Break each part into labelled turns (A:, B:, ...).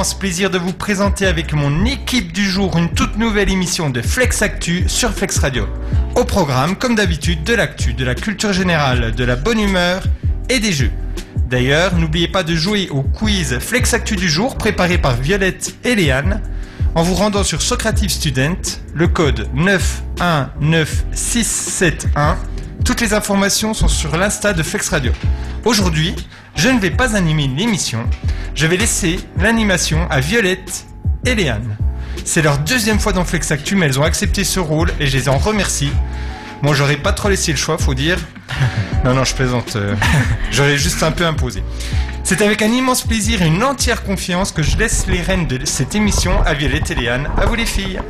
A: immense plaisir de vous présenter avec mon équipe du jour une toute nouvelle émission de Flex Actu sur Flex Radio. Au programme, comme d'habitude, de l'actu, de la culture générale, de la bonne humeur et des jeux. D'ailleurs, n'oubliez pas de jouer au quiz Flex Actu du jour préparé par Violette et Léane en vous rendant sur Socrative Student, le code 919671. Toutes les informations sont sur l'Insta de Flex Radio. Aujourd'hui, je ne vais pas animer l'émission, je vais laisser l'animation à Violette et Léane. C'est leur deuxième fois dans Flex Actu, mais elles ont accepté ce rôle et je les en remercie. Moi, j'aurais pas trop laissé le choix, faut dire. Non, non, je plaisante. euh, j'aurais juste un peu imposé. C'est avec un immense plaisir et une entière confiance que je laisse les rênes de cette émission à Violette et Léane. À vous les filles.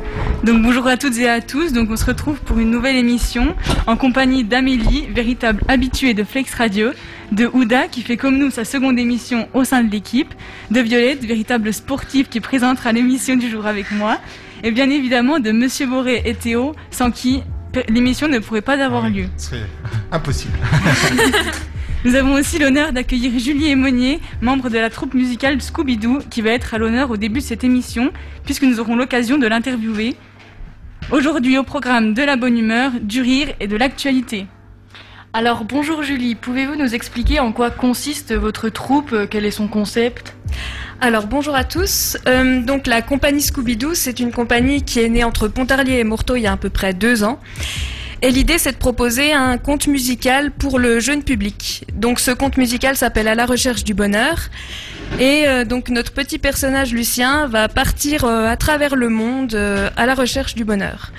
B: Donc bonjour à toutes et à tous, donc on se retrouve pour une nouvelle émission en compagnie d'Amélie, véritable habituée de Flex Radio, de Ouda qui fait comme nous sa seconde émission au sein de l'équipe, de Violette, véritable sportive qui présentera l'émission du jour avec moi, et bien évidemment de Monsieur Boré et Théo sans qui pe- l'émission ne pourrait pas avoir lieu.
A: Ce serait impossible.
B: Nous avons aussi l'honneur d'accueillir Julie Monnier, membre de la troupe musicale Scooby-Doo, qui va être à l'honneur au début de cette émission, puisque nous aurons l'occasion de l'interviewer. Aujourd'hui au programme de la bonne humeur, du rire et de l'actualité.
C: Alors bonjour Julie, pouvez-vous nous expliquer en quoi consiste votre troupe, euh, quel est son concept
D: Alors bonjour à tous. Euh, donc la compagnie Scooby-Doo, c'est une compagnie qui est née entre Pontarlier et Morteau il y a à peu près deux ans. Et l'idée, c'est de proposer un conte musical pour le jeune public. Donc ce conte musical s'appelle À la recherche du bonheur. Et euh, donc notre petit personnage Lucien va partir euh, à travers le monde euh, à la recherche du bonheur.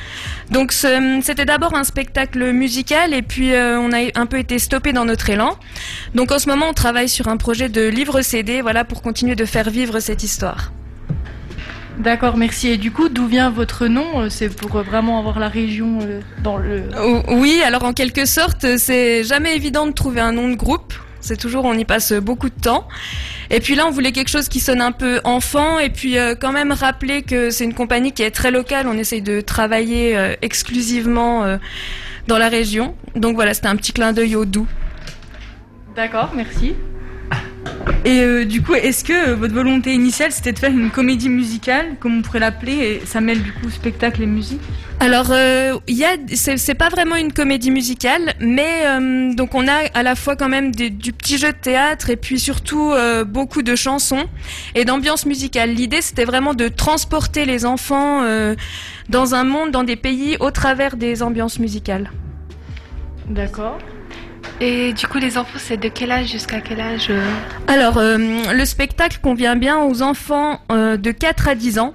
D: Donc ce- c'était d'abord un spectacle musical et puis euh, on a un peu été stoppé dans notre élan. Donc en ce moment, on travaille sur un projet de livre CD, voilà, pour continuer de faire vivre cette histoire.
C: D'accord, merci. Et du coup, d'où vient votre nom Euh, C'est pour euh, vraiment avoir la région euh, dans le...
D: O- Oui, alors en quelque sorte, euh, c'est jamais évident de trouver un nom de groupe. C'est toujours, on y passe euh, beaucoup de temps. Et puis là, on voulait quelque chose qui sonne un peu enfant, et puis euh, quand même rappeler que c'est une compagnie qui est très locale. On essaye de travailler euh, exclusivement euh, dans la région. Donc voilà, c'était un petit clin d'œil au doux.
C: D'accord, merci.
B: Et euh, du coup, est-ce que euh, votre volonté initiale c'était de faire une comédie musicale, comme on pourrait l'appeler, et ça mêle du coup spectacle et musique
D: Alors, euh, il y a, c'est c'est pas vraiment une comédie musicale, mais euh, donc on a à la fois quand même des- du petit jeu de théâtre et puis surtout euh, beaucoup de chansons et d'ambiance musicale. L'idée, c'était vraiment de transporter les enfants euh, dans un monde, dans des pays, au travers des ambiances musicales.
C: D'accord.
E: Et du coup, les enfants, c'est de quel âge jusqu'à quel âge euh
D: Alors, euh, le spectacle convient bien aux enfants euh, de 4 à 10 ans,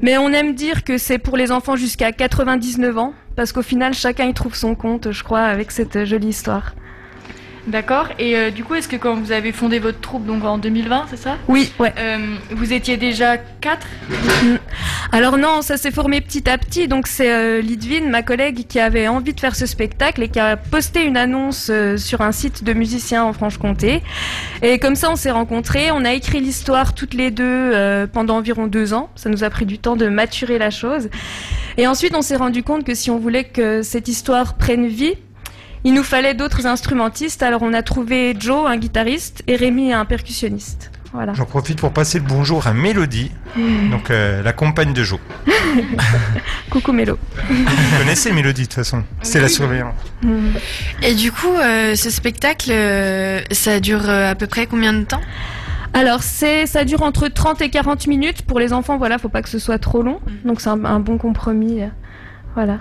D: mais on aime dire que c'est pour les enfants jusqu'à 99 ans, parce qu'au final, chacun y trouve son compte, je crois, avec cette euh, jolie histoire.
C: D'accord. Et euh, du coup, est-ce que quand vous avez fondé votre troupe, donc en 2020, c'est ça
D: Oui, ouais.
C: Euh, Vous étiez déjà quatre
D: Alors non, ça s'est formé petit à petit. Donc c'est euh, Lidvine, ma collègue, qui avait envie de faire ce spectacle et qui a posté une annonce euh, sur un site de musiciens en Franche-Comté. Et comme ça, on s'est rencontrés. On a écrit l'histoire toutes les deux euh, pendant environ deux ans. Ça nous a pris du temps de maturer la chose. Et ensuite, on s'est rendu compte que si on voulait que cette histoire prenne vie, il nous fallait d'autres instrumentistes. Alors on a trouvé Joe, un guitariste, et Rémi, un percussionniste. Voilà.
A: J'en profite pour passer le bonjour à Mélodie, donc euh, la compagne de Jo.
D: Coucou Mélo.
A: Vous connaissez Mélodie de toute façon, c'est la surveillante.
D: Hmm.
E: Et du coup, euh, ce spectacle, euh, ça dure euh, à peu près combien de temps
D: Alors c'est ça dure entre 30 et 40 minutes pour les enfants voilà faut pas que ce soit trop long donc c'est un, un bon compromis euh, voilà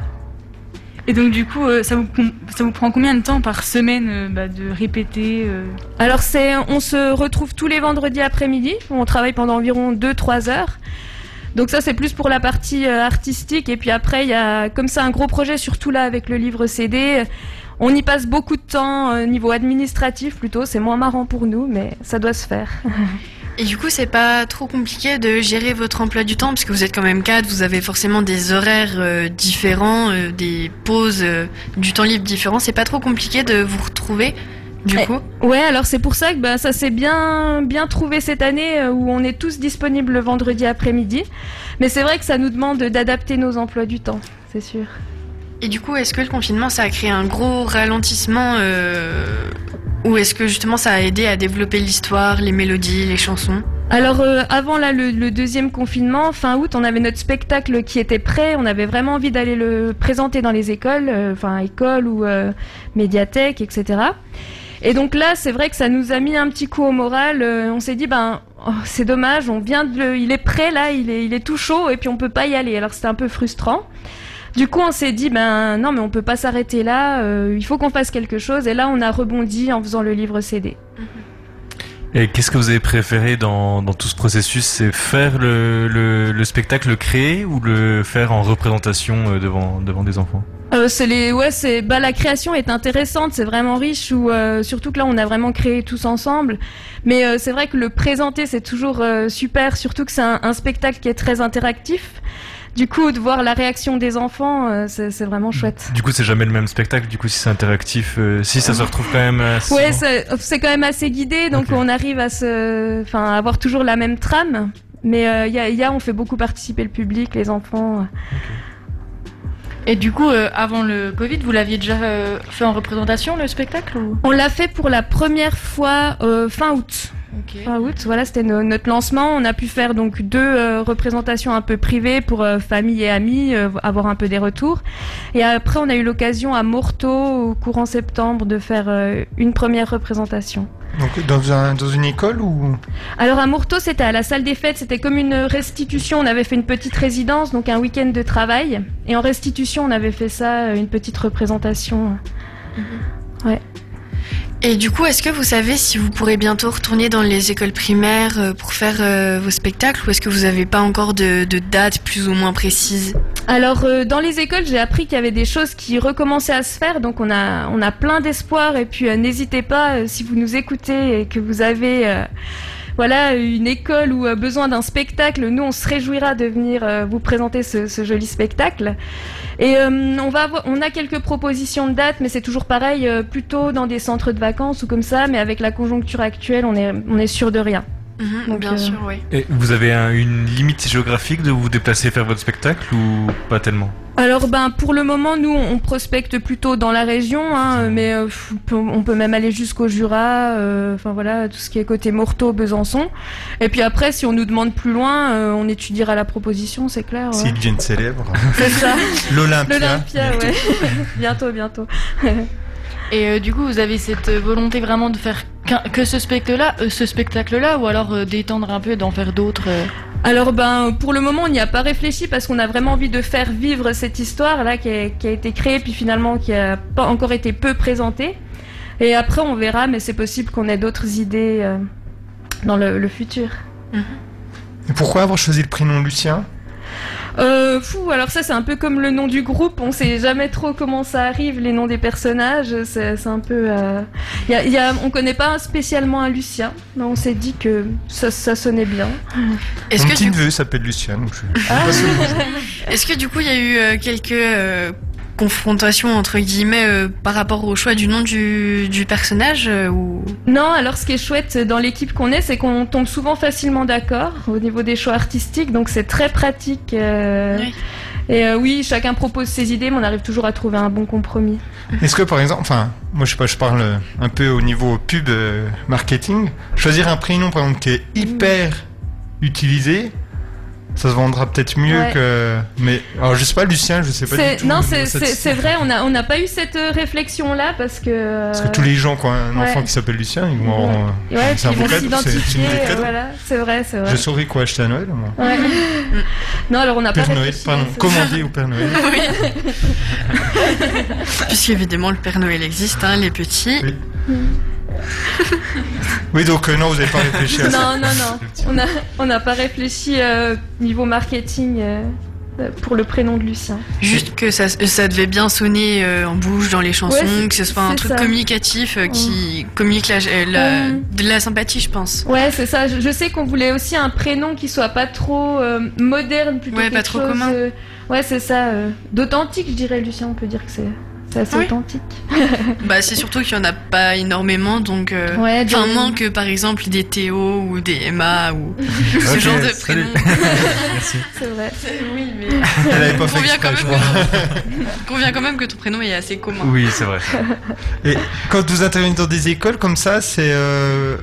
B: Et donc du coup, euh, ça, vous, com- ça vous prend combien de temps par semaine euh, bah, de répéter euh,
D: alors c'est on se retrouve tous les vendredis après-midi on travaille pendant environ 2-3 heures donc ça c'est plus pour la partie euh, artistique et puis après il y a comme ça un gros projet surtout là avec le livre CD on y passe beaucoup de temps euh, niveau administratif plutôt c'est moins marrant pour nous mais ça doit se faire
E: Et du coup, c'est pas trop compliqué de gérer votre emploi du temps, parce que vous êtes quand même quatre, vous avez forcément des horaires euh, différents, euh, des pauses, euh, du temps libre différent. C'est pas trop compliqué de vous retrouver, du
D: Ouais.
E: coup.
D: Ouais, alors c'est pour ça que bah, ça s'est bien, bien trouvé cette année euh, où on est tous disponibles le vendredi après-midi. Mais c'est vrai que ça nous demande d'adapter nos emplois du temps, c'est sûr.
E: Et du coup, est-ce que le confinement, ça a créé un gros ralentissement euh, Ou est-ce que justement, ça a aidé à développer l'histoire, les mélodies, les chansons
D: Alors euh, avant là le, le deuxième confinement, fin août, on avait notre spectacle qui était prêt. On avait vraiment envie d'aller le présenter dans les écoles, euh, enfin écoles ou euh, médiathèques, etc. Et donc là, c'est vrai que ça nous a mis un petit coup au moral. Euh, on s'est dit ben oh, c'est dommage, on vient de le- il est prêt là, il est il est tout chaud et puis on peut pas y aller. Alors c'était un peu frustrant. Du coup, on s'est dit ben non mais on peut pas s'arrêter là. euh, il faut qu'on fasse quelque chose. Et là, on a rebondi en faisant le livre CD.
F: Et qu'est-ce que vous avez préféré dans, dans tout ce processus C'est faire le, le, le spectacle créé ou le faire en représentation euh, devant, devant des enfants
D: Euh, c'est les ouais c'est bah la création est intéressante c'est vraiment riche ou euh, surtout que là on a vraiment créé tous ensemble mais euh, c'est vrai que le présenter c'est toujours euh, super surtout que c'est un, un spectacle qui est très interactif du coup de voir la réaction des enfants euh, c'est c'est vraiment chouette
F: Du coup, c'est jamais le même spectacle. Du coup, si c'est interactif, euh, si ça se retrouve quand même. euh,
D: ouais
F: souvent.
D: c'est c'est quand même assez guidé donc
F: Ok.
D: on arrive à se enfin à avoir toujours la même trame mais euh, il y, a, il y a on fait beaucoup participer le public les enfants
C: Et du coup, euh, avant le Covid, vous l'aviez déjà euh, fait en représentation le spectacle ou
D: on l'a fait pour la première fois euh, fin août Fin août, voilà, c'était no- notre lancement. On a pu faire donc deux euh, représentations un peu privées pour euh, famille et amis, euh, avoir un peu des retours. Et après, on a eu l'occasion à Morteau, au courant septembre, de faire euh, une première représentation.
A: Donc dans, un, dans une école ou
D: Alors à Morteau, c'était à la salle des fêtes, c'était comme une restitution. On avait fait une petite résidence, donc un week-end de travail. Et en restitution, on avait fait ça, euh, une petite représentation.
E: Et du coup, est-ce que vous savez si vous pourrez bientôt retourner dans les écoles primaires euh, pour faire euh, vos spectacles ou est-ce que vous n'avez pas encore de, de date plus ou moins précise
D: Alors euh, dans les écoles, j'ai appris qu'il y avait des choses qui recommençaient à se faire, donc on a on a plein d'espoir et puis euh, n'hésitez pas euh, si vous nous écoutez et que vous avez euh, voilà une école ou euh, besoin d'un spectacle, nous on se réjouira de venir euh, vous présenter ce, ce joli spectacle. Et euh, on va avoir- on a quelques propositions de dates, mais c'est toujours pareil, euh, plutôt dans des centres de vacances ou comme ça, mais avec la conjoncture actuelle, on est on est sûr de rien.
E: Mhm,
D: Donc,
E: Bien
D: euh,
E: sûr, oui.
F: Et vous avez un- une limite géographique de vous déplacer faire votre spectacle ou pas tellement
D: Alors ben pour le moment nous on prospecte plutôt dans la région hein, mais euh, pff, on peut- on peut même aller jusqu'au Jura euh, enfin voilà tout ce qui est côté Morteau Besançon et puis après si on nous demande plus loin euh, on étudiera la proposition c'est clair ouais.
A: S'ils deviennent célèbres.
D: c'est ça
A: L'Olympia.
D: l'Olympia ouais bientôt bientôt
C: Et euh, du coup, vous avez cette euh, volonté vraiment de faire qu'un- que ce spectacle-là, euh, ce spectacle-là, ou alors euh, d'étendre un peu, et d'en faire d'autres. euh.
D: Alors ben pour le moment on n'y a pas réfléchi parce qu'on a vraiment envie de faire vivre cette histoire là qui a, qui a été créée puis finalement qui a pas encore été peu présentée et après on verra mais c'est possible qu'on ait d'autres idées euh, dans le- le futur.
A: Et pourquoi avoir choisi le prénom Lucien
D: Euh, fou, alors ça c'est un peu comme le nom du groupe, on sait jamais trop comment ça arrive, les noms des personnages, c'est c'est un peu... Euh... y a- y a- on connaît pas spécialement un Lucien, mais on s'est dit que ça, ça sonnait bien.
E: Est-ce
A: Mon
E: que,
A: petit
E: du...
A: neveu s'appelle Lucien. donc je-
E: est-ce que du coup, il y a eu euh, quelques euh, confrontations entre guillemets euh, par rapport au choix du nom du, du personnage euh, ou
D: Non, alors ce qui est chouette dans l'équipe qu'on est, c'est qu'on tombe souvent facilement d'accord au niveau des choix artistiques, donc c'est très pratique. euh,
E: Oui.
D: Et euh, oui, chacun propose ses idées, mais on arrive toujours à trouver un bon compromis.
A: Est-ce que par exemple, enfin, moi je sais pas, je parle euh, un peu au niveau pub euh, marketing, choisir un prénom par exemple qui est hyper utilisé, ça se vendra peut-être mieux
D: Ouais.
A: que. Mais alors je sais pas, Lucien, je sais pas
D: C'est-
A: du tout. euh,
D: non,
A: au
D: c'est
A: niveau
D: c'est-
A: statistique.
D: c'est vrai, on n'a on n'a pas eu cette euh, réflexion-là parce que...
A: Parce que tous les gens qui ont un enfant
D: Euh, Ouais.
A: qui s'appelle Lucien, ils vont. avoir, euh,
D: Ouais, puis
A: C'est un
D: ils vont
A: bon cadeau, c'est une
D: s'identifier,
A: idée de
D: euh,
A: cadeau.
D: voilà, c'est vrai, c'est vrai.
A: Je saurais quoi acheter à Noël, moi.
D: Ouais. non, alors on n'a pas
A: Père Noël,
D: réfléchi,
A: pardon,
D: c'est-
A: commander au Père Noël.
E: Puisqu'évidemment, le Père Noël existe, hein, les petits.
A: Oui. Oui, donc euh, non, vous n'avez pas réfléchi à ça.
D: Non, non, non. On a- On n'a pas réfléchi euh, niveau marketing euh, euh, pour le prénom de Lucien.
E: Juste que ça, ça devait bien sonner euh, en bouche dans les chansons,
D: Ouais, c'est-
E: que ce soit un
D: c'est
E: truc
D: ça. Mm.
E: communicatif euh, qui communique la, euh, la- de la sympathie, je pense.
D: Ouais, c'est ça. Je, je sais qu'on voulait aussi un prénom qui soit pas trop euh, moderne, plutôt
E: Ouais, pas
D: quelque
E: trop
D: chose,
E: commun.
D: euh, ouais, c'est ça. euh, D'authentique, je dirais, Lucien. On peut dire que c'est c'est assez
E: Ah Oui.
D: authentique.
E: Bah, c'est surtout qu'il y en a pas énormément, donc. euh,
D: Mm. Ouais,
E: Enfin,
D: de-
E: moins que par exemple des Théo ou des Emma ou
D: Mm.
E: ce
F: Ok,
E: genre de
F: salut.
E: prénom.
D: c'est vrai.
C: Oui, mais
A: Elle avait pas fait
E: Convient quand
A: exprès, je
E: même.
A: crois.
E: Convient quand même que ton prénom est assez commun.
F: Oui, c'est vrai.
A: Quand vous intervenez dans des écoles comme ça, c'est euh,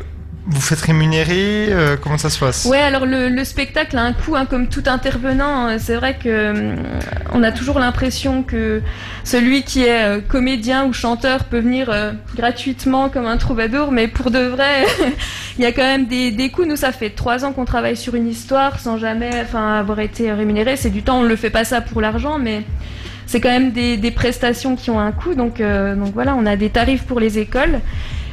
A: vous faites rémunérer euh, Comment ça se passe
D: Ouais, alors le, le spectacle a un coût, hein, comme tout intervenant. Euh, C'est vrai que euh, on a toujours l'impression que celui qui est euh, comédien ou chanteur peut venir euh, gratuitement comme un troubadour, mais pour de vrai, il y a quand même des, des coûts. Nous, ça fait trois ans qu'on travaille sur une histoire sans jamais, enfin, avoir été rémunéré. C'est du temps. On ne le fait pas ça pour l'argent, mais c'est quand même des, des prestations qui ont un coût. Donc, euh, donc voilà, on a des tarifs pour les écoles.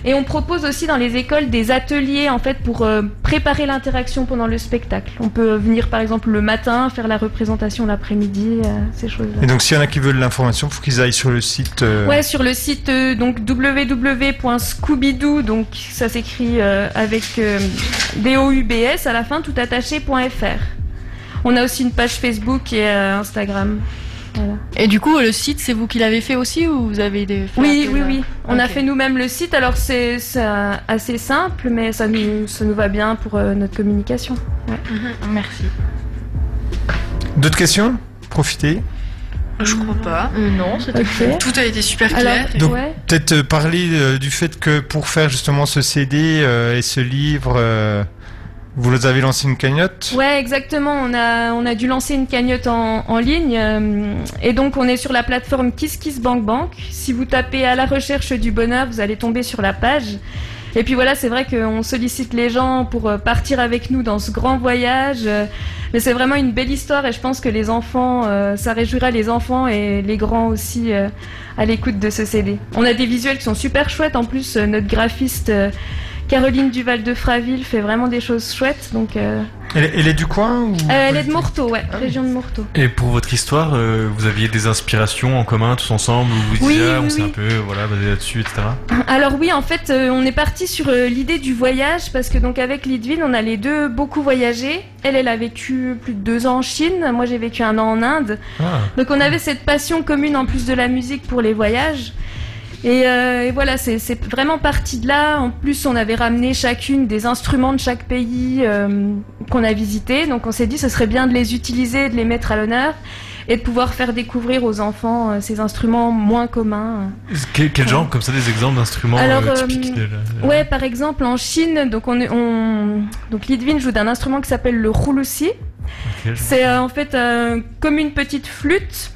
D: Et on propose aussi dans les écoles des ateliers en fait pour euh, préparer l'interaction pendant le spectacle. On peut venir par exemple le matin, faire la représentation l'après-midi, euh, ces choses-là.
A: Et donc, s'il y en a qui veulent l'information, faut qu'ils aillent sur le site. euh,
D: Ouais, sur le site euh, donc www.scoubidou, donc ça s'écrit euh, avec euh, D-O-U-B-S à la fin, tout attaché.fr. On a aussi une page Facebook et euh, Instagram.
E: Et du coup, le site, c'est vous qui l'avez fait aussi ou vous avez des. fait
D: Oui,
E: appel
D: oui,
E: à-
D: oui. On a
E: Ok.
D: fait nous-mêmes le site, alors c'est c'est, euh, assez simple, mais ça nous, ça nous va bien pour euh, notre communication.
C: Euh, Merci.
A: D'autres questions Profitez.
E: Euh, Je crois pas.
C: Euh, non, c'était
E: Tout a été super clair.
D: Alors,
A: Donc,
D: ouais.
A: Peut-être euh, parler euh, du fait que pour faire justement ce CD euh, et ce livre, euh, vous avez lancé une cagnotte.
D: Ouais, exactement. On a, on a dû lancer une cagnotte en, en ligne. euh, et donc, on est sur la plateforme KissKissBankBank. Si vous tapez à la recherche du bonheur, vous allez tomber sur la page. Et puis voilà, c'est vrai qu'on sollicite les gens pour euh, partir avec nous dans ce grand voyage. euh, Mais c'est vraiment une belle histoire et je pense que les enfants, euh, ça réjouira les enfants et les grands aussi euh, à l'écoute de ce CD. On a des visuels qui sont super chouettes. En plus, euh, notre graphiste euh, Caroline Duval de Fraville fait vraiment des choses chouettes. Donc, euh,
A: Elle, elle est du coin ou
D: euh, elle est de Morteau, ouais, région de Morteau.
F: Et pour votre histoire, euh, vous aviez des inspirations en commun tous ensemble ou vous
D: Oui,
F: disiez, ah,
D: oui,
F: on s'est
D: oui.
F: un peu voilà, basé là-dessus, etc.
D: Alors oui, en fait, euh, on est parti sur euh, l'idée du voyage parce que donc avec Lidvin, on a les deux beaucoup voyagé. Elle, elle a vécu plus de deux ans en Chine, moi j'ai vécu un an en Inde.
F: Ah.
D: Donc on avait cette passion commune en plus de la musique pour les voyages. Et, euh, et voilà, c'est c'est vraiment parti de là. En plus, on avait ramené chacune des instruments de chaque pays euh, qu'on a visité. Donc on s'est dit, ce serait bien de les utiliser, de les mettre à l'honneur et de pouvoir faire découvrir aux enfants euh, ces instruments moins communs.
F: Que- quel genre, comme ça, des exemples d'instruments
D: Alors,
F: euh,
D: euh,
F: typiques de la...
D: Ouais, par exemple en Chine, donc on, est- on donc Lidvin joue d'un instrument qui s'appelle le roulusi.
F: Ok, je-
D: C'est euh, en fait euh, comme une petite flûte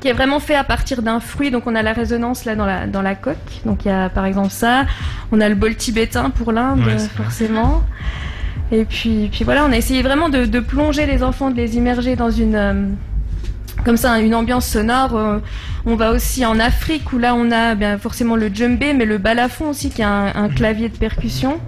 D: qui est vraiment fait à partir d'un fruit. Donc on a la résonance là dans la dans la coque. Donc il y a par exemple ça. On a le bol tibétain pour l'Inde
F: Ouais,
D: euh,
F: c'est vrai.
D: forcément. Et puis puis voilà, on a essayé vraiment de, de plonger les enfants, de les immerger dans une euh, comme ça, une ambiance sonore. Euh, On va aussi en Afrique où là on a bien forcément le djembé, mais le balafon aussi qui est un,
F: Mmh.
D: un clavier de percussion.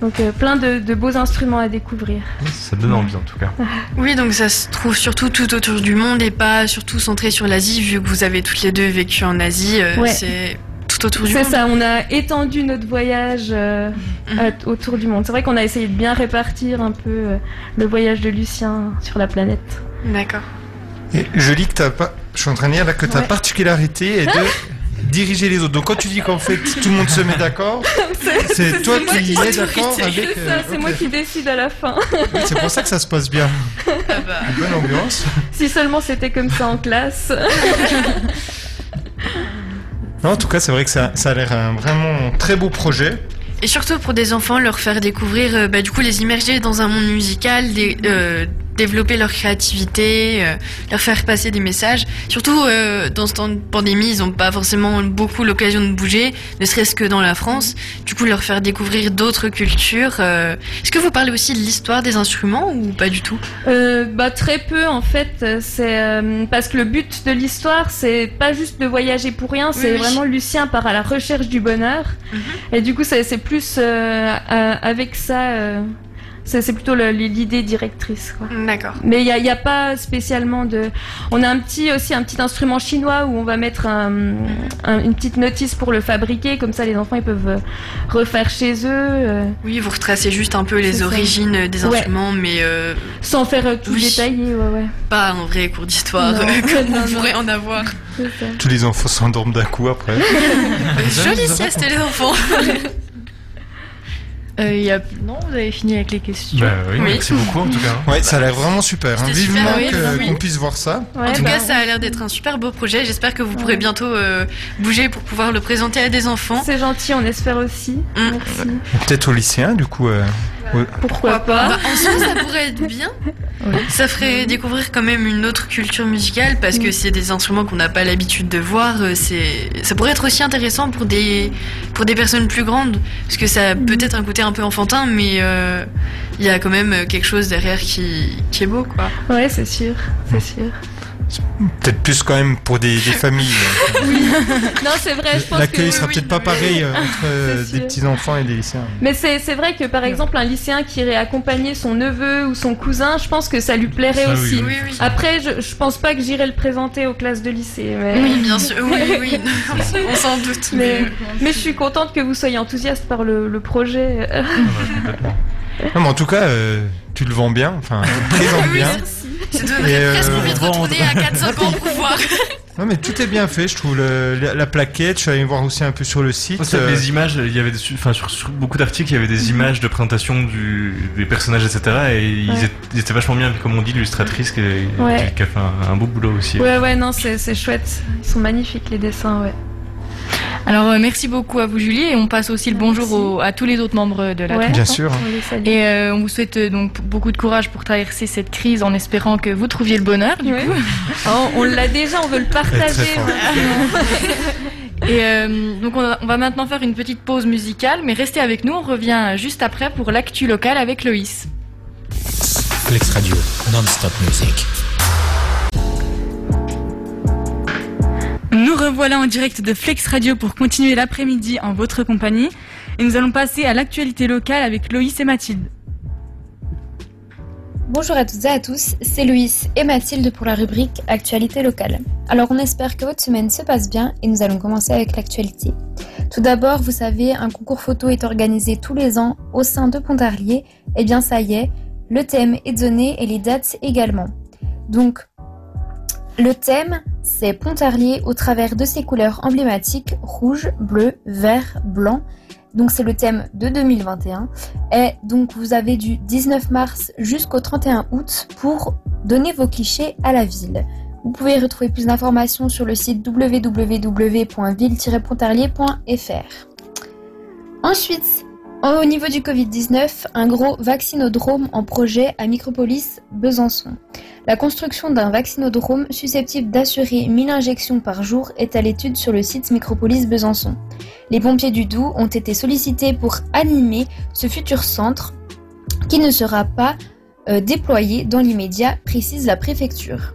D: Donc euh, plein de- de beaux instruments à découvrir.
F: Ça donne envie en tout cas.
E: Oui, donc ça se trouve surtout tout autour du monde et pas surtout centré sur l'Asie, vu que vous avez toutes les deux vécu en Asie. euh,
D: Ouais.
E: C'est tout autour du
D: C'est
E: monde.
D: ça, on a étendu notre voyage euh, à- autour du monde. C'est vrai qu'on a essayé de bien répartir un peu euh, le voyage de Lucien sur la planète.
E: D'accord.
A: Et Je lis que t'as pas. Je suis en train de lire là que ta particularité est de diriger les autres. Donc quand tu dis qu'en fait tout le monde se met d'accord, c'est toi
D: moi
A: qui
D: qui
A: es d'accord avec.
D: C'est
A: euh,
D: ça, c'est moi
A: ok.
D: qui décide à la fin.
A: Oui, C'est pour ça que ça se passe bien.
E: Ah bah.
A: Bonne ambiance.
D: si seulement c'était comme ça en classe.
A: Non, en tout cas, c'est vrai que ça, ça a l'air un vraiment très beau projet.
E: Et surtout pour des enfants, leur faire découvrir, euh, bah, du coup, les immerger dans un monde musical, dé- euh, développer leur créativité, euh, leur faire passer des messages. Surtout euh, dans ce temps de pandémie, ils n'ont pas forcément beaucoup l'occasion de bouger, ne serait-ce que dans la France. Du coup, leur faire découvrir d'autres cultures. euh. Est-ce que vous parlez aussi de l'histoire des instruments ou pas du tout
D: Euh, bah, très peu en fait, euh, c'est euh, parce que le but de l'histoire, c'est pas juste de voyager pour rien, c'est
E: oui.
D: vraiment Lucien part à la recherche du bonheur. Et du coup, c'est c'est plus euh, euh, avec ça, euh, c'est c'est plutôt le- l'idée directrice. Quoi.
E: D'accord.
D: Mais il n'y a, y a pas spécialement de. On a un petit aussi un petit instrument chinois où on va mettre un- un- une petite notice pour le fabriquer, comme ça les enfants ils peuvent euh, refaire chez eux euh,
E: Oui, vous retracez juste un peu les
D: C'est ça.
E: origines euh, des
D: Ouais.
E: instruments, mais euh,
D: sans faire euh, tout
E: Oui.
D: détailler. Ouais, ouais.
E: pas un vrai cours d'histoire
D: Non.
E: euh, comme
D: Non,
E: on
D: non.
E: pourrait en avoir.
D: c'est ça.
A: Tous les enfants s'endorment d'un coup après.
E: Jolie sieste les enfants Euh, il y a- Non, vous avez fini avec les questions.
F: Bah oui,
E: Oui.
F: merci beaucoup en tout cas.
A: Ouais, ça a l'air vraiment super. hein.
E: C'était super,
A: Vivement
E: oui,
A: que-
E: oui.
A: qu'on puisse voir ça.
E: en
G: bah,
E: tout cas, ça a l'air d'être un super beau projet. J'espère que vous pourrez bientôt euh, bouger pour pouvoir le présenter à des enfants.
G: C'est gentil, on espère aussi.
E: Mm.
G: Merci.
A: Peut-être au lycéen, du coup. euh,
G: Pourquoi pas
E: Bah, en soi, ça pourrait être bien. Ça ferait découvrir quand même une autre culture musicale parce que c'est des instruments qu'on n'a pas l'habitude de voir. euh, C'est, ça pourrait être aussi intéressant pour des pour des personnes plus grandes parce que ça a peut-être un côté un peu enfantin, mais euh, il y a quand même quelque chose derrière qui, qui est beau, quoi.
G: Ouais, c'est sûr, c'est sûr.
A: Peut-être plus quand même pour des, des familles. euh.
G: Non, c'est vrai, je pense
A: L'accueil
G: que...
A: sera peut-être pas pareil euh, entre euh,
G: C'est
A: des
G: sûr.
A: petits-enfants et des lycéens.
G: Mais c'est c'est vrai que, par exemple, un lycéen qui irait accompagner son neveu ou son cousin, je pense que ça lui plairait
F: Ça, oui,
G: aussi.
F: oui.
E: Oui,
A: Ah,
E: oui.
G: Après, je, je pense pas que j'irai le présenter aux classes de lycée, mais...
E: Oui, bien sûr. Oui, oui, oui. On s'en doute.
G: Mais, mais je suis contente que vous soyez enthousiaste par le, le projet.
A: Non, mais en tout cas, euh, tu le vends bien. Enfin, tu le présentes
E: Oui,
A: bien.
E: Ça
A: Et,
E: donnerait
A: euh,
E: presque envie de
F: vendre.
E: retourner à 4-5 ans pour voir.
A: Non, mais tout est bien fait, je trouve. le- la, la plaquette, je suis allé voir aussi un peu sur le site.
F: Moi, c'est
A: euh,
F: des images, il y avait des- enfin, sur, sur beaucoup d'articles, il y avait des images de présentation du, des personnages, etc. Et ils,
G: Ouais.
F: étaient, ils étaient vachement bien, comme on dit, l'illustratrice qui,
G: Ouais.
F: qui a fait un, un beau boulot aussi.
G: Ouais, ouais, non, c'est c'est chouette. Ils sont magnifiques, les dessins, ouais.
C: Alors euh, merci beaucoup à vous Julie et on passe aussi le bonjour
G: Merci.
C: au- à tous les autres membres de la
G: Ouais.
A: Bien sûr.
G: On les salue.
C: Et euh, on vous souhaite euh, donc beaucoup de courage pour traverser cette crise en espérant que vous trouviez le bonheur. du
G: Ouais. Oh, on l'a déjà, on veut le
A: Très
G: partager.
A: fort.
C: coup. Et euh, donc on, a- on va maintenant faire une petite pause musicale, mais restez avec nous, on revient juste après pour l'actu locale avec Loïs.
H: Flex Radio, non-stop music.
B: Nous revoilà en direct de Flex Radio pour continuer l'après-midi en votre compagnie. Et nous allons passer à l'actualité locale avec Loïs et Mathilde.
I: Bonjour à toutes et à tous, c'est Louis et Mathilde pour la rubrique Actualité locale. Alors on espère que votre semaine se passe bien et nous allons commencer avec l'actualité. Tout d'abord, vous savez, un concours photo est organisé tous les ans au sein de Pontarlier. Eh bien ça y est, le thème est donné et les dates également. Donc le thème, c'est Pontarlier au travers de ses couleurs emblématiques rouge, bleu, vert, blanc. Donc c'est le thème de 2021. Et donc vous avez du 19 mars jusqu'au 31 août pour donner vos clichés à la ville. Vous pouvez retrouver plus d'informations sur le site www.ville-pontarlier.fr. Ensuite, au niveau du Covid-19, un gros vaccinodrome en projet à Micropolis Besançon. La construction d'un vaccinodrome susceptible d'assurer 1000 injections par jour est à l'étude sur le site Micropolis Besançon. Les pompiers du Doubs ont été sollicités pour animer ce futur centre qui ne sera pas euh, déployé dans l'immédiat, précise la préfecture.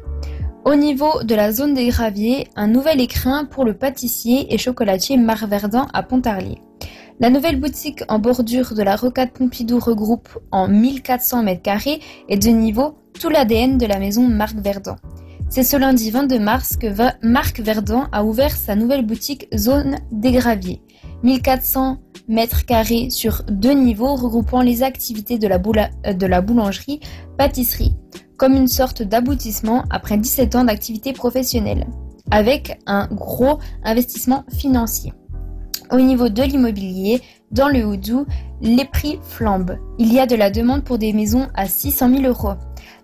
I: Au niveau de la zone des graviers, un nouvel écrin pour le pâtissier et chocolatier Marverdun à Pontarlier. La nouvelle boutique en bordure de la rocade Pompidou regroupe en 1400 mètres carrés et de niveau tout l'ADN de la maison Marc Verdun. C'est ce lundi 22 mars que va- Marc Verdun a ouvert sa nouvelle boutique Zone des Graviers. 1400 mètres carrés sur deux niveaux regroupant les activités de la, boula- euh, de la boulangerie, pâtisserie, comme une sorte d'aboutissement après 17 ans d'activité professionnelle, avec un gros investissement financier. Au niveau de l'immobilier, dans le Houdou, les prix flambent. Il y a de la demande pour des maisons à 600 000 euros.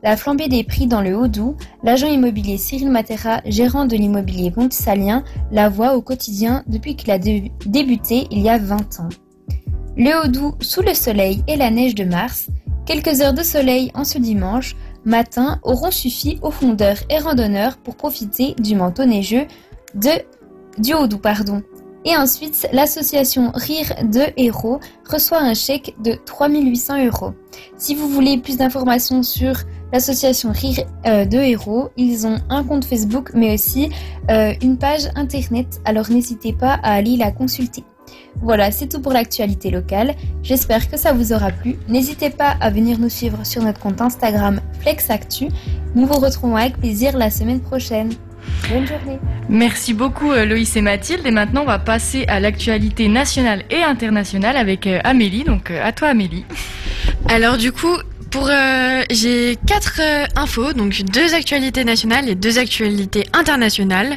I: La flambée des prix dans le Haut-Doubs, l'agent immobilier Cyril Matera, gérant de l'immobilier Montsalien, la voit au quotidien depuis qu'il a dé- débuté il y a 20 ans. Le Haut-Doubs sous le soleil et la neige de mars, quelques heures de soleil en ce dimanche matin auront suffi aux fondeurs et randonneurs pour profiter du manteau neigeux de, du Haut-Doubs. Pardon. Et ensuite, l'association Rire de Héros reçoit un chèque de 3800 euros. Si vous voulez plus d'informations sur l'association Rire euh, de Héros, ils ont un compte Facebook mais aussi euh, une page internet, alors n'hésitez pas à aller la consulter. Voilà, c'est tout pour l'actualité locale. J'espère que ça vous aura plu. N'hésitez pas à venir nous suivre sur notre compte Instagram FlexActu. Nous vous retrouvons avec plaisir la semaine prochaine. Bonne journée.
C: Merci beaucoup euh, Loïs et Mathilde et maintenant on va passer à l'actualité nationale et internationale avec euh, Amélie, donc euh, à toi Amélie.
E: Alors du coup, pour euh, j'ai quatre euh, infos, donc deux actualités nationales et deux actualités internationales.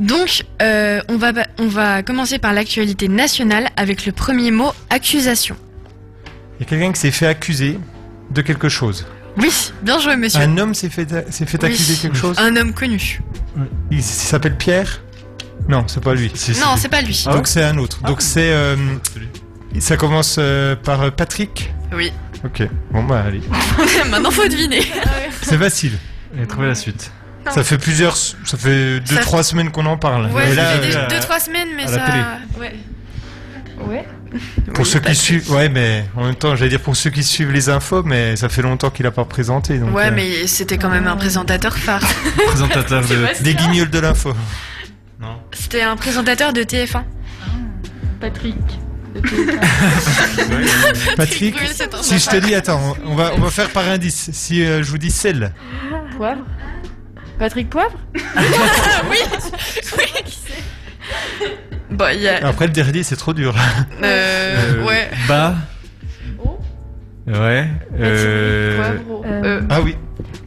E: Donc euh, on va on va commencer par l'actualité nationale avec le premier mot accusation.
A: Il y a quelqu'un qui s'est fait accuser de quelque chose.
E: Oui, bien joué, monsieur.
A: Un homme s'est fait, s'est fait
E: Oui.
A: accuser de quelque chose.
E: Un homme connu.
A: Il s'appelle Pierre Non, c'est pas lui.
E: Non, c'est pas lui.
F: Ah ouais
A: Donc c'est un autre. Donc c'est. euh,
F: Celui.
A: ça commence euh, par euh, Patrick
E: Oui.
A: Ok, bon bah allez.
E: Maintenant, faut deviner.
A: C'est facile.
F: Et trouver la suite.
E: Non.
A: Ça fait plusieurs. Ça fait deux,
E: Ça-
A: trois semaines qu'on en parle.
E: Ouais,
A: Et
E: ça
A: là,
E: fait
A: euh,
E: déjà deux, trois semaines, mais
A: à
E: ça.
A: la
E: Ouais.
G: Ouais.
A: pour
E: Oui,
A: ceux qui
E: Patrick.
A: suivent. Ouais, mais en même temps, j'allais dire pour ceux qui suivent les infos, mais ça fait longtemps qu'il a pas présenté. Donc,
E: Ouais,
A: euh,
E: mais c'était quand même un présentateur phare.
F: Présentateur de.
A: Des guignols de l'info.
F: Non.
E: C'était un présentateur de TF1.
G: Patrick.
A: Patrick,
E: Bruel, c'est un
A: si je te
E: sympa.
A: dis, attends, on on va, on va faire par indice. Si euh, je vous dis celle.
G: Poivre. Patrick Poivre
E: Bah, il y a.
A: Après, le dernier, c'est trop dur.
E: Euh, Ouais.
F: Bas.
G: Oh.
F: Ouais. Euh...
E: Poivre.
G: Euh,
E: Euh,
A: Ah oui.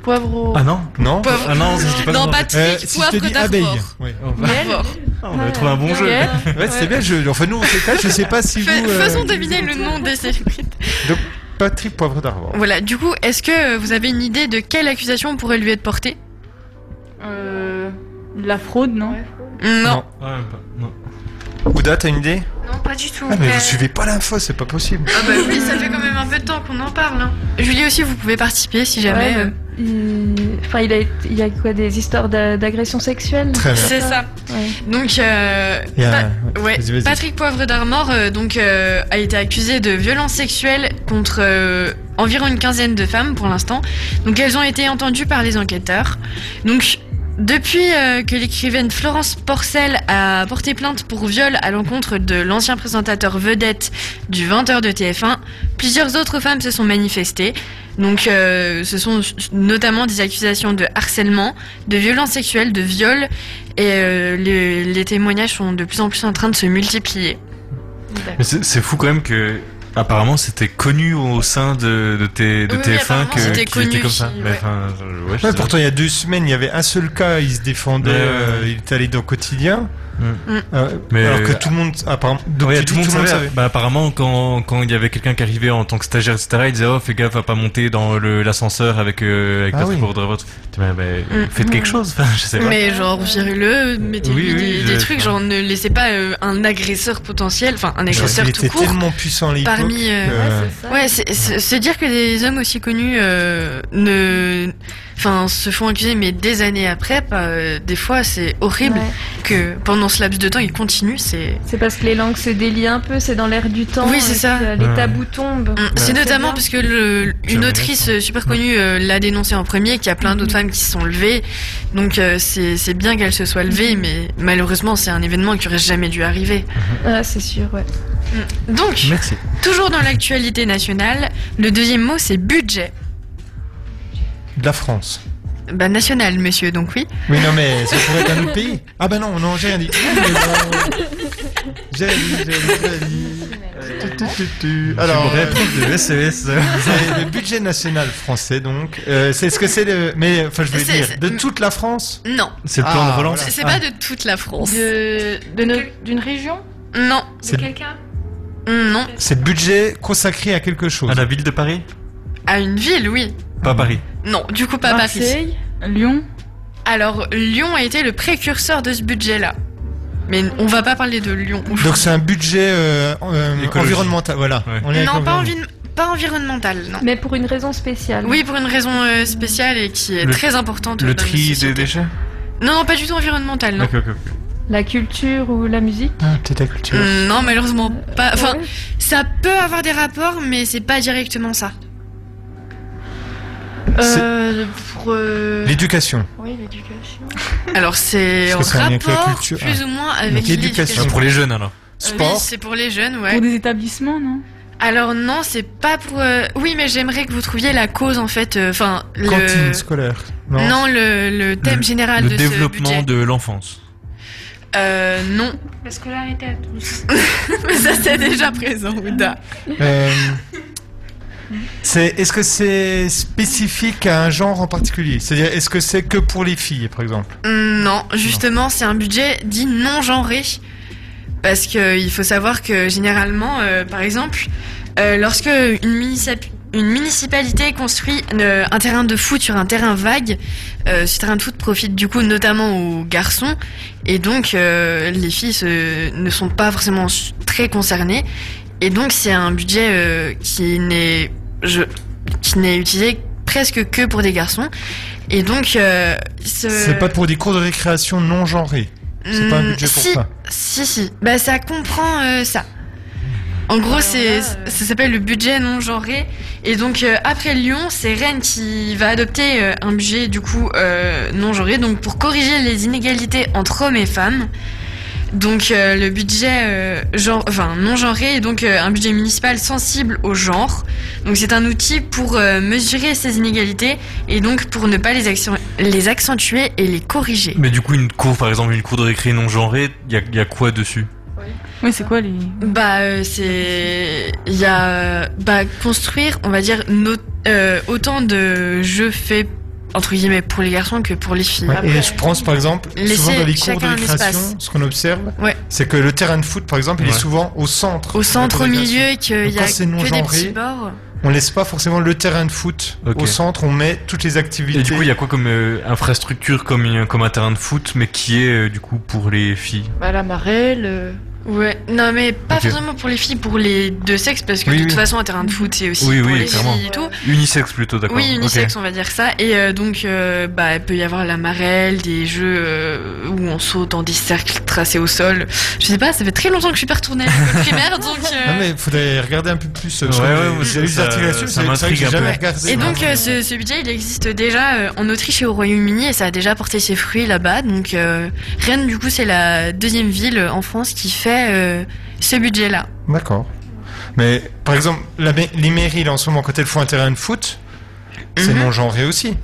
G: Poivreau.
F: Ah non
A: Non
E: Poivre.
F: Ah non, ça, je dis pas
E: Non,
F: non,
E: Patrick,
A: Euh, Si je te
E: poivre
A: dis abeille.
E: d'Arvor.
A: Ouais,
F: On va,
G: Miel.
E: Arvor.
F: on va trouver un bon jeu.
G: Miel.
A: Ouais, c'est bien. Je... Enfin, nous, on sait pas. Je sais pas si
E: Fais-
A: vous. euh,
E: Faisons deviner le nom des célébrités.
A: Patrick Poivre d'Arvor.
E: Voilà, du coup, est-ce que vous avez une idée de quelle accusation pourrait lui être portée
B: Euh, la fraude, non
E: Non.
F: Ouais, même pas. Non.
A: Ouda, t'as une idée
E: Non, pas du tout.
A: Ah, mais vous suivez pas l'info, c'est pas possible.
E: Ah bah oui, ça fait quand même un peu de temps qu'on en parle. hein. Julie aussi, vous pouvez participer si jamais.
G: Ouais,
E: euh,
G: il... Enfin, il a, il y a quoi des histoires d'a- d'agression sexuelle
A: Très bien.
E: C'est ça.
G: Ouais.
E: Donc, euh,
A: Il y a-
E: Pa-
A: ouais,
E: ouais,
A: vas-y, vas-y.
E: Patrick Poivre d'Armor euh, donc euh, a été accusé de violences sexuelles contre euh, environ une quinzaine de femmes pour l'instant. Donc elles ont été entendues par les enquêteurs. Donc depuis euh, que l'écrivaine Florence Porcel a porté plainte pour viol à l'encontre de l'ancien présentateur vedette du 20h de TF1, plusieurs autres femmes se sont manifestées. Donc euh, ce sont notamment des accusations de harcèlement, de violences sexuelles, de viol et euh, les, les témoignages sont de plus en plus en train de se multiplier.
F: Mais c'est c'est fou quand même que. Apparemment, c'était connu au sein de, de, tes- de
E: Oui, oui,
F: TF1
E: apparemment,
F: que
E: c'était
F: qu'il était
E: connu,
F: comme ça.
E: qui-
F: Mais
E: ouais.
F: enfin, je- ouais, je
A: Ouais,
F: sais
A: pourtant, il y a deux semaines, il y avait un seul cas, il se défendait,
F: Ouais, ouais,
A: euh,
F: ouais.
A: il était allé dans le quotidien.
F: Mm.
E: Mm.
A: Euh,
F: Mais-
A: alors que tout le monde, ah, apparemment, donc
F: Ouais,
A: tu
F: tout
A: dis,
F: le monde savait. Bah, apparemment, quand quand il y avait quelqu'un qui arrivait en tant que stagiaire, etc., il disait Oh, fais gaffe à pas monter dans le- l'ascenseur avec, euh, avec
A: Ah
F: Patrick
A: oui.
F: Bourdrevot. Tu dis, Mais, mais,
E: Mm.
F: Faites quelque chose, enfin, je sais pas.
E: Mais genre viruleux, mettez-lui
F: oui,
E: des,
F: je-
E: des trucs, genre ne laissez pas euh, un agresseur potentiel, enfin un
A: Parce
E: agresseur
A: qu'il
E: tout
A: était
E: court.
A: tellement puissant, les
E: parmi, euh, Ouais, c'est- c'est se dire que des hommes aussi connus euh, ne, enfin se font accuser, mais des années après, bah, euh, des fois c'est horrible
G: Ouais.
E: que pendant ce laps de temps ils continuent. C'est
G: C'est parce que les langues se délient un peu, c'est dans l'air du temps.
E: Oui, c'est
G: et
E: ça.
G: que, euh, Les
F: Ouais.
G: tabous tombent.
D: Bah,
E: Mm, C'est
G: Ouais.
E: notamment
G: C'est
E: parce que le,
F: C'est
E: une
F: vrai,
E: autrice
F: ça.
E: euh, super connue euh, l'a dénoncé en premier, qu'il y a plein d'autres femmes qui se sont levées. Donc euh, c'est c'est bien qu'elle se soit levée, mais malheureusement c'est un événement qui aurait jamais dû arriver.
G: Ah, c'est sûr, ouais.
E: Donc,
F: Merci.
E: toujours dans l'actualité nationale, le deuxième mot c'est budget.
A: de la France.
E: Bah national, monsieur, donc oui.
A: Oui, non, mais ça pourrait être un autre pays. Ah, bah non, non, j'ai rien dit. Mais bon. J'ai rien dit, j'ai rien dit, j'ai rien dit. Tu, tu, tu, tu. Alors,
F: Alors,
A: euh,
F: réponse de E SES.
A: c'est le budget national français, donc. Euh, c'est ce que c'est le. Mais, enfin, je vais
E: C'est-
A: dire,
E: c'est-
A: de toute la France
E: Non,
F: C'est le plan
A: Ah,
F: de relance.
A: voilà.
E: c'est pas de toute la France.
G: De, de no- d'une région
E: Non,
A: C'est-
G: quelqu'un
E: non.
A: C'est le budget consacré à quelque chose.
F: À la ville de Paris
E: À une ville, oui.
F: Pas Paris.
E: Non, du coup pas Paris.
B: Marseille, Lyon,
E: Alors Lyon a été le précurseur de ce budget-là. Mais on va pas parler de Lyon.
A: Donc c'est un budget euh, euh,
F: Écologie.
A: environnemental, voilà.
F: Ouais.
A: est avec
E: non, pas,
A: l'environnement.
E: envi- pas environnemental, non.
G: Mais pour une raison spéciale.
E: Oui, pour une raison euh, spéciale et qui est
F: Le-
E: très importante. euh,
F: Le
E: dans nos
F: tri des
E: sociétés.
F: déchets
E: Non, non, pas du tout environnemental, non.
F: Ok, ok, ok.
G: La culture ou la musique
A: Ah, peut-être la culture.
E: Mm, Non, malheureusement pas. Enfin,
G: Ouais.
E: ça peut avoir des rapports, mais c'est pas directement ça.
G: Euh, pour, euh,
A: L'éducation.
G: Oui, l'éducation.
E: Alors, c'est en
A: Parce que ça a un lien avec la
E: rapport
A: culture.
E: plus ou moins avec
A: Donc, l'éducation.
E: l'éducation.
F: Ah, pour les jeunes alors.
E: Oui,
A: Sport.
E: c'est pour les jeunes, ouais.
B: pour des établissements, non
E: Alors non, c'est pas pour. euh, Oui, mais j'aimerais que vous trouviez la cause en fait. euh, Enfin, le.
A: Cantine scolaire. Non.
E: Non, le, le thème
F: Le-
E: général
F: le
E: de ce
F: développement
E: budget.
F: de l'enfance.
E: Euh, non.
G: La scolarité à tous.
E: Mais ça, c'est déjà présent, Ouda.
A: Euh, c'est, est-ce que c'est spécifique à un genre en particulier C'est-à-dire, est-ce que c'est que pour les filles, par exemple
E: Non, justement, c'est un budget dit non genré. Parce que il faut savoir que généralement, euh, par exemple, euh, lorsque une, municip- une municipalité construit euh, un terrain de foot sur un terrain vague, euh, ce terrain de foot profite du coup notamment aux garçons et donc euh, les filles se- ne sont pas forcément s- très concernées et donc c'est un budget euh, qui n'est je- qui n'est utilisé presque que pour des garçons et donc euh, ce-
A: C'est pas pour des cours de récréation non genrés. C'est pas un
E: Hmm,
A: budget pour
E: si,
A: ça.
E: Si, si. Bah, ça comprend euh, ça. En gros, c'est, ça s'appelle le budget non genré. Et donc, euh, après Lyon, c'est Rennes qui va adopter euh, un budget, du coup, euh, non genré. Donc, pour corriger les inégalités entre hommes et femmes. Donc, euh, le budget euh, genre, enfin, non genré est donc euh, un budget municipal sensible au genre. Donc, c'est un outil pour euh, mesurer ces inégalités et donc pour ne pas les, accent- les accentuer et les corriger.
F: Mais du coup, une cour, par exemple, une cour de récré non genrée, il y a, y a quoi dessus
B: Oui, c'est quoi les.
E: Bah, euh, c'est. Il y a. euh, Bah, construire, on va dire, no- euh, autant de jeux faits, entre guillemets, pour les garçons que pour les filles.
A: Ouais, et je pense par exemple,
E: Laissez
A: souvent dans les cours de
E: Ah chacun un
A: récréation,
E: espace.
A: ce qu'on observe,
E: Ouais.
A: c'est que le terrain de foot par exemple, il est
F: Ouais.
A: souvent au centre. de
E: Au
A: la cour
E: centre, au
A: de récréation.
E: milieu, et qu'il
A: Donc,
E: y
A: quand
E: a
A: c'est non
E: que des
A: genré,
E: petits bords.
A: On laisse pas forcément le terrain de foot
F: Ok.
A: au centre, on met toutes les activités.
F: Et du coup, il y a quoi comme euh, infrastructure, comme, une- comme un terrain de foot, mais qui est euh, du coup pour les filles
C: Bah, la marelle.
E: euh,
C: le-
E: Ouais, non, mais pas
F: Ok.
E: forcément pour les filles, pour les deux sexes, parce que
A: Oui,
E: de
A: oui.
E: toute façon, un terrain de foot, c'est aussi
F: Oui,
E: pour
F: oui,
E: les
F: clairement.
E: filles et tout.
F: Unisex plutôt, d'accord
E: Oui,
F: ok.
E: unisex, on va dire ça. Et euh, donc, euh, bah, il peut y avoir la marelle, des jeux euh, où on saute dans des cercles tracés au sol. Je sais pas, ça fait très longtemps que je suis pas retournée à l'école primaire, donc. euh,
A: Non mais il faudrait regarder un peu plus. euh, je crois
F: Ouais,
A: que
F: ouais,
A: j'ai-
F: ouais,
A: j'ai lu des
F: ça-
A: articles là-dessus, c'est
F: ça
A: vrai que j'ai
F: m'intrigue un
A: jamais
F: peu.
A: regardé.
E: Et donc euh, ce, ce budget il existe déjà euh, en Autriche et au Royaume-Uni et ça a déjà porté ses fruits là-bas. Donc euh, Rennes du coup c'est la deuxième ville euh, en France qui fait euh, ce budget-là.
A: D'accord. Mais par exemple, la ma- les mairies là, en ce moment, quand elles font un terrain de foot, c'est
E: Mhm.
A: non genré aussi.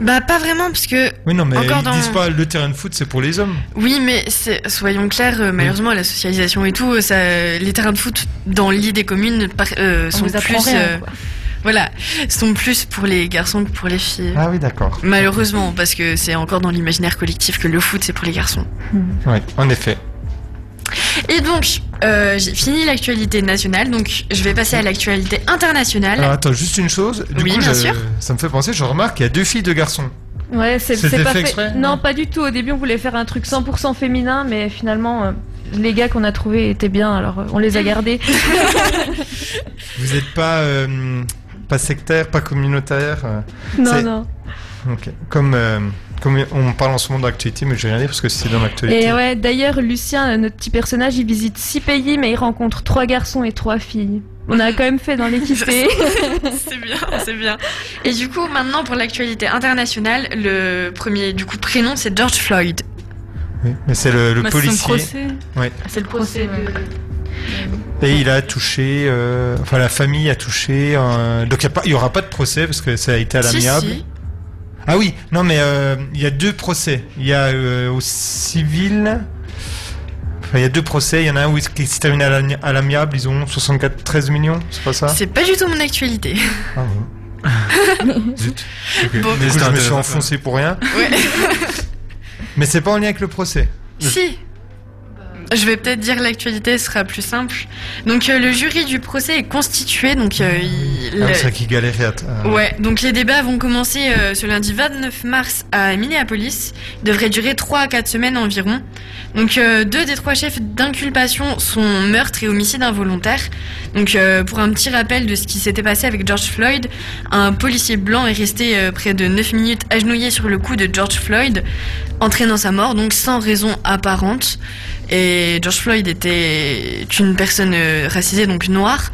E: Bah pas vraiment parce que
A: Oui, non, mais
E: Encore
A: ils
E: dans-
A: disent pas le terrain de foot c'est pour les hommes.
E: oui mais c'est- soyons clairs euh, malheureusement la socialisation et tout euh, ça euh, les terrains de foot dans l'île des communes par- euh,
C: On
E: sont
C: vous apprend
E: plus
C: rien,
E: euh,
C: quoi.
E: voilà sont plus pour les garçons que pour les filles.
A: Ah oui, d'accord.
E: Malheureusement parce que c'est encore dans l'imaginaire collectif que le foot c'est pour les garçons.
A: Ouais, en effet.
E: Et donc, euh, j'ai fini l'actualité nationale, donc je vais passer à l'actualité internationale.
A: Alors attends, juste une chose. Du
E: Oui,
A: coup,
E: bien
A: je-
E: sûr.
A: ça me fait penser, je remarque qu'il y a deux filles, deux garçons.
G: Ouais, c'est
A: C'était
G: c'est pas fait.
A: fait exprès,
G: non,
A: non
G: pas du tout. Au début, on voulait faire un truc 100% féminin, mais finalement, euh, les gars qu'on a trouvés étaient bien, alors euh, on les a gardés.
A: Vous n'êtes pas, euh, pas sectaire, pas communautaire. euh,
G: non,
A: C'est-
G: non.
A: ok. Comme, euh, comme on parle en ce moment d'actualité, mais je vais rien dire parce que c'est dans l'actualité.
G: Et ouais, d'ailleurs, Lucien, euh, notre petit personnage, il visite six pays, mais il rencontre trois garçons et trois filles. On a quand même fait dans l'équité.
E: c'est bien, c'est bien. Et du coup, maintenant pour l'actualité internationale, le premier du coup prénom c'est George Floyd.
A: Oui, mais c'est le, le
B: Bah, c'est son
A: policier.
B: procès.
C: Ah, C'est le procès de.
A: Et il a touché, euh, enfin la famille a touché. un- donc il y a pas- il y aura pas de procès parce que ça a été à
E: Si,
A: l'amiable.
E: si.
A: Ah oui, non mais euh, il y a deux procès. Il y a euh, au civil. Enfin, il y a deux procès. Il y en a un où qui se termine à l'ami- à l'amiable. Ils ont 74 13 millions, c'est pas ça
E: C'est pas du tout mon actualité.
A: Ah, ouais.
F: Zut.
E: Bon.
A: Du coup, je me suis
F: intéressant.
A: enfoncé pour rien.
E: Ouais.
A: Mais c'est pas en lien avec le procès.
E: Si. Je vais peut-être dire l'actualité, ce sera plus simple. Donc euh, le jury du procès est constitué, donc euh, il,
A: Ah, c'est ça qui galérait à. t- à-
E: Ouais, donc les débats vont commencer euh, ce lundi 29 mars à Minneapolis. Ils devraient durer 3 à 4 semaines environ. Donc euh, deux des trois chefs d'inculpation sont meurtre et homicide involontaire. Donc euh, pour un petit rappel de ce qui s'était passé avec George Floyd, un policier blanc est resté euh, près de 9 minutes agenouillé sur le cou de George Floyd, entraînant sa mort, donc sans raison apparente. Et George Floyd était une personne euh, racisée, donc noire.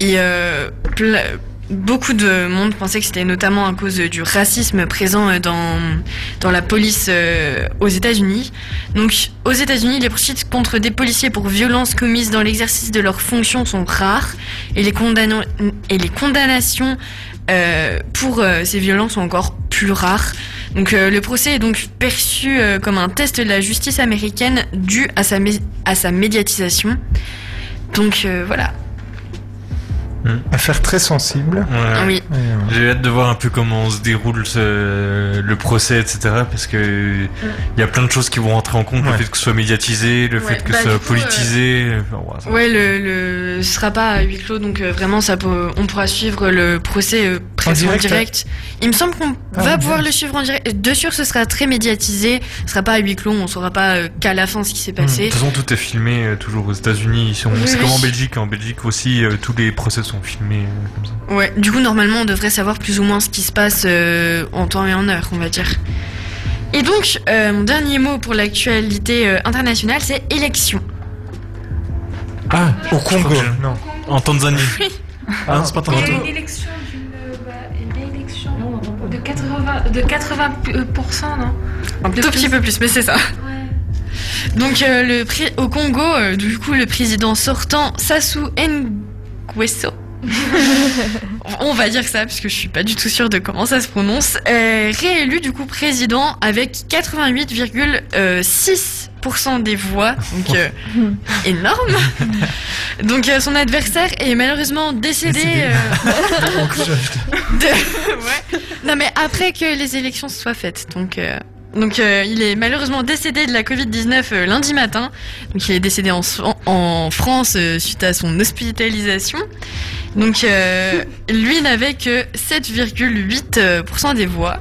E: Et euh, pla- Beaucoup de monde pensait que c'était notamment à cause du racisme présent euh, dans, dans la police euh, aux États-Unis. Donc, aux États-Unis, les poursuites contre des policiers pour violences commises dans l'exercice de leurs fonctions sont rares et les, condamna- et les condamnations euh, pour euh, ces violences sont encore plus rares. Donc, euh, le procès est donc perçu euh, comme un test de la justice américaine dû à sa, mé- à sa médiatisation. Donc, euh, voilà.
F: Hmm.
A: Affaire très sensible.
F: Ouais.
E: Oui.
A: Et, euh,
F: J'ai hâte de voir un peu comment se déroule ce- le procès, etc. Parce que il y a plein de choses qui vont rentrer en compte. Le
A: Ouais.
F: fait que ce soit médiatisé, le
E: Ouais.
F: fait que
E: Bah,
F: ce
E: du
F: soit
E: coup, euh,
F: politisé. euh, enfin, ouais, ça-
E: Ouais, le, le ce sera pas à huis clos, donc euh, vraiment, ça peut- on pourra suivre le procès euh, presque en
A: direct,
E: direct. Il me semble qu'on
A: Ah,
E: va
A: bien.
E: pouvoir le suivre en direct. De sûr, ce sera très médiatisé. Ce sera pas à huis clos. On saura pas euh, qu'à la fin ce qui s'est
F: Hmm. De
E: passé.
F: toute façon, tout est filmé euh, toujours aux États-Unis. Ils sont-
E: Oui,
F: C'est
E: oui.
F: comme en Belgique. En Belgique aussi, euh, tous les procès sont filmés euh, comme ça.
E: Ouais. Du coup, normalement, on devrait savoir plus ou moins ce qui se passe euh, en temps et en heure, on va dire. Et donc, euh, mon dernier mot pour l'actualité euh, internationale, c'est élection.
F: Ah,
A: Au Congo. Non.
F: en Tanzanie. Ah
A: Hein,
F: non, c'est pas
J: Il y a
F: Tanzanie.
J: une élection d'une, bah, une élection de 80, de 80 euh, pourcents, non
E: Un tout petit peu plus, mais c'est ça. Donc euh, le pré- au Congo, euh, du coup, le président sortant Sassou Nguesso. On va dire ça parce que je suis pas du tout sûre de comment ça se prononce. euh, réélu du coup président avec euh, 88,6% des voix, donc euh, énorme. Donc euh, son adversaire est malheureusement décédé.
A: Décédé.
E: euh,
A: Je-
E: de- Ouais. Non, mais après que les élections soient faites. Donc, euh, donc euh, il est malheureusement décédé de la Covid-19 euh, lundi matin. Donc, il est décédé en, so- en France euh, suite à son hospitalisation. Donc, euh, lui n'avait que 7,8% euh, des voix.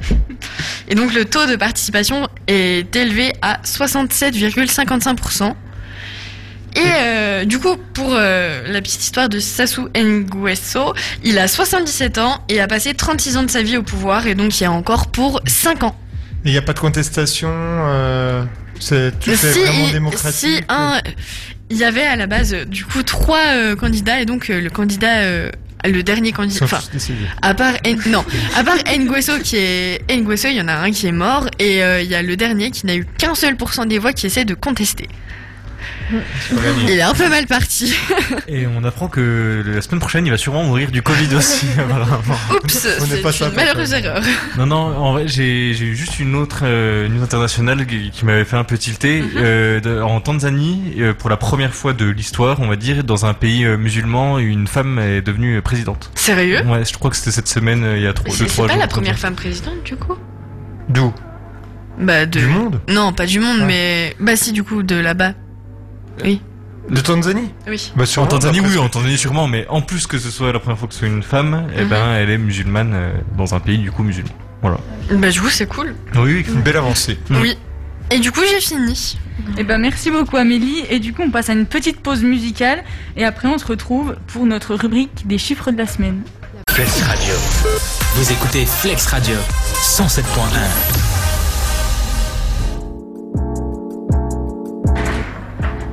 E: Et donc, le taux de participation est élevé à 67,55%. Et euh, du coup, pour euh, la petite histoire de Sassou Nguesso, il a 77 ans et a passé 36 ans de sa vie au pouvoir et donc il y a encore pour 5 ans.
A: Il n'y a pas de contestation. euh, c'est tout est vraiment
E: il-
A: démocratique. euh,
E: si un, il y avait à la base euh, du coup trois euh, candidats et donc euh, le candidat, euh, le dernier candidat,
A: Sauf
E: enfin
A: décédé.
E: à part N- non, à part Nguesso qui est Nguesso, il y en a un qui est mort et euh, il y a le dernier qui n'a eu qu'un seul pour cent des voix qui essaie de contester. Il est un peu mal parti.
F: Et on apprend que la semaine prochaine, il va sûrement mourir du Covid aussi, apparemment.
E: Oups, c'est
A: On n'est pas
E: une
A: sympa,
E: malheureuse
A: quoi.
E: erreur.
F: Non, non, en vrai, j'ai j'ai eu juste une autre euh, news internationale qui, qui m'avait fait un peu tilter. Euh, de- en Tanzanie, euh, pour la première fois de l'histoire, on va dire, dans un pays euh, musulman, une femme est devenue euh, présidente.
E: Sérieux
F: Ouais, je crois que c'était cette semaine, euh, il y a trois, deux,
E: C'est c'est
F: trois
E: pas
F: jours,
E: la
F: comme
E: première
F: ça.
E: femme présidente du coup
A: D'où
E: Bah de
A: Du monde
E: Non, pas du monde,
A: Ah.
E: mais. Bah, si, du coup, de là-bas.
A: De Tanzanie
E: Oui.
A: bah,
F: En
A: sûrement,
F: Tanzanie,
A: d'après
F: oui,
A: ce que-
F: en Tanzanie sûrement, mais en plus que ce soit la première fois que ce soit une femme, eh
E: Mhm.
F: ben, elle est musulmane euh, dans un pays du coup musulman.
E: Bah, du coup, c'est cool.
F: Oui,
A: Une belle avancée.
F: Mm.
E: Oui. Et du coup, j'ai fini.
B: Eh ben merci beaucoup Amélie et du coup on passe à une petite pause musicale et après on se retrouve pour notre rubrique des chiffres de la semaine.
H: Flex Radio. Vous écoutez Flex Radio 107.1.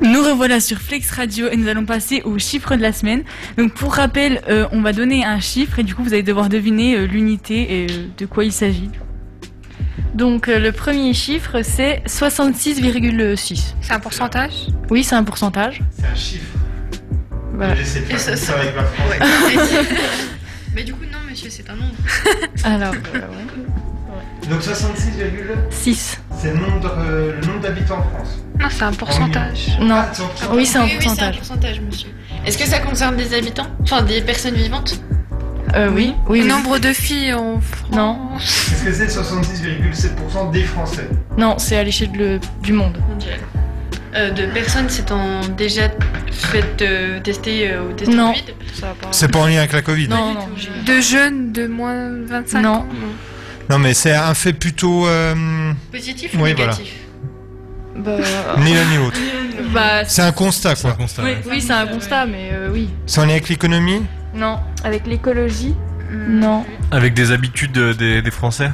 B: Nous revoilà sur Flex Radio et nous allons passer aux chiffres de la semaine. Donc pour rappel, euh, on va donner un chiffre et du coup vous allez devoir deviner euh, l'unité et euh, de quoi il s'agit.
C: Donc euh, le premier chiffre c'est 66,6.
J: C'est un pourcentage
C: Oui, c'est un pourcentage.
A: C'est un chiffre.
C: Voilà.
A: J'essaie de
E: Et ça, ça-
A: avec ma France.
E: Mais du coup, non, monsieur, c'est un nombre.
C: Alors
A: Donc 66,6
C: 6.
A: c'est le nombre, euh, le nombre d'habitants en France.
J: Non, c'est un pourcentage.
C: Non.
A: Ah, c'est en France.
C: Oui, c'est un pourcentage.
E: pourcentage, monsieur. Est-ce que ça concerne des habitants Enfin, des personnes vivantes
C: Euh, oui. Oui. oui.
J: Nombre de filles en France
C: Non.
A: Est-ce que c'est 66,7% des Français
C: Non, c'est à l'échelle de- du monde.
E: mondiales euh, De personnes s'étant déjà faites euh, tester euh, au test
C: Non.
E: Covid
A: C'est pas en lien avec la Covid.
C: Non, non. j'ai-
J: De jeunes de moins de 25
C: Non.
J: ans
A: Non, mais c'est un fait plutôt euh,
E: Positif
A: Oui,
C: Bah,
A: ni l'un ni l'autre.
C: bah,
A: C'est un constat,
F: C'est un
A: quoi.
F: constat.
B: Oui.
F: ouais.
C: oui, c'est un constat, mais euh, oui.
A: C'est en lien avec l'économie
C: Non. Hmm.
G: Avec l'écologie,
C: Non.
F: Avec des habitudes euh, des, des Français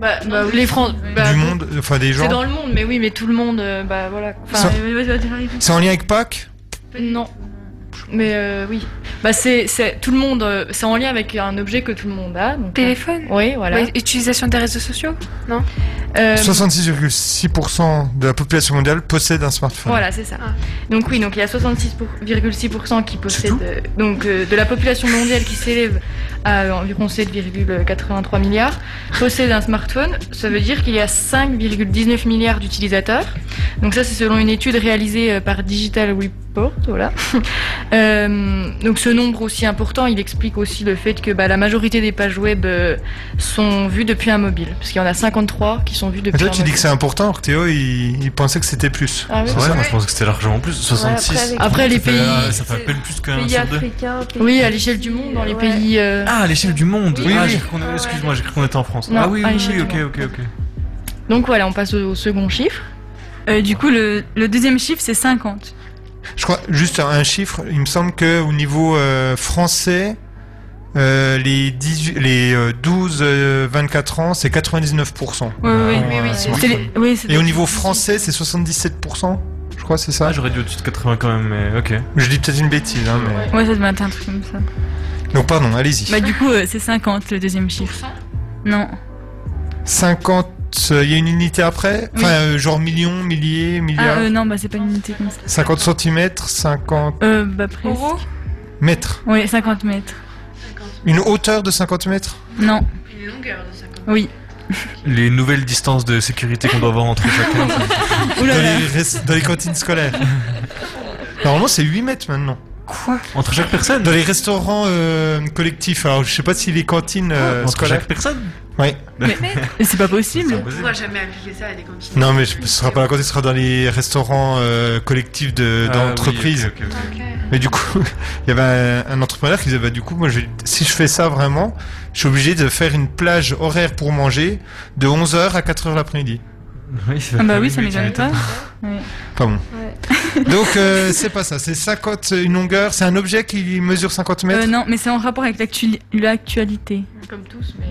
C: Bah, bah, les Français.
A: du monde, enfin des
C: C'est
A: gens.
C: dans le monde, mais oui, mais tout le monde, euh, bah voilà. Enfin,
A: Ça-
B: Euh, vas-y, vas-y, vas-y.
A: C'est en lien avec Pâques
C: euh, non. Mais euh, oui. Bah c'est, c'est tout le monde, euh, c'est en lien avec un objet que tout le monde a. Donc, euh,
J: Téléphone
C: Oui, voilà.
J: Ouais, Utilisation des réseaux sociaux
C: Euh,
A: 66,6% de la population mondiale possède un smartphone.
C: Voilà, c'est ça.
J: Ah.
C: Donc oui, donc il y a 66,6% qui
A: C'est tout
C: possèdent, euh, donc euh, de la population mondiale qui s'élève à euh, environ 7,83 milliards, possède un smartphone. Ça veut dire qu'il y a 5,19 milliards d'utilisateurs, Donc ça, c'est selon une étude réalisée euh, par Digital Report. Voilà. Euh, donc ce nombre aussi important, il explique aussi le fait que bah, la majorité des pages web euh, sont vues depuis un mobile, parce qu'il y en a 53 qui sont vues depuis.
A: Mais toi,
C: un
A: tu dis
C: mobile.
A: que c'est important, alors que Théo, il, il pensait que c'était plus.
C: Ah oui.
A: C'est
F: Ouais,
A: ça
F: moi je pense que c'était largement plus. 66.
G: Ouais, après, avec-
C: Après, les
F: Ça fait,
C: pays-
F: euh, Ça fait à peine plus qu'un
G: Pays
F: sur deux.
G: africains, pays-
C: Oui, à l'échelle du monde, dans les
G: Ouais.
C: pays. euh,
F: Ah, à l'échelle du monde.
A: Oui,
F: ah,
A: oui.
F: j'ai cru qu'on-
G: Ouais, ouais.
F: Excuse-moi, j'ai cru qu'on était en France.
C: Non,
F: ah oui,
C: à
F: oui, oui,
C: l'échelle
F: ok,
C: du
F: ok, ok.
C: Donc voilà, on passe au, au second chiffre.
B: Euh, du coup, le, le deuxième chiffre, c'est 50.
A: Je crois, juste un chiffre, il me semble que au niveau euh, français, euh, les, 18 les euh, 12-24 ans, c'est 99%.
B: Ouais, ouais, ouais.
A: Ah Ouais,
E: oui, oui,
A: c'est
B: C'est
A: marqué.
B: les- oui, c'est-
A: Et au niveau français, c'est 77%, je crois, c'est ça.
F: Ah, j'aurais dû au-dessus de 80 quand même, mais ok.
A: Je dis peut-être une bêtise, hein, mais...
B: Ouais, ça devait être un truc comme ça.
A: Donc pardon, allez-y.
B: Bah, du coup, euh, c'est 50 le deuxième chiffre. Non.
A: 50... euh, Il y a une unité après Enfin, euh, genre millions, milliers, milliards
B: Ah, euh, non, bah, c'est pas une unité comme ça.
A: 50 cm, 50
B: Euh, bah, presque.
D: Euros
A: mètres.
B: Oui, 50 mètres.
A: Une hauteur de 50 mètres
B: Non.
E: Une longueur de 50.
B: Oui.
F: Les nouvelles distances de sécurité qu'on doit avoir entre chacun. ça-
A: dans, les res- dans les cantines scolaires. Normalement, c'est 8 mètres maintenant.
F: entre chaque personne
A: Dans les restaurants euh, collectifs, alors je sais pas si les cantines
B: Oh,
A: euh,
F: Entre
A: scolaires.
F: chaque personne
A: Ouais.
B: Mais C'est pas
F: C'est
B: possible.
E: On
F: impossible.
E: pourra jamais appliquer ça à des cantines.
A: Non, mais je- ce sera pas la cantine, ce sera dans les restaurants euh, collectifs de-
F: Ah,
A: d'entreprise.
F: oui, ok, ok, ok.
A: Mais du coup, il y avait un, un entrepreneur qui disait bah, du coup, moi, je, si je fais ça vraiment, je suis obligé de faire une plage horaire pour manger de 11h à 4h l'après-midi.
F: Oui, c'est-
B: Ah, bah oui,
F: tu
B: ça m'étonne
F: m'étonnes.
B: pas. Ouais.
A: Pas bon. Donc, euh, c'est pas ça. C'est 50, une longueur. C'est un objet qui mesure 50 mètres.
B: Euh, non, mais c'est en rapport avec l'actu- l'actualité.
E: Comme tous, mais.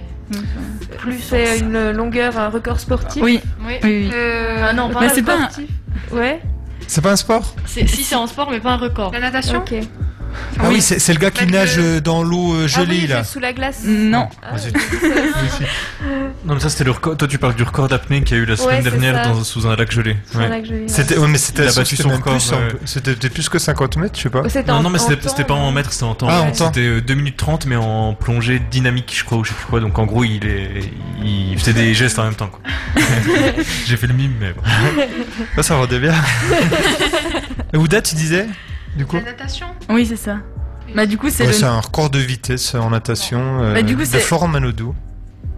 G: Plus c'est une longueur, un record sportif.
B: Oui,
E: Oui.
B: oui, oui.
E: Ah non,
B: Bah, c'est pas un-
G: sportif. Ouais.
A: C'est pas un sport
C: C'est- Si c'est en sport, mais pas un record.
J: La natation
G: Ok.
A: Ah oui, c'est c'est le gars qui
J: Avec
A: nage
J: le-
A: euh, dans l'eau euh,
G: Ah
A: gelée
G: oui,
A: là.
G: juste sous la glace.
B: Non.
F: Ah, zut. Non, mais ça c'était le record. Toi, tu parles du record d'apnée qu'il y a eu la semaine
G: Ouais, c'est
F: dernière
G: ça.
F: dans- sous un lac gelé.
G: C'est
F: Ouais.
G: là que je l'ai.
A: C'était, ouais, mais c'était,
F: Il a battu
A: c'était
F: son
A: même
F: record,
A: plus, hein.
F: ouais.
A: C'était peut-être plus que 50 mètres, je sais pas.
G: Oh, c'était
F: Non,
G: en-
F: non, mais
G: en
F: c'était
G: temps, euh,
F: c'était pas en
G: non.
F: mètres, c'était en temps.
A: Ah, en
F: Ouais.
A: temps.
F: C'était euh, 2 minutes 30, mais en plongée dynamique, je crois, ou je sais plus quoi. Donc en gros, il, est, il faisait des gestes en même temps. quoi. J'ai fait le mime, mais bon.
A: Ah, ça rendait bien. Et Ouda, tu disais Du coup
J: La natation
B: oui, c'est ça. Bah, du coup, c'est
A: Ouais,
B: le.
A: C'est un record de vitesse en natation euh,
B: Bah, du coup,
A: de
B: c'est-
A: Florent Manodou.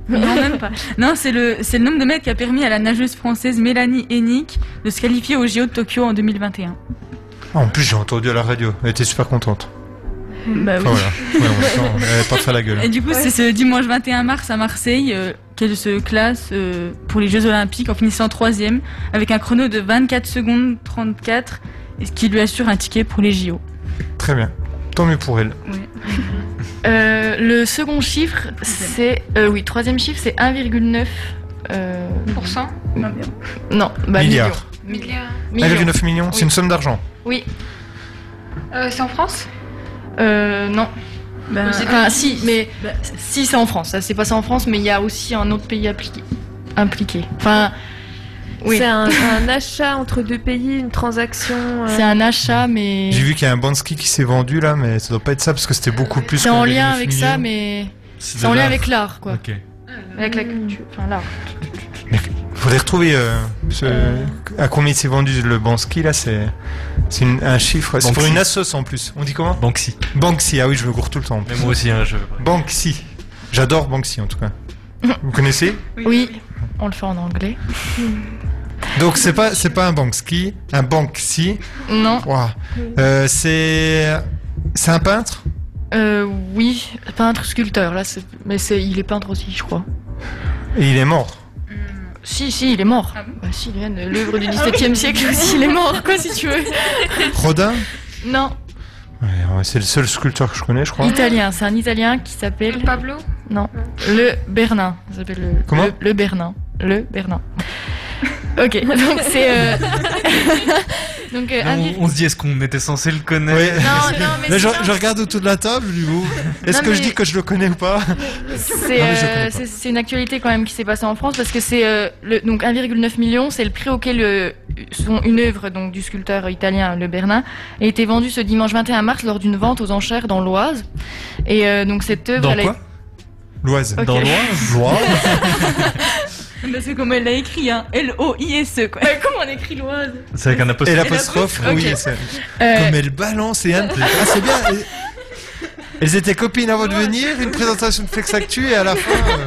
B: Non, même pas. Non, c'est le, c'est le nombre de mètres qui a permis à la nageuse française Mélanie Hennig de se qualifier au JO de Tokyo en 2021.
A: Ah, en plus, j'ai entendu à la radio. Elle était super contente.
B: Bah oui.
A: Enfin, voilà. Ouais, en même temps, elle avait pas fait la gueule.
B: Et du coup, c'est ce dimanche 21 mars à Marseille euh, qu'elle se classe euh, pour les Jeux Olympiques en finissant troisième avec un chrono de 24 secondes 34, et ce qui lui assure un ticket pour les JO.
A: Très bien. Tant mieux pour elle.
C: Euh, le second chiffre, c'est. euh, oui, troisième chiffre, c'est 1,9. euh,
J: Pour cent
C: non, bah,
A: Milliard.
C: million.
J: Milliard.
C: Million.
A: 1,9 million, c'est
C: Oui.
A: une somme d'argent.
C: Oui,
J: Euh, c'est en France
C: euh, non.
B: Bah,
C: Ah, si, mais
B: Bah,
C: si c'est en France, ça s'est passé en France, mais il y a aussi un autre pays appliqué, impliqué. Enfin, oui,
G: C'est un, un achat entre deux pays, une transaction. euh,
C: c'est un achat, mais
A: J'ai vu qu'il y a un banc de ski qui s'est vendu là, mais ça doit pas être ça parce que c'était beaucoup plus.
C: c'est
A: que 1,9
C: en lien avec ça,
A: million.
C: mais
F: C'est
C: c'est en lien avec l'art, quoi.
F: Ok.
C: Avec la culture, enfin l'art.
A: Faudrait retrouver euh, ce- à combien il s'est vendu le Banksy là, c'est c'est une- un chiffre. C'est
F: Banksy.
A: pour une assoce en plus. On dit comment
F: Banksy.
A: Banksy. Ah oui, je me gourre tout le temps. en
F: Mais
A: plus.
F: moi aussi, hein, je.
C: Bah,
A: Banksy. J'adore Banksy en tout cas. Vous connaissez
C: Oui, on le fait en anglais.
A: Donc c'est pas c'est pas un Banksy, un Banksy.
C: Non,
A: Ouah. Euh, c'est c'est un peintre.
C: euh, oui, peintre, sculpteur, là, c'est- mais c'est, il est peintre aussi, je crois.
A: Et il est mort.
C: Si, si, il est mort.
J: Ah
C: Bah, si, Liane, l'œuvre du 17 e siècle aussi, il est mort, quoi, si tu veux.
A: Rodin.
C: Non,
A: Ouais, ouais, c'est le seul sculpteur que je connais, je crois.
C: italien, c'est un italien qui s'appelle.
J: Le Pablo Ah.
C: Le Bernin. Ça s'appelle le,
A: Comment
C: le, le Bernin. Le Bernin. Ok, donc c'est. euh, donc, euh, un
F: On,
C: vir-
F: on se dit, est-ce qu'on était censé le connaître
A: Ouais.
C: Non, non, mais
A: Là,
C: c'est
A: je,
C: pas-
A: je regarde autour de la table, du coup. Est-ce
C: Non,
A: que je
C: mais-
A: dis que je le connais ou pas
C: c'est,
A: Non, mais Ah je
C: euh,
A: connais pas.
C: c'est- c'est une actualité quand même qui s'est passée en France parce que c'est. euh, le- donc 1,9 million, c'est le prix auquel euh, sont une œuvre donc, du sculpteur italien Le Bernin a été vendue ce dimanche 21 mars lors d'une vente aux enchères dans l'Oise. Et euh, donc cette œuvre.
F: Dans
C: elle a-
F: quoi
A: L'Oise.
C: Ok.
F: Dans l'Oise
A: L'Oise.
B: Parce que Bah, comme elle l'a écrit, hein, L-O-I-S-E, quoi.
C: comment on écrit l'Oise
F: C'est avec un
A: Et
F: apostrophe.
A: l'apostrophe,
C: Ok.
A: oui. c'est-
C: Euh,
A: Comme elle balance et Anne. t'es- Ah, c'est bien. elles- Elles étaient copines avant de venir, une présentation de Flex Actu et à la fin. euh,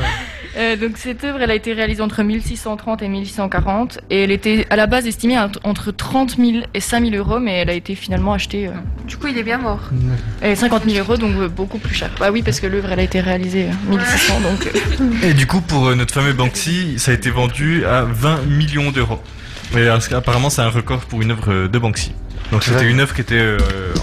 C: Euh, donc cette œuvre, elle a été réalisée entre 1630 et 1640 et elle était à la base estimée à- entre 30 000 et 5 000 euros, mais elle a été finalement achetée euh,
J: Du coup, il est bien mort.
C: euh, 50 000 euros, donc euh, beaucoup plus cher. Bah oui, parce que l'œuvre, elle a été réalisée euh, 1600, donc euh,
F: Et du coup, pour euh, notre fameux Banksy, ça a été vendu à 20 millions d'euros. Mais parce qu'apparemment, c'est un record pour une œuvre euh, de Banksy. Donc c'était
A: Ouais.
F: une œuvre qui était euh,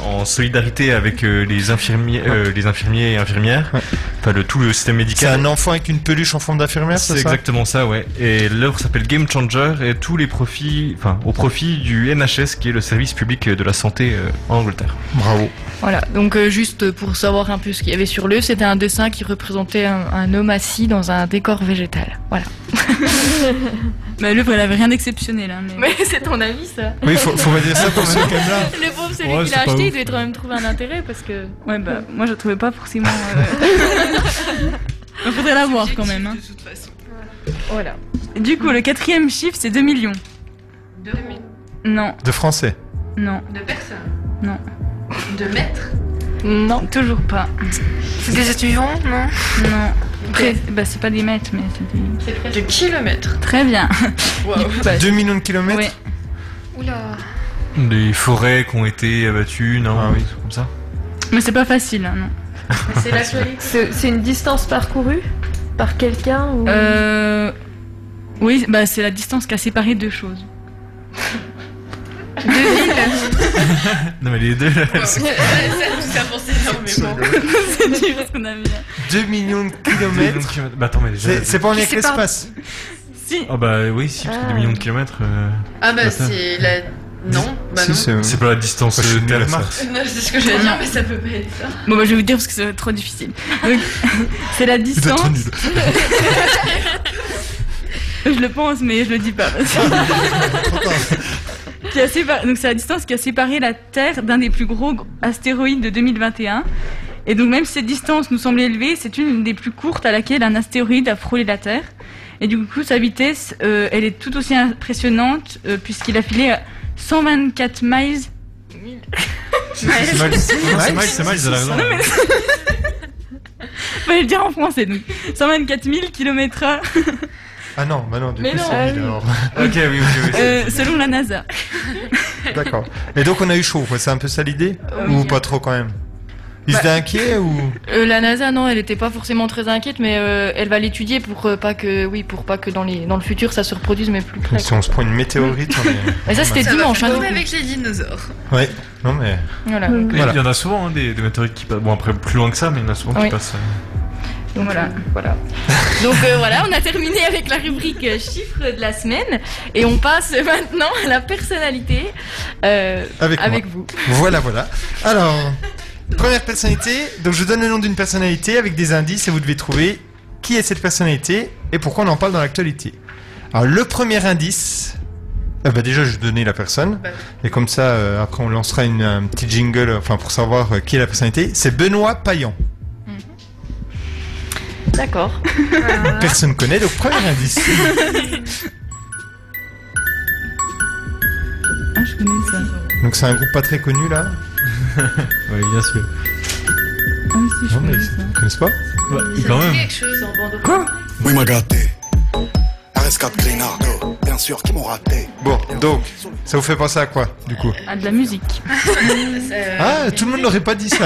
F: en solidarité avec euh, les infirmiers, euh, les infirmiers et infirmières,
A: Ouais.
F: enfin le tout le système
A: C'est
F: médical.
A: un enfant avec une peluche en forme d'infirmière,
F: C'est
A: c'est ça
F: exactement ça, ouais. Et l'œuvre s'appelle Game Changer et tous les profits, enfin, au profit du NHS, qui est le service public de la santé euh, en Angleterre.
A: Bravo.
C: voilà. Donc euh, juste pour savoir un peu ce qu'il y avait sur l'œuvre, c'était un dessin qui représentait un, un homme assis dans un décor végétal. Voilà.
B: Bah, l'œuvre, elle avait rien d'exceptionnel, hein, mais...
C: c'est ton avis, ça
A: Oui, faut, faut me dire ça pour ceux qui aiment là.
C: Le pauvre, celui
F: Ouais,
C: qui
F: c'est
C: l'a
F: pas
C: acheté, il
F: ouf.
C: devait quand même trouver un intérêt parce que...
B: Ouais, bah, moi, je la trouvais pas forcément... Euh... mais faudrait la voir, quand même. hein.
C: Voilà.
B: Du coup, le quatrième chiffre, c'est 2 millions.
J: De,
B: Non,
A: De français.
B: non,
J: de personnes
B: Non.
J: De maîtres
C: Non.
B: toujours pas.
E: C'est des étudiants, non
B: Non. Après, bah, c'est pas des mètres, mais c'est des...
E: De kilomètres.
B: Très bien.
E: Bah,
A: 2 millions de kilomètres
B: Ouais.
J: Oula
F: Les forêts qui ont été abattues, non
A: Ah oui.
F: c'est comme ça.
B: Mais c'est pas facile, hein, non.
C: C'est l'actualité.
G: C'est c'est une distance parcourue par quelqu'un ou...
B: Euh... Oui, bah, c'est la distance qui a séparé deux choses.
F: Non, mais les deux, là, elles sont-
B: c'est dur, parce qu'on a mis...
A: 2 millions de
F: Millions de
A: kilomètres
F: kilomètres. Bah attends, mais déjà.
A: C'est c'est pas en lien avec
E: Qui sépare-
A: l'espace.
B: Si,
F: Ah bah oui, si, parce que
G: Ah.
F: des millions de kilomètres, euh,
E: Ah bah
F: Attends.
E: c'est la... Non, bah non.
F: c'est pas la distance
A: Moi, je suis
F: euh, Terre
A: nul à
F: Mars.
E: Non, c'est ce que j'allais
A: Ah.
E: dire, mais ça peut pas être ça.
B: Bon, bah, je vais vous dire parce que c'est trop difficile. Donc, c'est la
A: Il doit
B: distance.
A: être nul.
B: Je le pense, mais je le dis pas. Qui a séparé- Donc, c'est la distance qui a séparé la Terre d'un des plus gros gr- astéroïdes de 2021. Et donc, même si cette distance nous semble élevée, c'est une des plus courtes à laquelle un astéroïde a frôlé la Terre. Et du coup, sa vitesse, euh, elle est tout aussi impressionnante euh, puisqu'il a filé à 124 miles.
F: C'est mal, c'est mal, c'est mal, ils ont raison.
B: Fallait le dire en français, donc 124 000 km heure,
A: Ah non, bah non, du
B: Mais
A: coup,
B: non,
A: c'est
G: ah
A: nul,
G: oui.
A: alors.
F: Ok, oui, ok,
B: euh, selon la NASA.
A: D'accord. Et donc, on a eu chaud, quoi. C'est un peu ça l'idée Ou pas trop quand même Ils étaient inquiets ou.
C: Euh, la NASA, non, elle n'était pas forcément très inquiète, mais euh, elle va l'étudier pour euh, pas que, oui, pour pas que dans, les, dans le futur ça se reproduise, mais plus près.
A: Si on se prend une météorite, on est.
C: Mais ça, c'était
E: Ça va
C: dimanche.
E: faire
C: hein,
E: comme
C: du coup.
E: avec les dinosaures.
A: Ouais, non mais.
C: Voilà. Donc,
F: Et
A: Voilà.
F: Il y en a souvent hein, des, des météorites qui passent. Bon, après, plus loin que ça, mais il y en a souvent
C: Oui.
F: qui passent. euh.
C: voilà. voilà. Donc euh, voilà, on a terminé avec la rubrique euh, chiffres de la semaine et on passe maintenant à la personnalité euh,
A: Avec,
C: avec vous.
A: moi. Voilà, voilà. Alors, première personnalité. Donc, je donne le nom d'une personnalité avec des indices et vous devez trouver qui est cette personnalité et pourquoi on en parle dans l'actualité. Alors, le premier indice. Ah bah déjà, je vais donner la personne. Et comme ça, euh, après, on lancera une, un petit jingle enfin, pour savoir euh, qui est la personnalité. C'est Benoît Payan.
C: D'accord.
A: Personne connaît, donc premier indice.
B: Ah, je connais ça.
A: Donc, c'est un groupe pas très connu là.
F: Oui, bien sûr.
B: Ah, mais si, je
A: Non, mais
B: connais ça.
A: ils connaissent pas.
F: Bah, quand même.
K: Oui, m'a gâté. RS4 Grenardo, bien sûr, qui m'ont raté.
A: Bon, donc, ça vous fait penser à quoi, du coup
B: Ah, de la musique.
A: Ah, tout le monde n'aurait pas dit ça.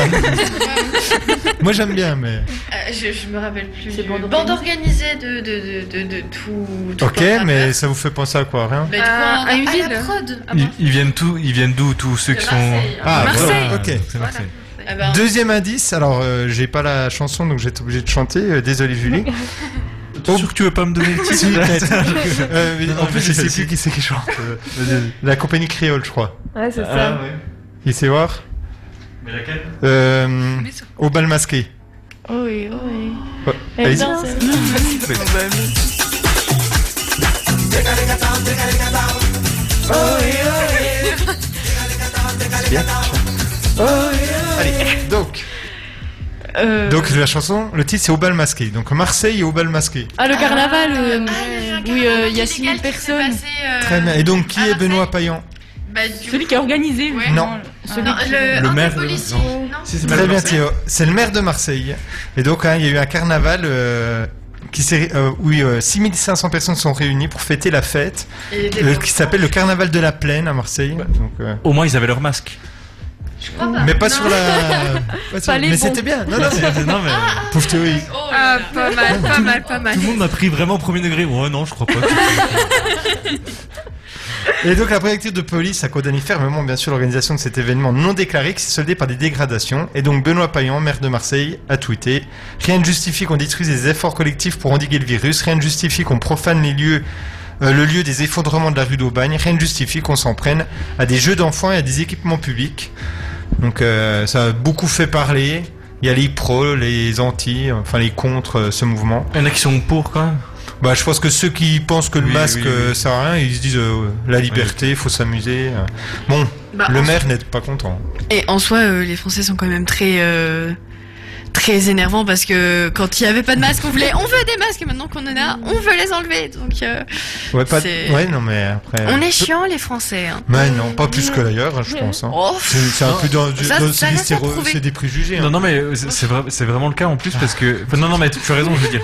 A: Moi, j'aime bien, mais.
E: Euh, je, je me rappelle plus.
C: C'est
E: du-
C: bande
E: bande organisée de, de, de, de, de tout. tout
A: Ok,
E: programme.
A: mais ça vous fait penser à quoi Rien
E: Bah, du coup,
J: À-
E: un-
J: à une
E: à la
J: ville.
E: prod. Ah,
F: Ils,
E: bon.
F: ils viennent tout, ils viennent d'où tous ceux qui sont.
E: Marseille.
A: Ah,
F: Marseille.
A: voilà, ok.
F: C'est Marseille.
E: Ah
C: Ben-
E: bah,
A: Deuxième indice, alors euh, j'ai pas la chanson donc j'ai été obligé de chanter, euh, désolé Julie. Oh,
F: T'es sûr que tu veux pas me donner le
A: Si,
F: titre là
A: peut-être. Euh, mais
F: Non,
A: en
F: non,
A: plus, je
F: vas-y,
A: sais
F: vas-y.
A: plus qui c'est qui chante. Euh, La compagnie créole, je crois.
G: Ouais, c'est ça.
F: Ah, ouais.
A: Qui c'est voir
F: Mais laquelle
A: euh, Au bal masqué.
C: Oui, oui.
A: Ouais,
G: Elle
A: allez-y.
G: danse.
A: C'est bien. Allez, donc,
C: Euh,
A: donc la chanson, le titre c'est Au bal masqué. Donc Marseille et Au bal masqué.
C: ah, le carnaval. euh, oui,
B: puis euh, il y a
E: Quel
B: 6000
E: égal qui s'est
B: personnes.
E: passé, euh,
A: Très bien. Et donc, qui est Benoît Payan
E: bah, du
B: Celui qui a organisé.
E: Ouais.
A: Non.
E: Non, le,
A: Le
E: un
A: maire
E: des
A: de-
E: policiers,
A: non.
E: non
F: Si, c'est pas
A: Très
F: le
A: bien,
F: Marseille.
A: Théo. C'est le maire de Marseille. Et donc, hein, il y a eu un carnaval euh, qui s'est- euh, où euh, 6500 personnes sont réunies pour fêter la fête,
E: Et des
A: euh,
E: enfants.
A: qui s'appelle le carnaval de la plaine à Marseille. Donc, euh,
F: Au moins, ils avaient leur masque.
E: Je crois pas.
A: Mais pas
E: Ah, Non.
A: sur la. pas sur-
E: Pas les
A: mais
E: bons.
A: c'était bien. Ah, Non, Ah, non, mais-
F: Non, mais-
A: Pauvre Théo, il-
E: Oh là là.
D: Pas mal, pas mal, pas mal.
F: Tout le monde m'a pris vraiment au premier degré. Ouais, non, je crois pas.
A: Et donc la préfecture de police a condamné fermement bien sûr l'organisation de cet événement non déclaré qui s'est soldé par des dégradations. Et donc Benoît Payan, maire de Marseille, a tweeté Rien ne justifie qu'on détruise les efforts collectifs pour endiguer le virus, rien ne justifie qu'on profane les lieux. euh, le lieu des effondrements de la rue d'Aubagne, rien ne justifie qu'on s'en prenne à des jeux d'enfants et à des équipements publics. Donc euh, ça a beaucoup fait parler. Il y a les pros, les anti, enfin les contre euh, ce mouvement.
F: Il y en a qui sont pour quand même.
A: Bah, je pense que ceux qui pensent que le
F: Oui,
A: masque
F: oui, oui.
A: euh, sert à rien, ils se disent euh, la liberté, faut s'amuser. euh. Bon,
E: Bah,
A: le
E: en-
A: maire n'est pas content.
E: Et en soi, euh, les Français sont quand même très euh, très énervants parce que quand il y avait pas de masque, on voulait, on veut des masques et maintenant qu'on en a, on veut les enlever. Donc euh,
A: Ouais, pas.
E: C'est-
A: Ouais, non, mais après.
E: on est
A: peu-
E: chiants les Français. hein.
A: Mais non, pas plus que d'ailleurs, je pense. hein.
E: Oh,
A: C'est c'est un peu dans, du-
E: Ça,
A: dans-
E: ça
A: c'est des
E: reste à
A: stéréo-
E: prouver.
A: c'est des préjugés.
F: Non,
A: hein.
F: non, mais euh, c'est c'est vra- c'est vraiment le cas en plus parce que. enfin, non, non, mais tu as raison, je veux dire.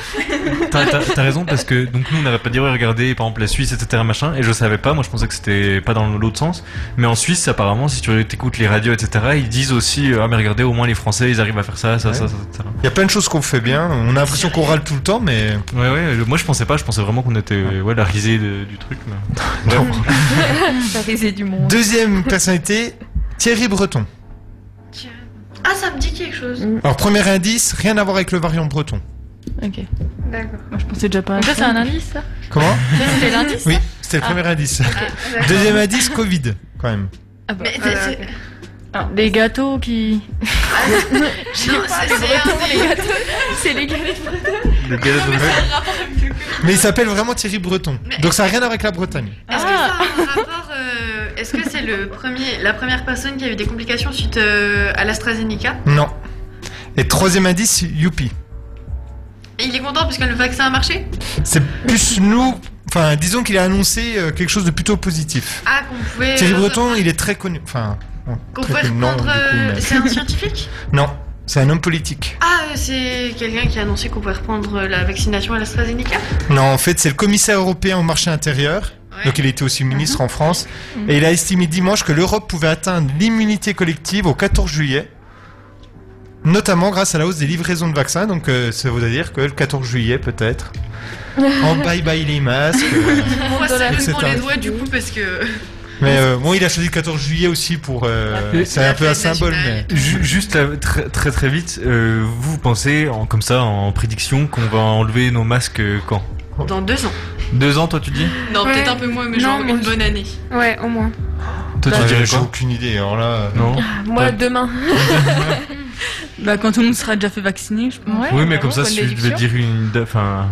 F: T'as t'as- t'as raison parce que donc nous on n'avait pas dit ouais, regardez par exemple la Suisse etc machin et je savais pas moi je pensais que c'était pas dans l'autre sens mais en Suisse apparemment si tu écoutes les radios etc ils disent aussi euh, ah mais regardez au moins les Français ils arrivent à faire ça ça ça ça etc.
A: Il y a plein de choses qu'on fait bien. On a l'impression qu'on râle tout le temps, mais.
F: Ouais ouais euh, moi je pensais pas je pensais vraiment qu'on était euh, ouais la risée de- du truc mais Bref.
G: La risée du monde.
A: Deuxième personnalité, Thierry Breton.
J: Ah, ça me dit quelque chose.
A: Alors, premier indice, rien à voir avec le variant breton.
C: Ok.
J: D'accord.
B: Moi, je pensais déjà pas. à
C: Donc ça,
B: ça.
C: c'est un indice, ça
A: Comment
C: Ça, C'était l'indice
A: Oui, c'était le premier indice.
J: d'accord.
A: Deuxième indice, Covid, quand même.
C: Ah bah.
E: Mais c'est- c'est- Ah.
C: Ah, Des gâteaux qui.
E: non, c'est- c'est un des-
C: C'est les galettes
F: Le gars de-
A: Mais il s'appelle vraiment Thierry Breton. Donc ça n'a rien à voir avec la Bretagne.
E: Est-ce que ça
C: Ah.
E: a un rapport euh, Est-ce que c'est le premier, la première personne qui a eu des complications suite euh, à l'AstraZeneca
A: Non. Et troisième indice, youpi.
E: Et il est content parce que le vaccin a marché
A: C'est plus nous. Enfin, disons qu'il a annoncé euh, quelque chose de plutôt positif.
E: Ah, qu'on pouvait.
A: Thierry Breton, il est très connu. Enfin, non,
E: Qu'on
A: très
E: pouvait
A: connu, non,
E: euh, reprendre.
A: du coup,
E: euh,
A: mais-
E: C'est un scientifique
A: non, c'est un homme politique.
E: Ah, euh, c'est quelqu'un qui a annoncé qu'on pouvait reprendre euh, la vaccination à l'AstraZeneca
A: Non, en fait, c'est le commissaire européen au marché intérieur.
E: Ouais. Mhm.
A: Donc, il était aussi ministre en France. Et il a estimé dimanche que l'Europe pouvait atteindre l'immunité collective au 14 juillet. Notamment grâce à la hausse des livraisons de vaccins. Donc, euh, ça veut dire que le 14 juillet, peut-être. en bye bye les masques. euh,
E: Moi, ça
A: C'est
E: donne pour les
A: un-
E: doigts du coup parce que.
A: Mais euh, bon, il a choisi le 14 juillet aussi pour. euh,
F: Ouais.
A: c'est un
E: La
A: peu un
E: fête
A: symbole.
E: nationale.
A: mais-
F: Ju- Juste là, très très très vite, euh, vous vous pensez en, comme ça en prédiction qu'on va enlever nos masques euh, quand
E: Dans deux ans.
F: Deux ans toi tu dis
E: Non,
J: Ouais.
E: peut-être un peu moins, mais
J: Non,
E: genre
J: moi,
E: une
J: je-
E: bonne année.
J: Ouais, au moins.
F: Toi tu
A: Euh,
F: dirais
A: J'ai
F: quoi
A: aucune idée. Alors là. euh,
F: Non.
G: Moi, demain.
B: Bah, quand tout le monde sera déjà fait vacciner, je pense.
F: oui, mais comme ça, si tu devais dire une date, enfin,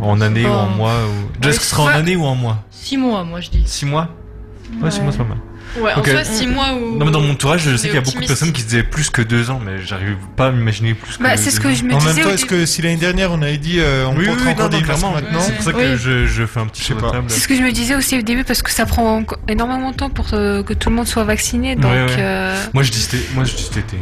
F: en année ou en
C: Bon.
F: mois, ou... Déjà,
C: Ouais,
F: est-ce que ce sera en
C: ça-
F: année ou en mois
C: 6 mois, moi, je dis.
F: Six mois Ouais, six mois, c'est pas mal.
E: Ouais,
F: Ok.
E: en soi, six mois ou.
F: Non, mais dans mon entourage, je
E: on est
F: sais qu'il y a beaucoup de
E: optimiste.
F: personnes qui se disaient plus que deux ans, mais j'arrive pas à m'imaginer plus que
J: Bah, c'est ce que
F: deux ans.
J: je me
A: En
J: disais.
A: même temps,
J: au
A: est-ce
J: début.
A: que si l'année dernière on avait dit euh, on
F: Oui,
A: compte
F: oui,
A: encore
F: non, non,
A: des masques
F: clairement.
A: maintenant
F: C'est pour ça que
B: Oui.
F: je, je fais un petit
A: Je
F: tour
A: sais
F: de
A: pas.
F: table.
J: C'est ce que je me disais aussi au début parce que ça prend enco- énormément de temps pour euh, que tout le monde soit vacciné. Donc,
F: Ouais, ouais.
J: euh,
F: Moi, je dis cet été. Moi, je dis cet été.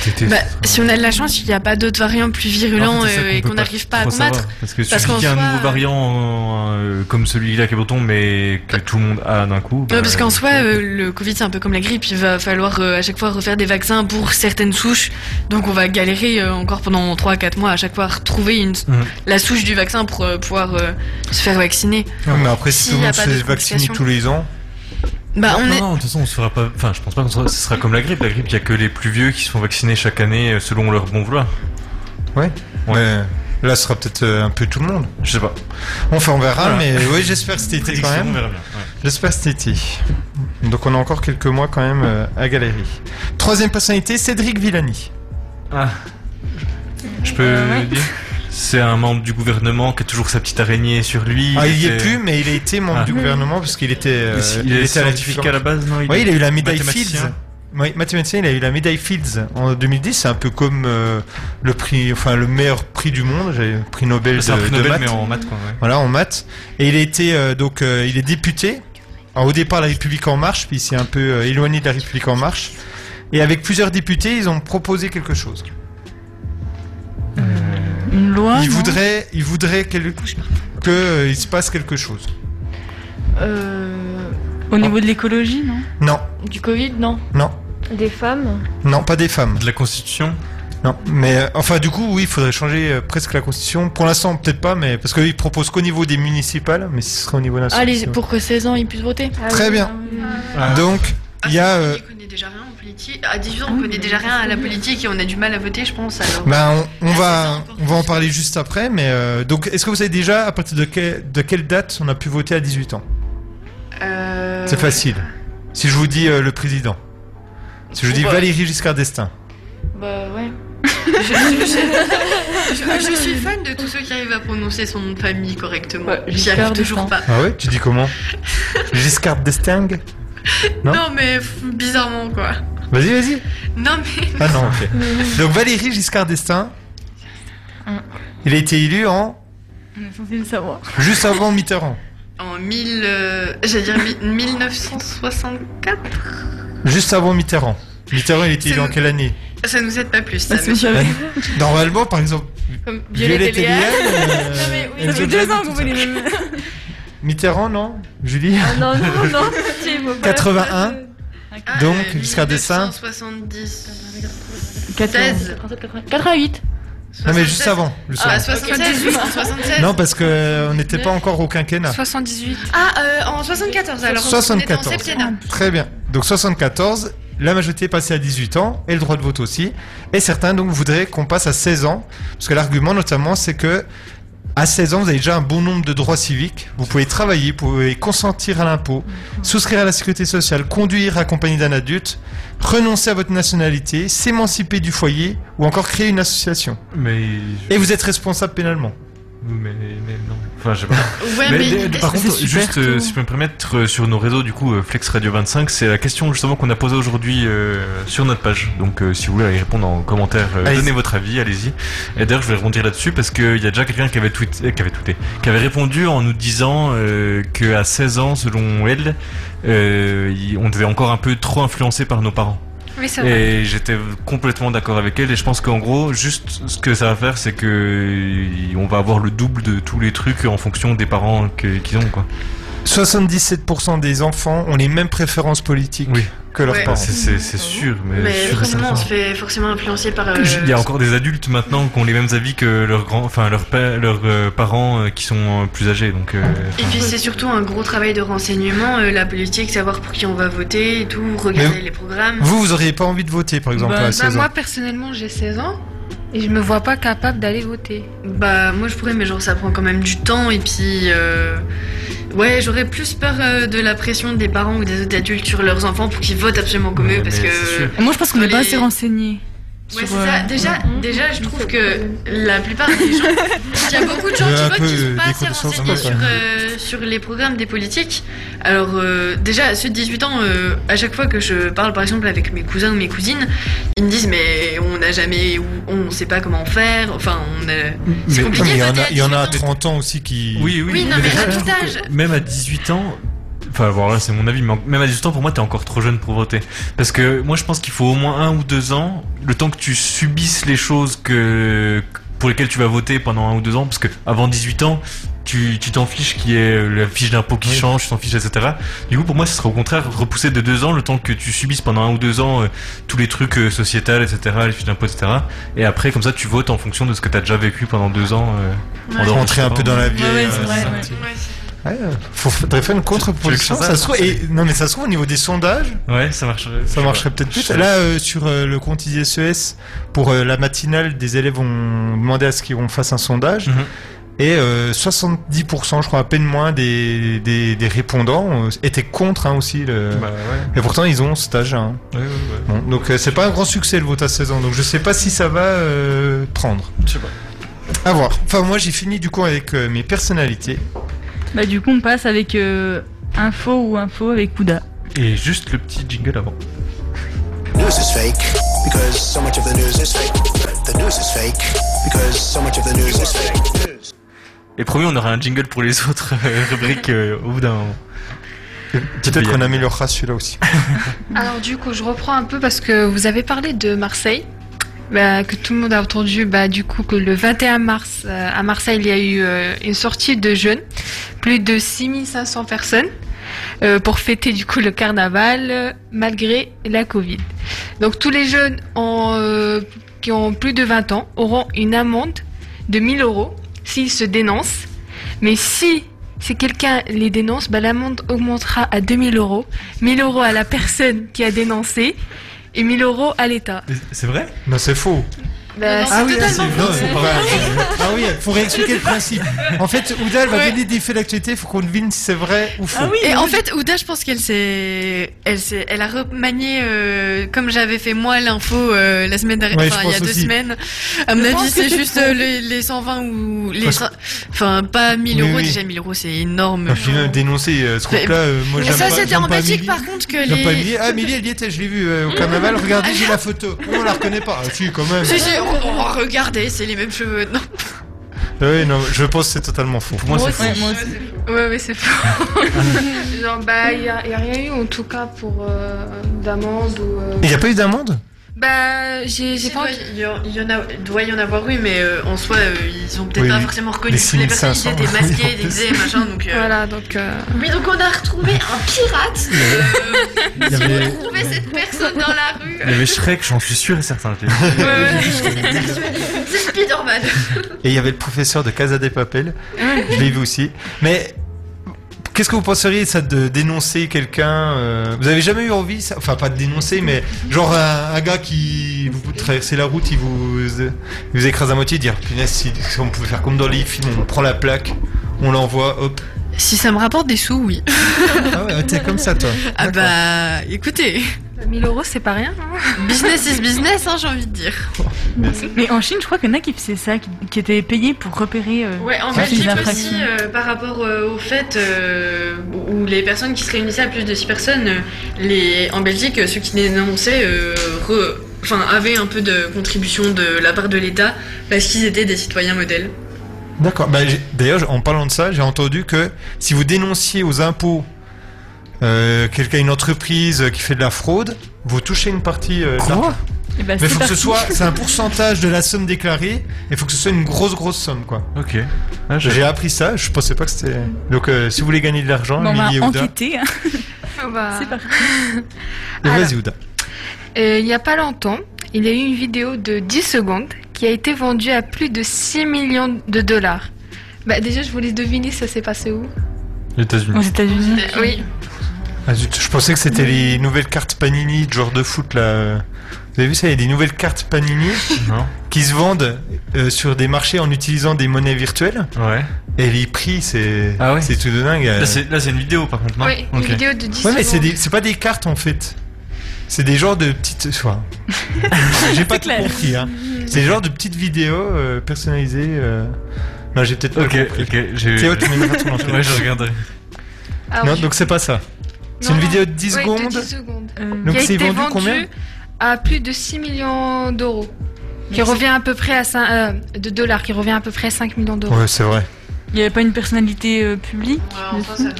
F: Cet été,
E: Bah,
F: ce sera-
E: si on a de la chance, il n'y a pas d'autres variants plus virulents
F: En fait, c'est ça
E: euh, et
F: peut
E: qu'on n'arrive pas à
F: trop
E: combattre.
F: savoir, parce que
E: Parce
F: si
E: qu'en
F: qu'il y a un
E: soi,
F: nouveau
E: euh,
F: variant euh, comme celui-là qui est breton, mais que tout le monde a d'un coup.
E: Ouais,
F: bah,
E: parce qu'en soi, euh, le Covid, c'est un peu comme la grippe. Il va falloir euh, à chaque fois refaire des vaccins pour certaines souches. Donc, on va galérer euh, encore pendant 3-4 mois à chaque fois à retrouver une...
F: Mhm.
E: la souche du vaccin pour euh, pouvoir euh, se faire vacciner.
A: Ouais, mais après, si
E: S'il
A: tout le
E: y a
A: monde
E: pas
A: se
E: de
A: fait vacciner
E: complications.
A: tous les ans,
E: Bah, on
F: Non,
E: est.
F: non, de toute façon, on se fera pas. Enfin, je pense pas que ce sera comme la grippe. La grippe, il y a que les plus vieux qui sont vaccinés chaque année euh, selon leur bon vouloir.
A: ouais, là ce sera peut-être euh, un peu tout le monde.
F: Je sais pas.
A: Enfin, on verra,
F: Voilà.
A: mais oui, j'espère cet été quand
F: Prédiction, on
A: même.
F: verra bien.
A: J'espère cet été. Donc, on a encore quelques mois quand même euh, à galérer. Troisième personnalité, Cédric Villani.
F: Ah. Je peux
B: Euh, ouais.
F: dire C'est un membre du gouvernement qui a toujours sa petite araignée sur lui.
A: Ah, il y est
F: était-
A: plus, mais il a été membre
F: Ah.
A: du gouvernement parce qu'il était, euh,
F: Il, est
A: était à la
F: scientifique à la base, non
A: Oui, il a eu la médaille
F: mathématicien.
A: Fields. Oui, mathématicien, il a eu la médaille Fields en 2010. C'est un peu comme euh, le prix, enfin le meilleur prix du monde, j'ai- prix Nobel
F: C'est
A: de,
F: un prix
A: de
F: Nobel,
A: maths.
F: mais en maths, quoi, ouais.
A: Voilà, en maths. Et il a été euh, donc, euh, il est député. Alors, au départ, la République en marche, puis il s'est un peu euh, éloigné de la République en marche. Et avec plusieurs députés, ils ont proposé quelque chose.
B: Une
G: Ah,
B: loi
A: ils
B: non
A: voudraient, ils voudraient quel- que euh, il se passe quelque chose.
B: Euh, Au niveau de l'écologie, non
A: Non,
G: Du Covid, non
A: non,
G: Des femmes
A: non, pas des femmes.
F: De la Constitution.
A: Non, mais euh, enfin du coup oui, il faudrait changer euh, presque la constitution. Pour l'instant peut-être pas, mais parce qu'ils proposent qu'au niveau des municipales, mais ce serait au niveau national.
C: Allez,
A: c'est bon.
C: pour que 16 ans, ils puissent voter.
A: Très bien.
F: Ah.
A: Donc il y a, euh,
E: On connaît déjà rien en politique. À 18 ans, on connaît déjà rien à la politique et on a du mal à voter, je pense. Alors,
A: ben on, on va, on va en parler juste après, mais euh, donc est-ce que vous savez déjà à partir de, quel- de quelle date on a pu voter à 18 ans
E: euh,
A: C'est facile. Si je vous dis euh, le président, si je vous dis
E: Ouais.
A: Valérie Giscard d'Estaing,
C: Bah ouais.
E: Je, je- je- je suis fan de tous ceux qui arrivent à prononcer son nom de famille correctement. J'y
C: Giscard
E: arrive toujours pas.
A: ah ouais, tu dis comment Giscard d'Estaing Non.
E: Non, mais pff, bizarrement quoi.
A: Vas-y, vas-y.
E: Non mais.
A: Ah non, ok. Donc Valérie Giscard d'Estaing, il a été élu en
B: On est censé le savoir.
A: juste avant Mitterrand.
E: En 1000, euh, j'allais dire mi- 1964
A: Juste avant Mitterrand. Mitterrand, il était élu en quelle année Hein
E: Ça nous aide pas plus. Ça, mais-
A: Normalement, par exemple,
C: Ah Comme
A: Violette et Léa, euh,
C: Non, mais oui,
A: elles
C: ça fait
A: ont
C: deux
A: jamais
C: ans
A: tout
C: qu'on
A: ça.
C: fait les mêmes.
A: Mitterrand, non Julie
C: Ah
G: Non, non, non, tu vois pas.
A: 81.
E: Ah,
A: Donc,
E: euh,
A: Giscard d'Estaing.
E: 1970.
C: 14, 88.
A: Non, mais juste avant. le second.
E: Ah, 78, 76.
A: Non, parce que euh, on n'était pas encore au quinquennat.
D: 78.
E: Ah, euh, en 74 alors. On était en
A: 74.
E: septiennat.
A: Très bien. Donc 74, la majorité est passée à 18 ans et le droit de vote aussi. Et certains donc voudraient qu'on passe à 16 ans, parce que l'argument notamment c'est que à 16 ans vous avez déjà un bon nombre de droits civiques. Vous pouvez travailler, vous pouvez consentir à l'impôt, souscrire à la sécurité sociale, conduire accompagné d'un adulte, renoncer à votre nationalité, s'émanciper du foyer ou encore créer une association.
F: Mais.
A: Et vous êtes responsable pénalement.
F: Mais, mais non. Enfin, je sais pas.
E: Ouais,
F: Mais
E: mais,
F: d-
E: l'idée,
F: par
E: c'est-
F: contre, juste euh, si je peux me permettre, euh, sur nos réseaux, du coup, euh, Flex Radio 25, c'est la question justement qu'on a posée aujourd'hui euh, sur notre page. Donc, euh, si vous voulez aller répondre en commentaire, euh,
A: Allez-y.
F: donnez votre avis, allez-y. Et d'ailleurs, je vais rebondir là-dessus parce qu'il y a déjà quelqu'un qui avait tweeté, euh, qui avait tweeté, qui avait répondu en nous disant euh, que à 16 ans, selon elle, euh, y- on devait encore un peu trop influencer par nos parents.
D: Oui, c'est vrai.
F: Et j'étais complètement d'accord avec elle et je pense qu'en gros, juste ce que ça va faire, c'est que on va avoir le double de tous les trucs en fonction des parents que- qu'ils ont quoi.
A: 77% des enfants ont les mêmes préférences politiques
F: Oui.
A: que leurs
E: Ouais.
A: parents.
F: C'est- C'est euh, c'est sûr, mais,
E: Mais
F: sûr et
E: forcément, on
F: certain.
E: se fait forcément influencer par. euh,
F: Il y a encore des adultes maintenant qui ont les mêmes avis que leurs grands, enfin leurs pa- leurs euh, parents euh, qui sont euh, plus âgés, donc. euh,
E: Et puis c'est surtout un gros travail de renseignement, euh, la politique, savoir pour qui on va voter et tout, regarder
A: Mais-
E: les programmes.
A: Vous, vous auriez pas envie de voter par exemple
B: Bah,
A: à
B: bah,
A: 16 ans
J: moi, personnellement, j'ai 16 ans et je me vois pas capable d'aller voter.
E: Bah moi je pourrais, mais genre ça prend quand même du temps et puis euh, ouais j'aurais plus peur euh, de la pression des parents ou des autres adultes sur leurs enfants pour qu'ils votent absolument comme
F: Ouais,
E: eux parce
F: mais
E: que
F: c'est sûr.
B: Moi, je pense qu'on n'est
E: Dans
B: pas
E: les-
B: assez renseigné.
E: ouais c'est ça.
B: euh,
E: Déjà déjà je trouve que la plupart des gens, il y a beaucoup de gens
A: Il y a un
E: qui votent qui
A: peu
E: sont pas
A: des
E: assez
A: connaissances,
E: renseignés
A: quand
E: sur
A: même.
E: euh, sur les programmes des politiques. Alors euh, déjà ceux de 18 ans, euh, à chaque fois que je parle par exemple avec mes cousins ou mes cousines, ils me disent mais on n'a jamais ou on sait pas comment faire. Enfin on a- c'est
F: Mais-
A: Non, mais
E: compliqué.
A: il y
E: de
A: en
E: voter
A: a,
E: à
A: il y en a à
E: 18 ans.
A: 30 ans aussi qui.
F: Oui, oui.
E: Oui, non, mais
F: déjà,
E: à
F: je
E: tout
F: trouve
E: âge.
F: que Même à 18 ans. Enfin, voilà, c'est mon avis, mais en- même à 18 ans, pour moi, t'es encore trop jeune pour voter. Parce que moi, je pense qu'il faut au moins un ou deux ans, le temps que tu subisses les choses que pour lesquelles tu vas voter pendant un ou deux ans, parce que avant 18 ans, tu tu t'en fiches qui est la fiche d'impôt qui
A: Oui.
F: change, tu t'en fiches, etc. Du coup, pour moi, ce serait au contraire repousser de deux ans le temps que tu subisses pendant un ou deux ans euh, tous les trucs euh, sociétal, etc., les fiches d'impôt, etc. Et après, comme ça, tu votes en fonction de ce que t'as déjà vécu pendant deux ans. euh, pendant-
A: Rentrer un peu dans la vie.
B: Ouais, ouais,
A: euh,
B: c'est vrai, ouais.
A: Ouais, faut faudrait faire une contre-proposition.
F: Tu- tu veux
A: Ça
F: que
A: se trouve, et, non, mais ça se trouve au niveau des sondages,
F: Ouais, ça marcherait.
A: ça marcherait peut-être plus. Là, euh, sur euh, le compte ISES, pour euh, la matinale, des élèves ont demandé à ce qu'on fasse un sondage.
F: Mhm.
A: Et euh, 70%, je crois, à peine moins des, des, des répondants euh, étaient contre hein, aussi. Le...
F: Bah ouais.
A: Et pourtant, ils ont ce stage. hein.
F: ouais, ouais,
A: Bon, donc, euh, c'est pas un grand succès le vote à 16 ans. Donc, je sais pas si ça va euh, prendre.
F: Je sais pas.
A: À voir. Enfin, moi, j'ai fini du coup avec euh, mes personnalités.
B: Bah, du coup, on passe avec euh, info ou info avec Ouda.
F: Et juste le petit jingle avant.
H: news is fake because so much of the news is fake. The news is fake because so much of the news is fake.
F: Et promis, on aura un jingle pour les autres euh, rubriques euh, au bout d'un moment.
A: Peut-être qu'on améliorera celui-là aussi.
D: Alors du coup, je reprends un peu parce que vous avez parlé de Marseille, bah, que tout le monde a entendu. Bah, du coup, que le 21 mars euh, à Marseille, il y a eu euh, une sortie de jeunes, plus de 6500 personnes. euh, pour fêter du coup le carnaval euh, malgré la Covid. Donc tous les jeunes en, euh, qui ont plus de 20 ans auront une amende de 1000 euros s'ils se dénoncent. Mais si si quelqu'un les dénonce, bah, l'amende augmentera à 2000 euros. 1000 euros à la personne qui a dénoncé et 1000 euros à l'État.
F: C'est vrai
A: Non, c'est faux.
D: Bah,
A: ah oui,
D: c'est
A: ah,
D: totalement
A: c'est- non,
D: faux.
A: c'est pas vrai. Ah oui, faut réexpliquer le principe. En fait, Ouda, elle va
E: Ouais. Ah
A: donner des faits d'actualité, faut qu'on devine si c'est vrai ou faux.
E: et en fait, Ouda, je pense qu'elle s'est, elle s'est, elle a remanié euh, comme j'avais fait moi l'info euh, la semaine dernière,
A: Ouais,
E: enfin
A: je
E: il y a
A: pense
E: deux
A: aussi.
E: semaines. À mon
A: Je
E: avis,
A: pense que
E: c'est
A: c'est
E: juste
A: faux.
E: euh, les, les 120 ou les,
A: Parce-
E: cin- enfin pas 1000
A: Oui,
E: euros.
A: oui.
E: Déjà 1000 euros, c'est énorme.
A: Enfin, puis, euh, dénoncer euh, ce
E: Mais-
A: groupe-là, euh, moi
E: Mais
A: j'aime
E: ça,
A: pas.
E: c'était
A: j'aime pas
E: emblématique,
A: Amélie.
E: par contre, que
A: J'aime
E: les-
A: pas Amélie. Ah, Amélie, elle y était, je l'ai vue euh, au carnaval. Regardez, j'ai la photo. On la reconnaît pas. Ah, si, quand même.
E: Si, si, on, on regardait, c'est les mêmes cheveux. Non.
A: Ah Oui, non, je pense que c'est totalement faux. Pour
D: Ouais, ouais, c'est faux. Genre, bah, il n'y a, il y a rien eu en tout cas pour euh, d'amende ou. euh,
A: Il n'y a pas eu d'amende
D: Bah, j'ai
E: Si, doit- Il y, en- il y en a, il doit y en avoir eu, mais euh, en soi, euh, ils ont peut-être
A: Oui,
E: pas
A: oui.
E: forcément reconnu
A: Les
E: toutes les personnes. Ils
A: 6500,
E: étaient
A: oui, en
E: masqués,
A: plus.
E: déguisés, machin. Donc euh,
D: Voilà, donc. euh,
E: Mais donc on a retrouvé un pirate. euh,
F: Il y
E: si
F: avait-
E: on trouvait cette personne dans la rue.
F: Il y avait Shrek, j'en suis sûr et certain.
E: Ouais, ouais. C'est Spider-Man.
A: Et il y avait le professeur de Casa des Papel. Je l'ai vu aussi. Mais qu'est-ce que vous penseriez ça de dénoncer quelqu'un euh, Vous avez jamais eu envie, ça enfin pas de dénoncer, mais genre un, un gars qui vous traversez la route, il vous, il vous écrase à moitié, dire punaise, si, si on pouvait faire comme dans les films, on prend la plaque, on l'envoie, hop.
E: Si ça me rapporte des sous, oui.
A: Ah ouais, t'es comme ça toi.
E: Ah bah, écoutez.
D: 1000 euros, c'est pas rien.
E: Business is business, hein, j'ai envie de dire.
B: Mais en Chine, je crois qu'il y en a qui faisaient ça, qui, qui étaient payés pour repérer euh,
E: Ouais, en
B: les
E: Belgique
B: infractions.
E: aussi, euh, par rapport euh, au fait euh, où les personnes qui se réunissaient à plus de 6 personnes, euh, les... en Belgique, euh, ceux qui dénonçaient euh, re- enfin, avaient un peu de contribution de la part de l'État parce qu'ils étaient des citoyens modèles.
A: D'accord. Bah, j'ai- D'ailleurs, en parlant de ça, j'ai entendu que si vous dénonciez aux impôts euh, quelqu'un, une entreprise euh, qui fait de la fraude, vous touchez une partie. euh, de l'argent.
B: Eh ben,
A: Mais
B: c'est
A: faut que ce
B: parti.
A: soit, c'est un pourcentage de la somme déclarée, et faut que ce soit une grosse grosse somme, quoi.
F: Ok. Ah,
A: J'ai appris ça, je pensais pas que c'était. Donc, euh, si vous voulez gagner de l'argent,
B: Bon, on va
A: Amélie et Ouda.
B: enquêter. hein.
D: C'est parti.
A: Et
D: Alors.
A: vas-y, Ouda.
D: Euh, il n'y a pas longtemps, il y a eu une vidéo de 10 secondes qui a été vendue à plus de 6 millions de dollars. Bah déjà, je voulais deviner ça s'est passé où.
F: Les États-Unis.
B: Aux États-Unis.
E: Bah
D: Oui.
A: Ah, zut, je pensais que c'était les nouvelles cartes Panini, de genre de foot là. Vous avez vu ça, il y a des nouvelles cartes Panini
F: Non.
A: qui se vendent euh, sur des marchés en utilisant des monnaies virtuelles.
F: Ouais.
A: Et les prix, c'est
F: Ah ouais
A: c'est tout de dingue. euh.
F: Là, c'est là, c'est une vidéo par contre, non
D: Oui, une
F: Ok.
D: vidéo de 10
A: Ouais, mais c'est
D: secondes.
A: des- c'est pas des cartes en fait. C'est des genres de petites. enfin, j'ai pas tout
B: clair.
A: compris. Hein. C'est des genres de petites vidéos euh, personnalisées. euh. Non, j'ai peut-être pas
F: Ok,
A: compris.
F: ok. j'ai-
A: Théo, tu mèneras ton enquête.
F: Ouais, je regarderai.
D: Ah
A: Non,
D: oui.
A: donc c'est pas ça. C'est
D: Non,
A: une
D: non.
A: vidéo de 10
D: Oui,
A: secondes.
D: de 10 secondes.
B: Euh,
A: Donc
D: qui a
A: c'est
D: été
A: vendu
D: vendue
A: combien
D: à plus de 6 millions d'euros. Qui revient à peu près à 5, de dollars, qui revient à peu près à 5 millions d'euros.
A: Ouais, c'est vrai.
B: Il n'y avait pas une personnalité euh, publique dessus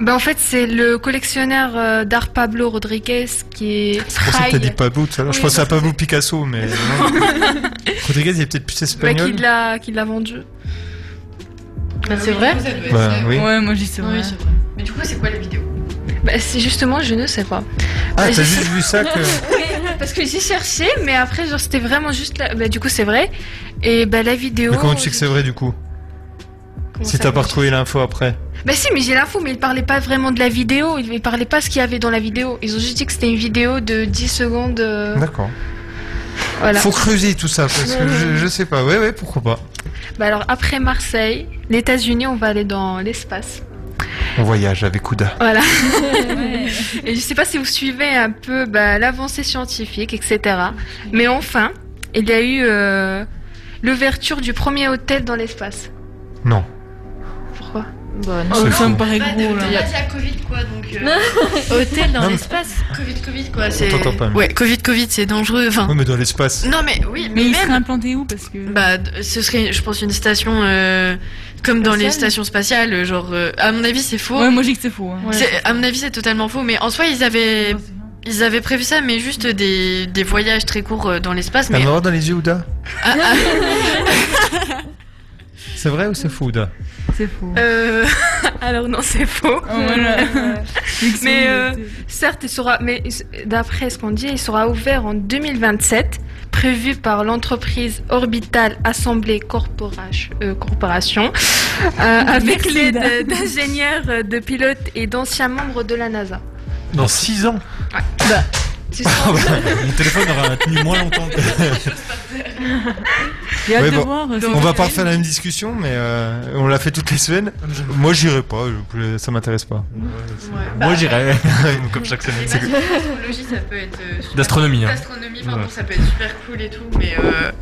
D: Bah, en fait, c'est le collectionneur euh, d'art Pablo Rodriguez qui est
A: C'est pour ça que t'as dit
D: Fry,
A: Pablo tout à l'heure. Je
D: Oui,
A: pensais à Pablo Picasso, mais. non. Rodriguez, il est peut-être plus
D: bah, qui
A: espagnol.
D: l'a qui l'a vendu.
E: c'est vrai
A: Bah oui.
B: Ouais, moi j'y sais vrai.
E: vrai. Mais du coup, c'est quoi la vidéo
D: Bah, c'est justement, je ne sais pas.
A: Ah,
D: Ouais,
A: t'as
D: je-
A: juste vu ça que.
D: Parce que j'ai cherché, mais après, genre, c'était vraiment juste là. Bah, du coup, c'est vrai. Et bah, la vidéo.
A: Mais comment tu sais que c'est vrai du coup
D: Comment
A: Si
D: ça,
A: t'as pas
D: comment tu-
A: retrouvé l'info après.
D: Bah si, mais j'ai l'info, mais ils parlaient pas vraiment de la vidéo, ils parlaient pas ce qu'il y avait dans la vidéo. Ils ont juste dit que c'était une vidéo de 10 secondes. euh,
A: D'accord.
D: voilà.
A: Bah, Faut creuser tout ça parce que
D: Ouais,
A: je,
D: ouais.
A: je sais pas. Ouais, ouais, pourquoi pas.
D: Bah alors après Marseille, les États-Unis, on va aller dans l'espace.
A: On voyage avec Ouda.
D: Voilà. Et je sais pas si vous suivez un peu bah, l'avancée scientifique, etc. Mais enfin, il y a eu euh, l'ouverture du premier hôtel dans l'espace.
A: Non.
D: Pourquoi
C: Bah,
E: non.
B: Oh,
E: C'est
B: ça me
E: fou.
B: paraît
E: Bah, de-
B: gros
E: de
B: là.
E: base, il y a Covid quoi, donc. euh, Hôtel
A: Non,
E: dans
A: mais-
E: l'espace. Covid, Covid quoi, c'est.
A: t'entend pas, mais-
E: Ouais, Covid, Covid, c'est dangereux. Enfin.
A: Oui, mais dans l'espace.
E: Non mais oui,
B: Mais
E: mais,
B: il
E: même.
B: serait implanté où parce que
E: Bah, d- ce serait, je pense, une station euh, comme dans les
B: Spatiale.
E: stations spatiales. Genre, euh, à mon avis, c'est faux.
B: Ouais, moi je dis que c'est faux. hein.
E: C'est- à mon avis, c'est totalement faux. Mais en soi, ils avaient, ils avaient prévu ça, mais juste des, des voyages très courts euh, dans l'espace.
A: T'as
E: Mais
A: me voir dans les yeux, Ouda
E: Ah,
A: C'est vrai ou c'est faux, Ouda
B: C'est faux.
D: Euh, alors non, c'est faux.
B: voilà.
D: Euh, mais euh,
B: c'est-
J: Certes, il sera, mais d'après ce qu'on dit, il sera ouvert en 2027, prévu par l'entreprise Orbital Assemblée Corporach- euh, Corporation, euh, avec
B: Merci, Dan.
J: l'aide d'ingénieurs, euh, de pilotes et d'anciens membres de la NASA.
A: Dans 6 ans
J: Tu
A: Ah
J: sens-
A: bah,
F: Mon téléphone aura tenu moins longtemps.
B: J'ai hâte
A: Ouais,
B: de
A: bon,
B: voir. euh,
A: On va pas refaire la même discussion, mais euh, on l'a fait toutes les semaines. Moi, j'irai pas, je- ça m'intéresse pas.
F: Moi j'irai, comme chaque semaine.
E: Bah, les
F: c'est
E: maths,
F: cool.
E: l'astrologie, ça peut être. euh, super-
F: D'astronomie, hein.
E: D'astronomie, pardon,
F: Ouais.
E: ça peut être super cool et tout, mais euh,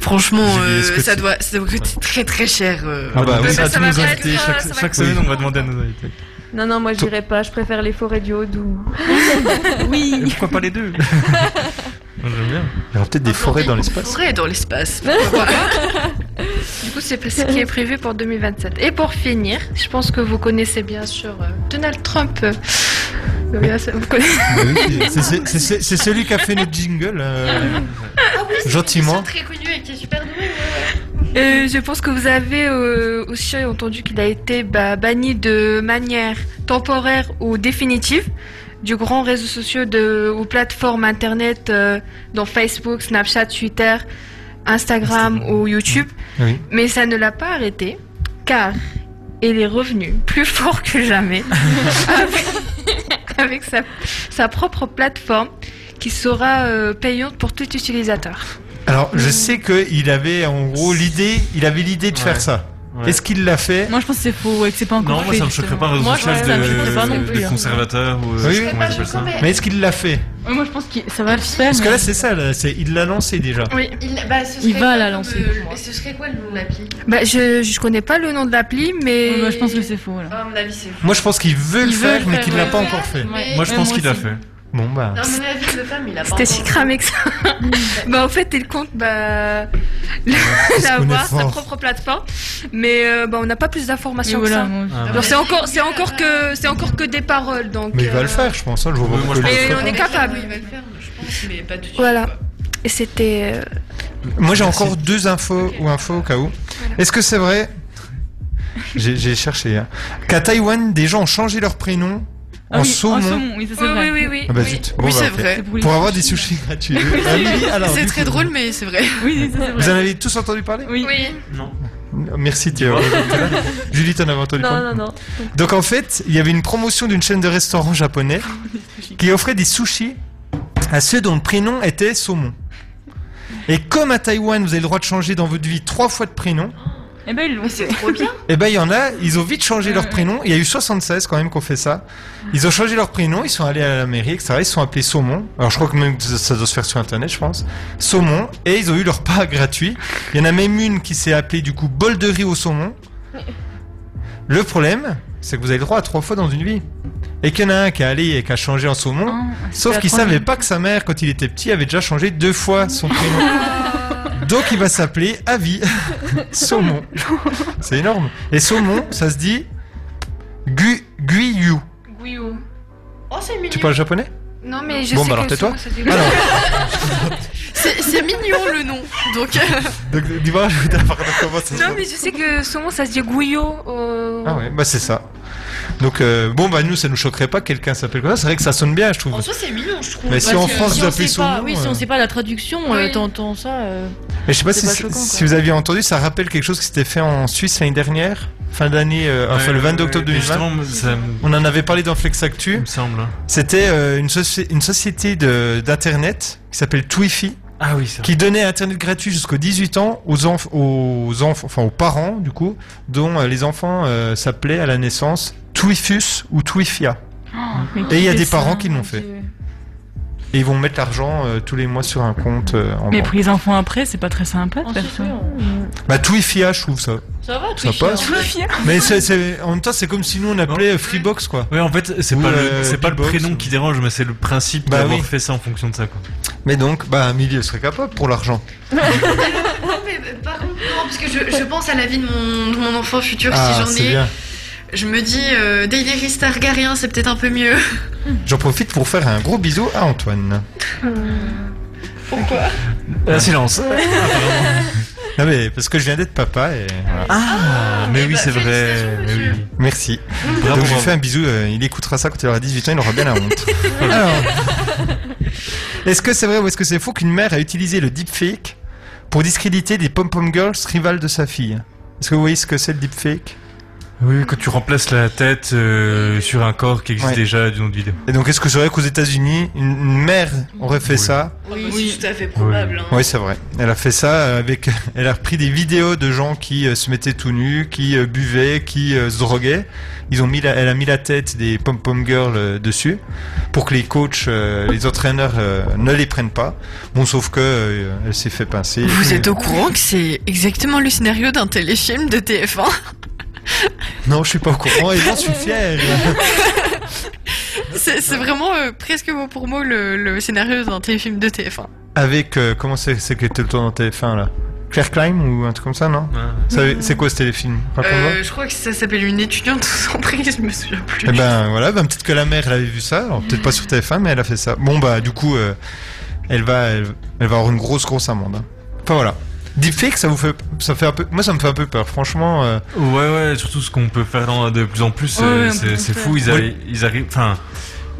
E: franchement,
F: J'ai oublié
E: euh,
F: ce que
E: ça
F: tu-
E: doit, ça doit coûter très très cher. euh.
F: Ah bah
E: Mais
F: oui,
E: ça,
F: à
E: ça
F: tous
E: va
F: nos
E: pas être,
F: invités,
E: euh,
F: chaque,
E: ça va
F: chaque
E: coûter
F: semaine on va demander à nos invités.
G: Non, non, moi
A: Toi-
G: j'irai pas, je préfère les forêts du Haut-Doubs.
B: Oui.
F: Pourquoi pas les deux J'aime bien.
A: Il y aura peut-être des forêts dans
E: une
A: l'espace.
E: forêt dans l'espace.
J: Du coup, c'est ce qui est prévu pour 2027. Et pour finir, je pense que vous connaissez bien sûr euh, Donald Trump. euh, Vous connaissez
A: Bah oui, c'est- c'est- c'est- c'est c'est celui qui a fait notre jingle. euh,
D: Ah
A: Gentiment.
E: très connu et qui est super doué.
J: Euh, je pense que vous avez euh, aussi entendu qu'il a été bah, banni de manière temporaire ou définitive du grand réseau social de, aux plateformes internet euh, dont Facebook, Snapchat, Twitter, Instagram ou YouTube.
A: Oui.
J: Mais ça ne l'a pas arrêté car il est revenu plus fort que jamais avec, avec sa, sa propre plateforme qui sera euh, payante pour tout utilisateur.
A: Alors, je sais qu'il avait en gros l'idée, il avait l'idée de
F: Ouais.
A: faire ça.
F: Ouais.
A: Est-ce qu'il l'a fait
B: Moi je pense que c'est faux et que c'est pas encore
F: Non, moi ça me choquerait pas un réseau
B: Moi,
F: social
B: ouais, ça me choquerait pas non
F: de,
B: plus,
F: de
B: hein.
F: conservateurs ou euh,
A: Oui, oui.
F: comment ils appellent ça
A: Mais est-ce qu'il l'a fait
B: Ouais, moi je pense que ça va le faire.
A: Parce que
B: mais-
A: là, c'est ça, là, c'est- il l'a lancé déjà.
J: Oui.
E: Il, bah, ce
B: Il
E: serait
B: va
E: quoi
B: la
E: comme,
B: lancer,
E: euh,
B: pour moi.
E: Ce serait quoi le nom de l'appli
J: Bah, je, je connais pas le nom de l'appli, mais.
B: Ouais, bah, je pense que c'est faux là.
E: Ah, À mon avis, c'est fou.
A: Moi, je pense qu'il veut le
B: Il veut
A: faire,
B: le
A: mais
B: faire,
A: qu'il l'a
B: ouais.
A: pas encore fait.
E: Mais-
F: Moi je
B: Ouais,
F: pense
B: moi
F: qu'il l'a
B: aussi.
F: fait.
A: Bon, bah.
E: Non, à mon avis, il le fait, mais il a pas
J: C'était
E: encore-
J: si cramé que ça.
C: Mm.
J: bah, en fait, il compte bah, le-
A: qu'on est
J: avoir sa
A: fort.
J: propre plateforme, mais euh, bah, on n'a pas plus
B: Mais
J: d'informations
B: voilà,
J: que
B: moi,
F: Ah,
J: ça.
F: bah.
J: Alors, c'est encore, c'est encore que, c'est encore que des paroles, donc.
A: Mais il va
J: euh,
A: le faire, je pense. hein, je vois
F: Oui,
A: pas
F: moi,
A: pourquoi
F: je
A: il le
J: pense
A: ferait
J: on est
E: Clairement,
J: capable.
E: Il va le faire, je pense, mais pas tout de suite.
J: Voilà.
E: quoi.
J: Et c'était. euh,
A: pas. Moi, j'ai encore deux infos ou infos au cas où. Est-ce que c'est vrai J'ai j'ai cherché. hein. Qu'à Taïwan, des gens ont changé leur prénom
B: Ah
A: en
B: oui,
A: saumon.
B: oui, ça c'est
J: Oui,
B: vrai.
J: oui, oui, oui.
A: Ah bah
J: oui.
A: zut.
E: Oui,
A: Bon, bah,
E: c'est
A: ok.
E: vrai.
B: C'est pour les
A: Pour avoir des
B: sushis.
A: sushis gratuits. Amélie, alors,
E: C'est
A: du
E: très
A: coup,
E: drôle, mais c'est vrai.
B: Oui, ça c'est
A: Vous en
B: vrai.
A: avez tous entendu parler
B: Oui.
F: Non.
A: Merci Théo. Julie, t'en avais entendu
G: Non,
A: parler
G: non, non.
A: Donc en fait, il y avait une promotion d'une chaîne de restaurants japonais qui offrait des sushis à ceux dont le prénom était saumon. Et comme à Taïwan, vous avez le droit de changer dans votre vie trois fois de prénom,
B: Eh ben ils l'ont fait.
E: Trop bien.
A: et ben il y en a, ils ont vite changé leur
B: Ouais.
A: prénom. Il y a eu 76 quand même qu'on fait ça. Ils ont changé leur prénom, ils sont allés à la mairie, etc. Ils se sont appelés saumon. Alors je crois que même ça ça doit se faire sur internet, je pense. Saumon. Et ils ont eu leur pas gratuit. Il y en a même une qui s'est appelée du coup bol de riz au saumon. Le problème, c'est que vous avez le droit à trois fois dans une vie. Et qu'il y en a un qui est allé et qui a changé en saumon.
B: Ah,
A: Sauf qu'il savait pas que sa mère, quand il était petit, avait déjà changé deux fois son prénom. Donc il va s'appeler Avi Saumon. C'est énorme. Et Saumon, ça se dit Gu Guiyu.
J: Guillou.
E: Oh, c'est
A: Tu
E: mignon.
A: parles japonais
J: Non, mais je
A: Bon,
J: sais
A: bah, alors,
J: que
A: tais-toi.
J: souvent, c'est des-
A: Alors,
E: C'est c'est mignon le nom. Donc, euh,
A: donc, dis-moi, je vais t'apprendre comment ça se
J: Non,
A: dit.
J: mais je sais que souvent ça se dit Gouillot. euh,
A: Ah ouais, bah c'est ça. Donc euh, bon, bah nous, ça nous choquerait pas que quelqu'un s'appelle comme ça. C'est vrai que ça sonne bien, je
E: en
A: trouve.
E: soi, c'est mignon, je trouve.
A: Mais si
E: Parce
A: en
E: que-
A: France,
E: si
A: vous
E: on
A: appelez
E: sait
A: Saumon.
E: pas- oui, si on
A: euh,
E: sait pas la traduction, euh,
J: Oui.
E: t'entends ça. euh,
A: Mais je sais pas,
E: C'est
A: si,
E: pas choquant, quoi.
A: si vous aviez entendu, ça rappelle quelque chose qui s'était fait en Suisse l'année dernière, fin d'année, euh, enfin le 22 octobre
F: Mais
A: 2020.
F: Justement, ça me
A: On en avait parlé dans Flex Actu.
F: il me semble.
A: C'était euh, une, soci- une société de- d'internet qui s'appelle Twifi
F: Ah oui, ça.
A: qui donnait internet gratuit jusqu'aux 18 ans aux enf- aux enfants enfin aux parents du coup dont euh, les enfants euh, s'appelaient à la naissance Twifus ou Twifia.
B: Mais
A: Et il y a
B: qui
A: des
B: fait
A: parents
B: ça
A: qui l'ont fait. et ils vont mettre l'argent euh, tous les mois sur un compte euh, en
B: Mais
A: banque.
B: pour les enfants après, c'est pas très sympa, de faire ça.
A: Bah Twifia, je trouve ça.
B: Ça
E: Ah,
B: va,
A: ça
B: Twifia.
A: passe.
B: Twifia.
A: Mais c'est- c'est- en même temps, c'est comme si nous on appelait euh, Freebox quoi.
F: Oui, en fait, c'est
A: Ou,
F: pas, le,
A: euh,
F: c'est pas le
A: Beatbox.
F: prénom qui dérange, mais c'est le principe
A: Bah
F: d'avoir
A: oui.
F: fait ça en fonction de ça. Quoi.
A: Mais donc, bah Amélie serait capable pour l'argent.
E: Non, mais euh, par contre, non, parce que je, je pense à la vie de mon, de mon enfant futur
A: Ah,
E: si j'en
A: c'est
E: ai.
A: bien.
E: Je me dis, euh, Daenerys Targaryen, c'est peut-être un peu mieux.
A: J'en profite pour faire un gros bisou à Antoine.
E: Pourquoi
F: silence.
A: non mais parce que je viens d'être papa et. voilà.
F: Ah, mais oui, c'est vrai. mais oui.
A: Merci.
F: Bravo,
A: Donc je lui
F: bravo.
A: fais un bisou. euh, il écoutera ça quand il aura 18 ans, il aura bien la honte. Alors, est-ce que c'est vrai ou est-ce que c'est faux qu'une mère a utilisé le deepfake pour discréditer des pom-pom girls rivales de sa fille Est-ce que vous voyez ce que c'est le deepfake
F: Oui, quand tu remplaces la tête euh, sur un corps qui existe
A: Ouais.
F: déjà d'une autre vidéo.
A: Et donc est-ce que c'est vrai qu'aux États-Unis, une, une mère aurait fait ça
E: Oui, c'est tout à fait probable. hein.
A: Oui, c'est vrai. Elle a fait ça avec. Elle a repris des vidéos de gens qui euh, se mettaient tout nus, qui euh, buvaient, qui euh, se droguaient. Ils ont mis la... Elle a mis la tête des pom-pom girls euh, dessus pour que les coachs, euh, les entraîneurs euh, ne les prennent pas. Bon, sauf que euh, elle s'est fait pincer.
E: Vous
A: Et-
E: êtes au courant que c'est exactement le scénario d'un téléfilm de TF1
A: Non, je suis pas au courant et j'en suis fier.
E: C'est c'est vraiment euh, presque mot pour mot le, le scénario d'un téléfilm de TF1.
A: Avec euh, comment c'est c'est que était le temps dans TF1 là Claire Climb ou un truc comme ça, non Ça-
E: Hmm.
A: C'est quoi ce téléfilm Raconte-moi.
E: Euh, je crois que ça s'appelle Une étudiante sous emprise, je me souviens plus.
A: Eh ben voilà, ben, peut-être que la mère elle avait vu ça, alors peut-être pas sur TF1, mais elle a fait ça. Bon bah du coup, euh, elle va, elle, elle va avoir une grosse grosse amende. hein. Enfin voilà. Deepfake, ça vous fait, ça fait un peu, moi ça me fait un peu peur, franchement. euh,
F: Ouais, ouais, surtout ce qu'on peut faire dans- de plus en plus,
A: Ouais,
F: euh,
A: ouais, on peut
F: c'est
A: tout
F: c'est
A: faire.
F: fou. Ils,
A: Ouais.
F: arri- ils arrivent. Enfin,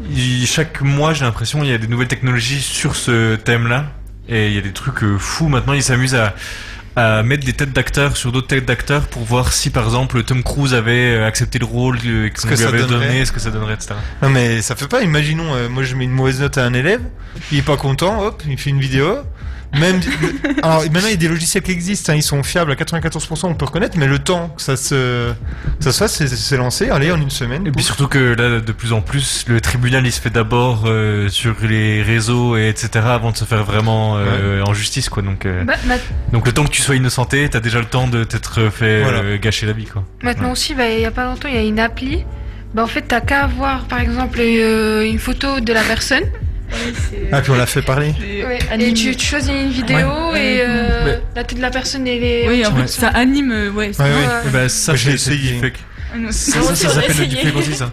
F: ils- chaque mois, j'ai l'impression, il y a des nouvelles technologies sur ce thème-là. Et il y a des trucs euh, fous. Maintenant, ils s'amusent à, à mettre des têtes d'acteurs sur d'autres têtes d'acteurs pour voir si, par exemple, Tom Cruise avait euh, accepté le rôle euh, qu'on
A: que
F: lui
A: ça
F: avait
A: donnerait.
F: donné, ce que ça donnerait, etc.
A: Non mais ça fait pas, imaginons, euh, moi je mets une mauvaise note à un élève, il est pas content, hop, il fait une vidéo. Même, alors maintenant il y a des logiciels qui existent, hein, ils sont fiables à 94%, on peut reconnaître, mais le temps que ça se, que ça se fasse, c'est- c'est lancé, allez en une semaine.
F: Et puis surtout que là, de plus en plus, le tribunal, il se fait d'abord euh, sur les réseaux, et etc., avant de se faire vraiment euh, en justice, quoi. Donc, euh,
C: Bah, ma-
F: donc le temps que tu sois innocenté, t'as déjà le temps de t'être fait
A: Voilà.
F: euh, gâcher la vie, quoi.
C: Maintenant
F: Ouais.
C: aussi, bah, il y a pas longtemps, il y a une appli. Bah, en fait, t'as qu'à avoir, par exemple, euh, une photo de la personne.
A: Ah puis on l'a fait parler.
C: Ouais, et tu, tu choisis une vidéo
B: Ouais.
C: et euh,
A: Mais-
C: la tête de la personne elle est.
B: Oui, en
F: Ouais.
B: fait, ça anime, euh, ouais. c'est-
A: Ouais, ouais.
F: Eh ben, ça,
A: Moi, je l'ai
F: c'est- c'est
A: essayé.
F: deepfake.
B: Ah non, c'est-
F: Ça, ça, ça
B: on
F: s'appelle
B: l'a
F: le
B: essayé.
F: deepfake aussi, ça.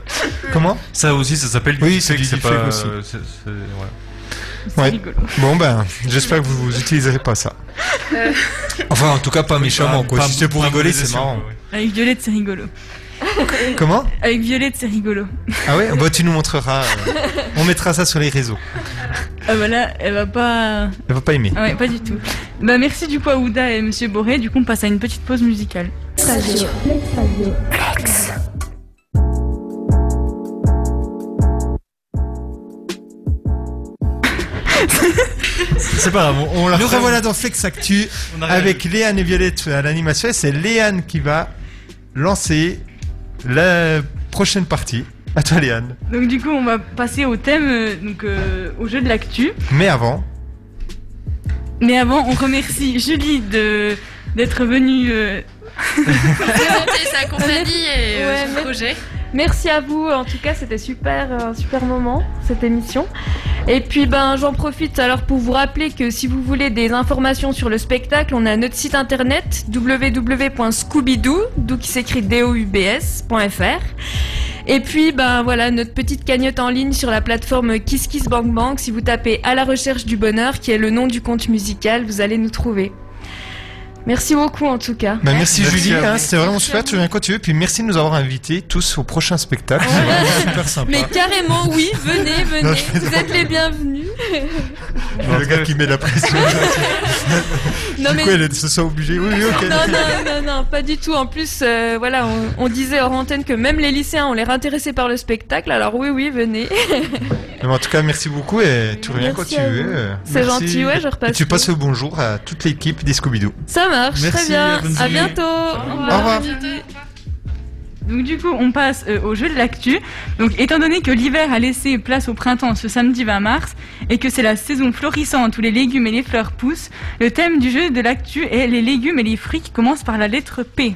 A: Comment
F: Ça aussi, ça s'appelle du
A: Oui, c'est
F: deepfake,
A: du
F: c'est pas.
A: deepfake aussi.
F: euh, c'est- c'est- voilà.
A: Ouais. Bon ben, j'espère que vous vous utiliserez pas ça. Enfin, en tout cas, Euh. pas méchamment quoi.
F: pas-
A: Si c'est pour
F: pas
A: rigoler,
F: mauvais
A: c'est
F: escient,
A: marrant.
F: quoi, ouais.
B: Avec Violette, c'est rigolo.
A: Comment
B: Avec Violette, c'est rigolo.
A: Ah ouais Bah tu nous montreras. euh, on mettra ça sur les réseaux.
B: Ah bah là, elle va pas.
A: Elle va pas aimer.
B: Ah ouais, pas du tout. Bah merci du coup à Ouda et Monsieur Boré. Du coup, on passe à une petite pause musicale.
F: C'est pas grave, on, on la
A: Nous
F: refait.
A: revoilà dans Flex Actu
F: On arrive.
A: avec Léane et Violette à l'animation. Et c'est Léane qui va lancer la prochaine partie. À toi Léane.
B: Donc du coup, on va passer au thème, euh, donc euh, au jeu de l'actu.
A: Mais avant,
B: Mais avant, on remercie Julie de d'être venue. euh,
E: Présenter sa compagnie et euh,
D: Ouais,
E: son
D: mais-
E: projet.
D: Merci à vous, en tout cas c'était super, euh, un super moment cette émission. Et puis ben j'en profite alors pour vous rappeler que si vous voulez des informations sur le spectacle, on a notre site internet www.scoubidou, d'où qui s'écrit d o u b s.fr. Et puis ben voilà notre petite cagnotte en ligne sur la plateforme Kiss Kiss Bang Bang. Si vous tapez à la recherche du bonheur, qui est le nom du conte musical, vous allez nous trouver. Merci beaucoup en tout cas.
A: bah, merci,
F: Merci
A: Julie,
F: à vous.
A: hein, c'était vraiment super, tu viens quand tu veux, puis merci de nous avoir invités tous au prochain spectacle, c'est vraiment super sympa.
D: Mais carrément oui, venez, venez,
A: Non, je
D: vous êtes les bienvenus.
A: Le gars qui met la pression,
D: Non
A: du
D: mais
A: coup elle est- se sent obligée, oui, oui, ok.
D: non, non, non, non, pas du tout. En plus, euh, voilà, on, on disait hors antenne que même les lycéens ont l'air intéressés par le spectacle. Alors oui, oui, venez.
A: Mais en tout cas, merci beaucoup et tu reviens quand
D: Merci
A: tu
D: à
A: veux.
D: vous.
A: euh,
D: C'est
A: merci.
D: gentil, ouais, je repasse
A: Et tu
D: tout.
A: passes le bonjour à toute l'équipe des Scooby-Doo.
D: Ça marche,
F: Merci,
D: très bien.
F: à bonne
D: À
F: journée.
D: bientôt. Au
A: revoir.
B: Donc du coup, on passe euh, au jeu de l'actu. Donc étant donné que l'hiver a laissé place au printemps ce samedi 20 mars et que c'est la saison florissante où les légumes et les fleurs poussent, le thème du jeu de l'actu est les légumes et les fruits qui commence par la lettre P.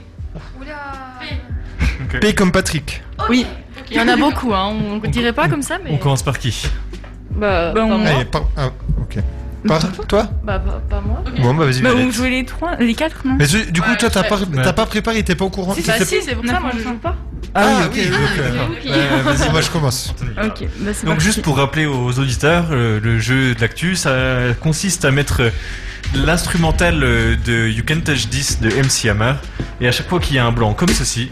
A: P comme Patrick.
B: Oui.
C: Il y en a beaucoup, hein. on ne dirait pas comme ça, mais.
F: On commence par qui
C: Bah, pas moi.
A: Allez, par- ah, ok. Par toi
C: Bah, pas, pas moi.
A: Bon, bah vas-y,
B: Bah,
A: Violette.
B: vous jouez les trois, les quatre, non
A: Mais tu- du coup, toi, t'as pas,
F: Ouais.
A: t'as pas préparé, t'es pas au courant.
C: Si,
A: t'étais-
C: bah, si, c'est pour ça, moi je joue pas.
A: Ah, ok,
F: Ah,
A: ok.
F: d'accord.
C: vous qui-
F: Bah, vas-y,
A: Vas-y, bah, je commence.
B: Ok, bah c'est
F: Donc
B: parti.
F: juste pour rappeler aux auditeurs, euh, le jeu de l'actu, ça consiste à mettre euh, l'instrumental euh, de You Can Touch This de MC Hammer, et à chaque fois qu'il y a un blanc comme ceci,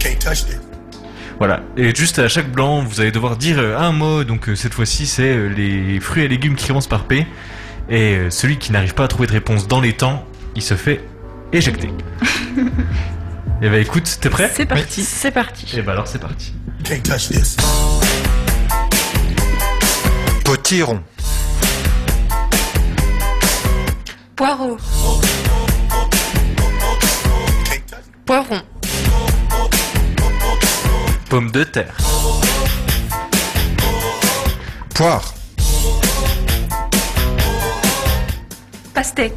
K: Can't touch it.
F: voilà, et juste à chaque blanc, vous allez devoir dire euh, un mot, donc euh, cette fois-ci c'est euh, les fruits et légumes qui commencent par P, et euh, celui qui n'arrive pas à trouver de réponse dans les temps, il se fait éjecter. et bah écoute, t'es prêt
B: C'est parti.
C: C'est parti.
F: Et bah alors c'est parti.
K: Can't touch this.
A: Potiron.
E: Poireau,
K: Can't touch
E: poiron,
F: Pomme de terre,
A: Poire.
E: pastèque,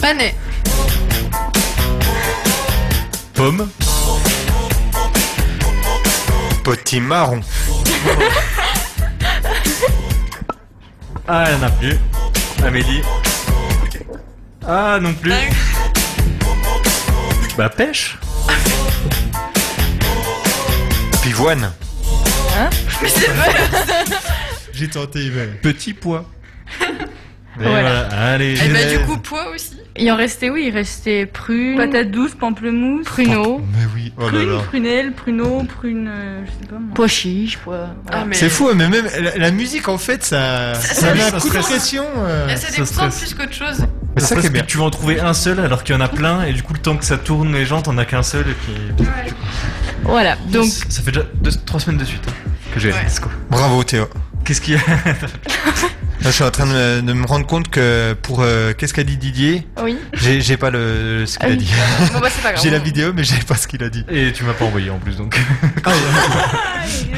E: panais,
F: pomme,
A: Potimarron.
F: Ah, elle n'a plus. Amélie. Ah, non plus. Bah, pêche.
A: Pivoine.
D: Hein
F: J'ai tenté, Petit pois. Et
C: Voilà.
F: voilà, Allez.
E: et bah
F: Genève.
E: du coup poids aussi.
C: Il en restait, oui, il restait prune,
B: Patate douce, pamplemousse,
C: pruneau,
A: Mais oui, oh là
B: prune,
A: là.
B: prunelle, pruneau, prune, euh, je sais pas moi.
C: pois chiche, pois.
E: Ah, mais-
A: C'est fou, hein, mais même la, la musique en fait, ça, ça,
E: ça
A: met un
E: stresse.
A: coup de pression. euh.
E: Et ça
F: ça
E: déconcentre
F: stresse.
E: plus qu'autre chose.
A: Mais ça
F: Après,
A: qui est
F: c'est
A: bien.
F: que Tu vas en trouver un seul alors qu'il y en a plein et du coup le temps que ça tourne les gens t'en as qu'un seul et puis
C: Voilà, donc.
F: ça fait déjà deux, trois semaines de suite hein, que j'ai
E: Ouais.
F: Let's go.
A: Bravo Théo.
F: Qu'est-ce qu'il y a
A: Là, je suis en train de me, de me rendre compte que pour euh, qu'est-ce qu'a dit Didier,
C: Oui.
A: j'ai j'ai pas le, ce qu'il
C: Ah
A: a
C: oui.
A: dit.
C: Bon, bah, c'est pas grave.
A: J'ai la vidéo, mais j'ai pas ce qu'il a dit.
F: Et tu m'as pas envoyé en plus donc.
A: Ah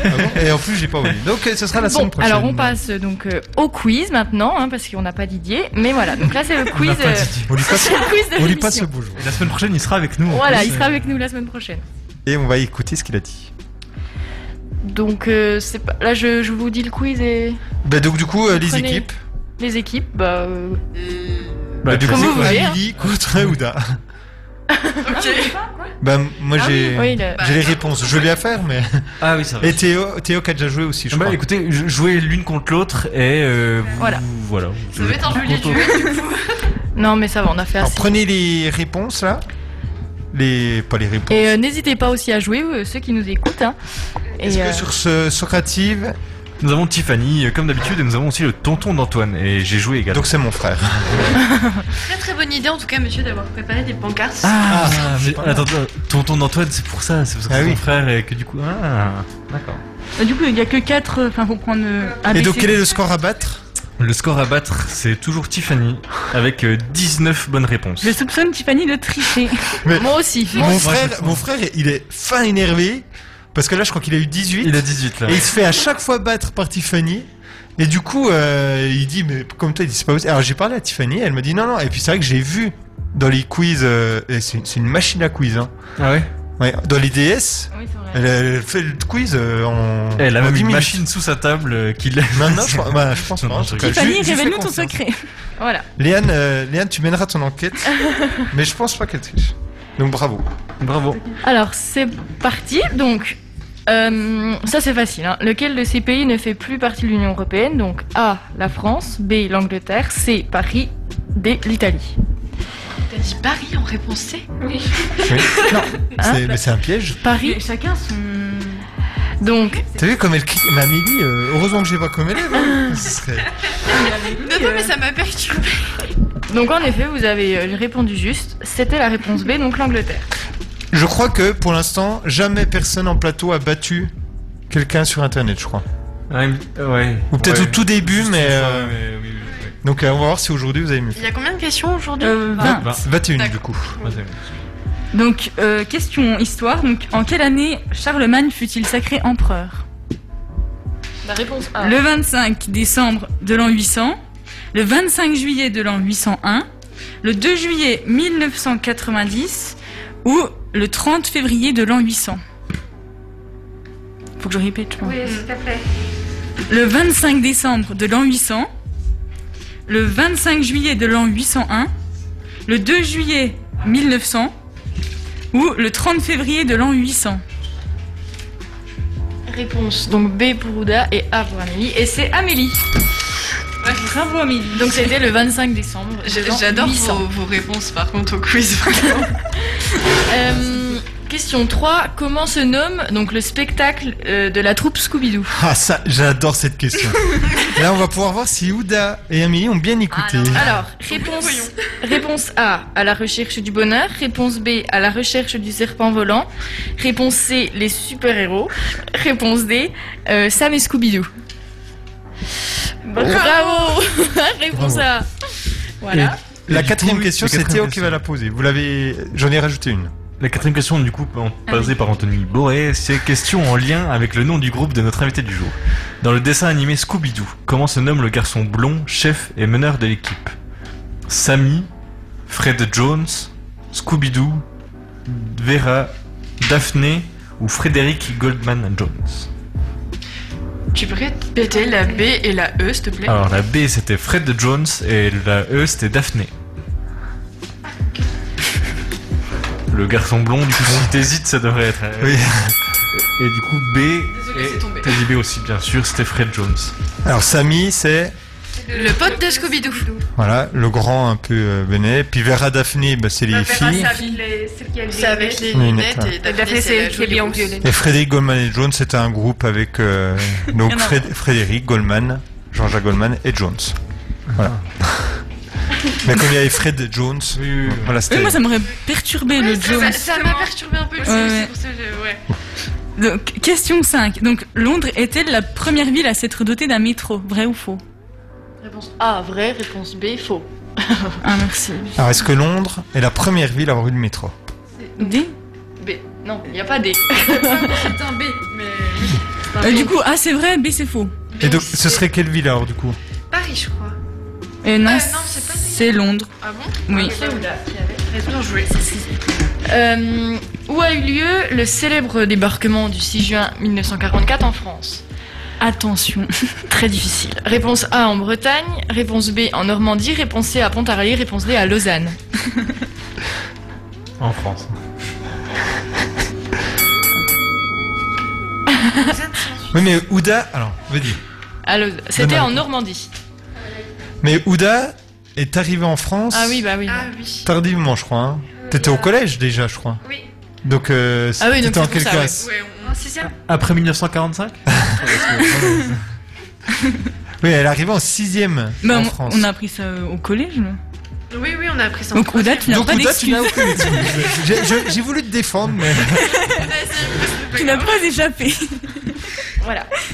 A: bon Et en plus, j'ai pas oublié. Donc, euh, ce sera la
C: Bon,
A: semaine prochaine.
C: alors on passe euh, donc euh, au quiz maintenant, hein, parce qu'on n'a pas Didier. Mais voilà, donc là c'est le
F: On
C: quiz,
F: n'a pas
C: euh,
F: Didier.
A: On lui passe,
C: c'est le quiz de
A: on lui
C: l'émission.
A: passe le bonjour.
F: Et la semaine prochaine il sera avec nous. en
C: Voilà,
F: plus.
C: il sera avec nous la semaine prochaine.
A: Et on va écouter ce qu'il a dit.
C: Donc euh, c'est pas... là je, je vous dis le quiz et
A: Bah, donc, du coup, euh, les
C: Prenez-
A: équipes.
C: les équipes. Bah, euh,
F: Bah,
A: du
F: tu
A: coup,
F: sais
C: vous
F: quoi.
C: voulez. hein.
A: Amélie contre Ouda. Bah, moi,
C: Ah
A: j'ai
C: oui, oui, le- Bah,
A: j'ai les réponses. Je vais bien faire, mais.
F: Ah oui, ça va.
A: Et Théo, Théo qui a déjà joué aussi, je
F: bah
A: crois.
F: écoutez, j- jouez l'une contre l'autre et euh, vous-
C: Voilà.
F: voilà.
E: Ça va être un joli
F: Contre-
E: duel.
C: Non mais ça va, on a fait
A: Alors,
C: assez.
A: prenez les réponses là. Les. Pas les réponses.
C: Et euh, n'hésitez pas aussi à jouer euh, ceux qui nous écoutent. hein. Et,
A: Est-ce
C: euh,
A: que sur ce Socrative,
F: Nous avons Tiffany euh, comme d'habitude et nous avons aussi le tonton d'Antoine et j'ai joué également.
A: donc c'est mon frère.
E: Très très bonne idée en tout cas monsieur d'avoir préparé des pancartes.
F: ah, mais
A: pas mal.
F: attends, attends, tonton d'Antoine, c'est pour ça, c'est parce que
A: Ah
F: c'est
A: oui.
F: mon frère et que du coup, ah, d'accord.
B: Bah, du coup, il y a que quatre, euh, enfin faut prendre euh, A,
A: Et
B: B,
A: donc
B: C,
A: quel
B: D.
A: est le score à battre
F: Le score à battre, c'est toujours Tiffany avec euh, 19 bonnes réponses.
B: Je soupçonne Tiffany de tricher.
C: Moi aussi.
A: Mon
F: Moi, je
A: frère,
F: pense.
A: mon frère, il est fin énervé parce que là, je crois qu'il a eu 18
F: Il a 18 là.
A: et il se fait à chaque fois battre par Tiffany. Et du coup, euh, il dit mais comme toi, il dit c'est pas possible. Alors j'ai parlé à Tiffany, elle me dit non non. Et puis c'est vrai que j'ai vu dans les quiz, euh, et c'est c'est une machine à quiz. Hein.
F: Ah ouais.
A: Ouais, dans les DS,
B: Oui, c'est vrai.
A: elle, elle fait le quiz euh, en.
F: Elle a
A: en
F: même
A: 10
F: une
A: minutes.
F: machine sous sa table euh, qui l'a.
A: Maintenant, je, crois- bah, je pense
F: Non,
A: pas.
F: non,
A: en
F: je
A: tout cas.
F: rigole.
A: Je
B: Tiffany,
A: lui- je lui fais
B: révèle-nous ton
A: confiance.
B: secret.
C: Voilà.
A: Léane, euh, Léane, tu mèneras ton enquête, mais je pense pas qu'elle triche. Donc bravo.
F: Bravo.
C: Alors c'est parti. Donc euh, ça c'est facile. hein. Lequel de ces pays ne fait plus partie de l'Union européenne Donc A la France, B l'Angleterre, C Paris, D l'Italie.
E: T'as dit Paris en réponse C
C: Hein
A: C'est- mais c'est un piège.
C: Paris.
B: Et Chacun son.
C: Donc
A: T'as vu comme elle crie Mais Amélie, euh, heureusement que j'ai pas comme élève.
B: Ah.
A: hein. Ce serait-
E: Non non mais ça m'a perturbé.
C: donc en effet vous avez euh, répondu juste. C'était la réponse B donc l'Angleterre.
A: Je crois que pour l'instant, jamais personne en plateau a battu quelqu'un sur internet, je crois.
F: Ouais, ouais.
A: Ou peut-être
F: Ouais.
A: au tout début,
F: Juste
A: mais,
F: une fois,
A: euh,
F: mais oui, oui, oui.
A: Donc euh, on va voir si aujourd'hui vous avez mieux.
E: Il y a combien de questions aujourd'hui
B: Euh,
A: Ah,
F: Ah.
B: vingt.
A: bah. 21 du coup.
B: Donc, euh, question histoire. Donc, en quelle année Charlemagne fut-il sacré empereur
C: La réponse
B: Le 25 décembre de l'an 800, le 25 juillet de l'an 801, le 2 juillet 1990 ou le 30 février de l'an 800. Faut que je répète, je pense.
J: Oui, s'il te plaît.
B: Le 25 décembre de l'an 800, le 25 juillet de l'an 801, le 2 juillet 1900 ou le 30 février de l'an 800.
C: Réponse donc B pour Ouda et A pour Amélie. Et c'est Amélie.
B: Bravo Amélie.
C: Donc c'était le 25 décembre.
E: J'ai- J'adore vos, vos réponses par contre au quiz. vraiment.
C: Euh, question 3. Comment se nomme donc le spectacle euh, de la troupe Scooby-Doo
A: Ah ça, j'adore cette question. Là on va pouvoir voir si Ouda et Amélie ont bien
B: Ah,
A: écouté.
C: Alors, réponse, réponse A, à la recherche du bonheur. Réponse B, à la recherche du serpent volant. Réponse C, les super-héros. Réponse D, euh, Sam et Scooby-Doo. Bravo Réponse
A: Bravo.
C: A. Voilà.
A: Et la
F: du
A: quatrième
F: coup,
A: question,
F: la
A: c'est
F: quatrième
A: Théo qui va la poser. Vous l'avez, j'en ai rajouté une.
F: La quatrième question, du coup, en- posée par Anthony Boré, c'est question en lien avec le nom du groupe de notre invité du jour. Dans le dessin animé Scooby-Doo, comment se nomme le garçon blond, chef et meneur de l'équipe Sammy, Fred Jones, Scooby-Doo, Vera, Daphné ou Frédéric Goldman Jones
E: tu pourrais péter la B et la E s'il te plaît
F: Alors la B c'était Fred Jones et la E c'était Daphné. Le garçon blond, du coup, si t'hésites, ça devrait être. euh,
A: Oui.
F: Et du coup, B.
E: Désolée, c'est tombé.
F: et t'as dit B aussi, bien sûr, c'était Fred Jones.
A: Alors Samy, c'est
E: Le pote de Scooby-Doo.
A: voilà le grand un peu euh, Benet. Puis Vera Daphné, bah, c'est les filles.
E: C'est avec les
A: Oui,
E: lunettes
A: d'accord.
E: et
J: Daphné, c'est elle qui est
E: jolie
J: bien
E: rousse.
J: violée.
A: Et Frédéric Goldman et Jones, c'était un groupe avec euh, donc
B: Il y en a.
A: Fré- Frédéric Goldman, Jean-Jacques Goldman et Jones. Voilà. Mais comme il y avait Fred Jones,
E: Euh,
F: oui, oui.
A: voilà
B: Oui,
A: c'était.
B: Euh, moi, ça m'aurait perturbé le Jones.
E: Ça- Ça m'a perturbé un peu. le
B: Ouais,
E: c'est
B: ouais.
E: pour ça que j'ai- ouais.
B: Donc, question 5. Donc, Londres est-elle la première ville à s'être dotée d'un métro Vrai ou faux
C: Réponse A, vrai. Réponse B, faux.
B: Ah, merci.
A: Alors est-ce que Londres est la première ville à avoir eu le métro
B: D
C: B. Non, il n'y a pas D.
E: C'est un B, mais.
B: Euh, Du coup, A c'est vrai, B c'est faux.
A: Et donc ce serait quelle ville alors du coup
E: Paris, je crois.
B: Et non,
E: Euh, non, c'est pas-
B: c'est Londres.
E: Ah bon
B: Oui.
E: Bien joué.
C: Euh, où a eu lieu le célèbre débarquement du 6 juin 1944 en France
B: Attention.
C: Très difficile. Réponse A en Bretagne, réponse B en Normandie, réponse C à Pontarlier, réponse D à Lausanne.
F: En France.
A: Oui mais Ouda, alors vas dire.
C: À Lausanne. C'était
A: Même
C: en
A: à-
C: Normandie.
A: Mais Ouda est arrivée en France
C: Ah oui, bah oui.
E: Ah oui.
A: tardivement je crois. hein. T'étais au collège déjà je crois.
E: Euh, Oui.
A: Donc euh,
C: Ah oui, donc
A: t'étais en
C: c'est pour
A: quelle
C: ça,
A: classe
E: Ouais, on... c'est ça.
F: Après 1945
A: Oui elle est arrivée en sixième
B: Bah,
A: en
B: on,
A: France.
B: on a appris ça euh, au collège. là.
E: Oui, oui, on a appris ça. en
B: Donc,
E: français.
B: Ouda, tu n'as
A: Donc
B: pas
A: Ouda, tu
B: d'excuse.
A: n'as aucune excuse. J'ai- je- J'ai voulu te défendre mais...
B: Tu n'as pas échappé.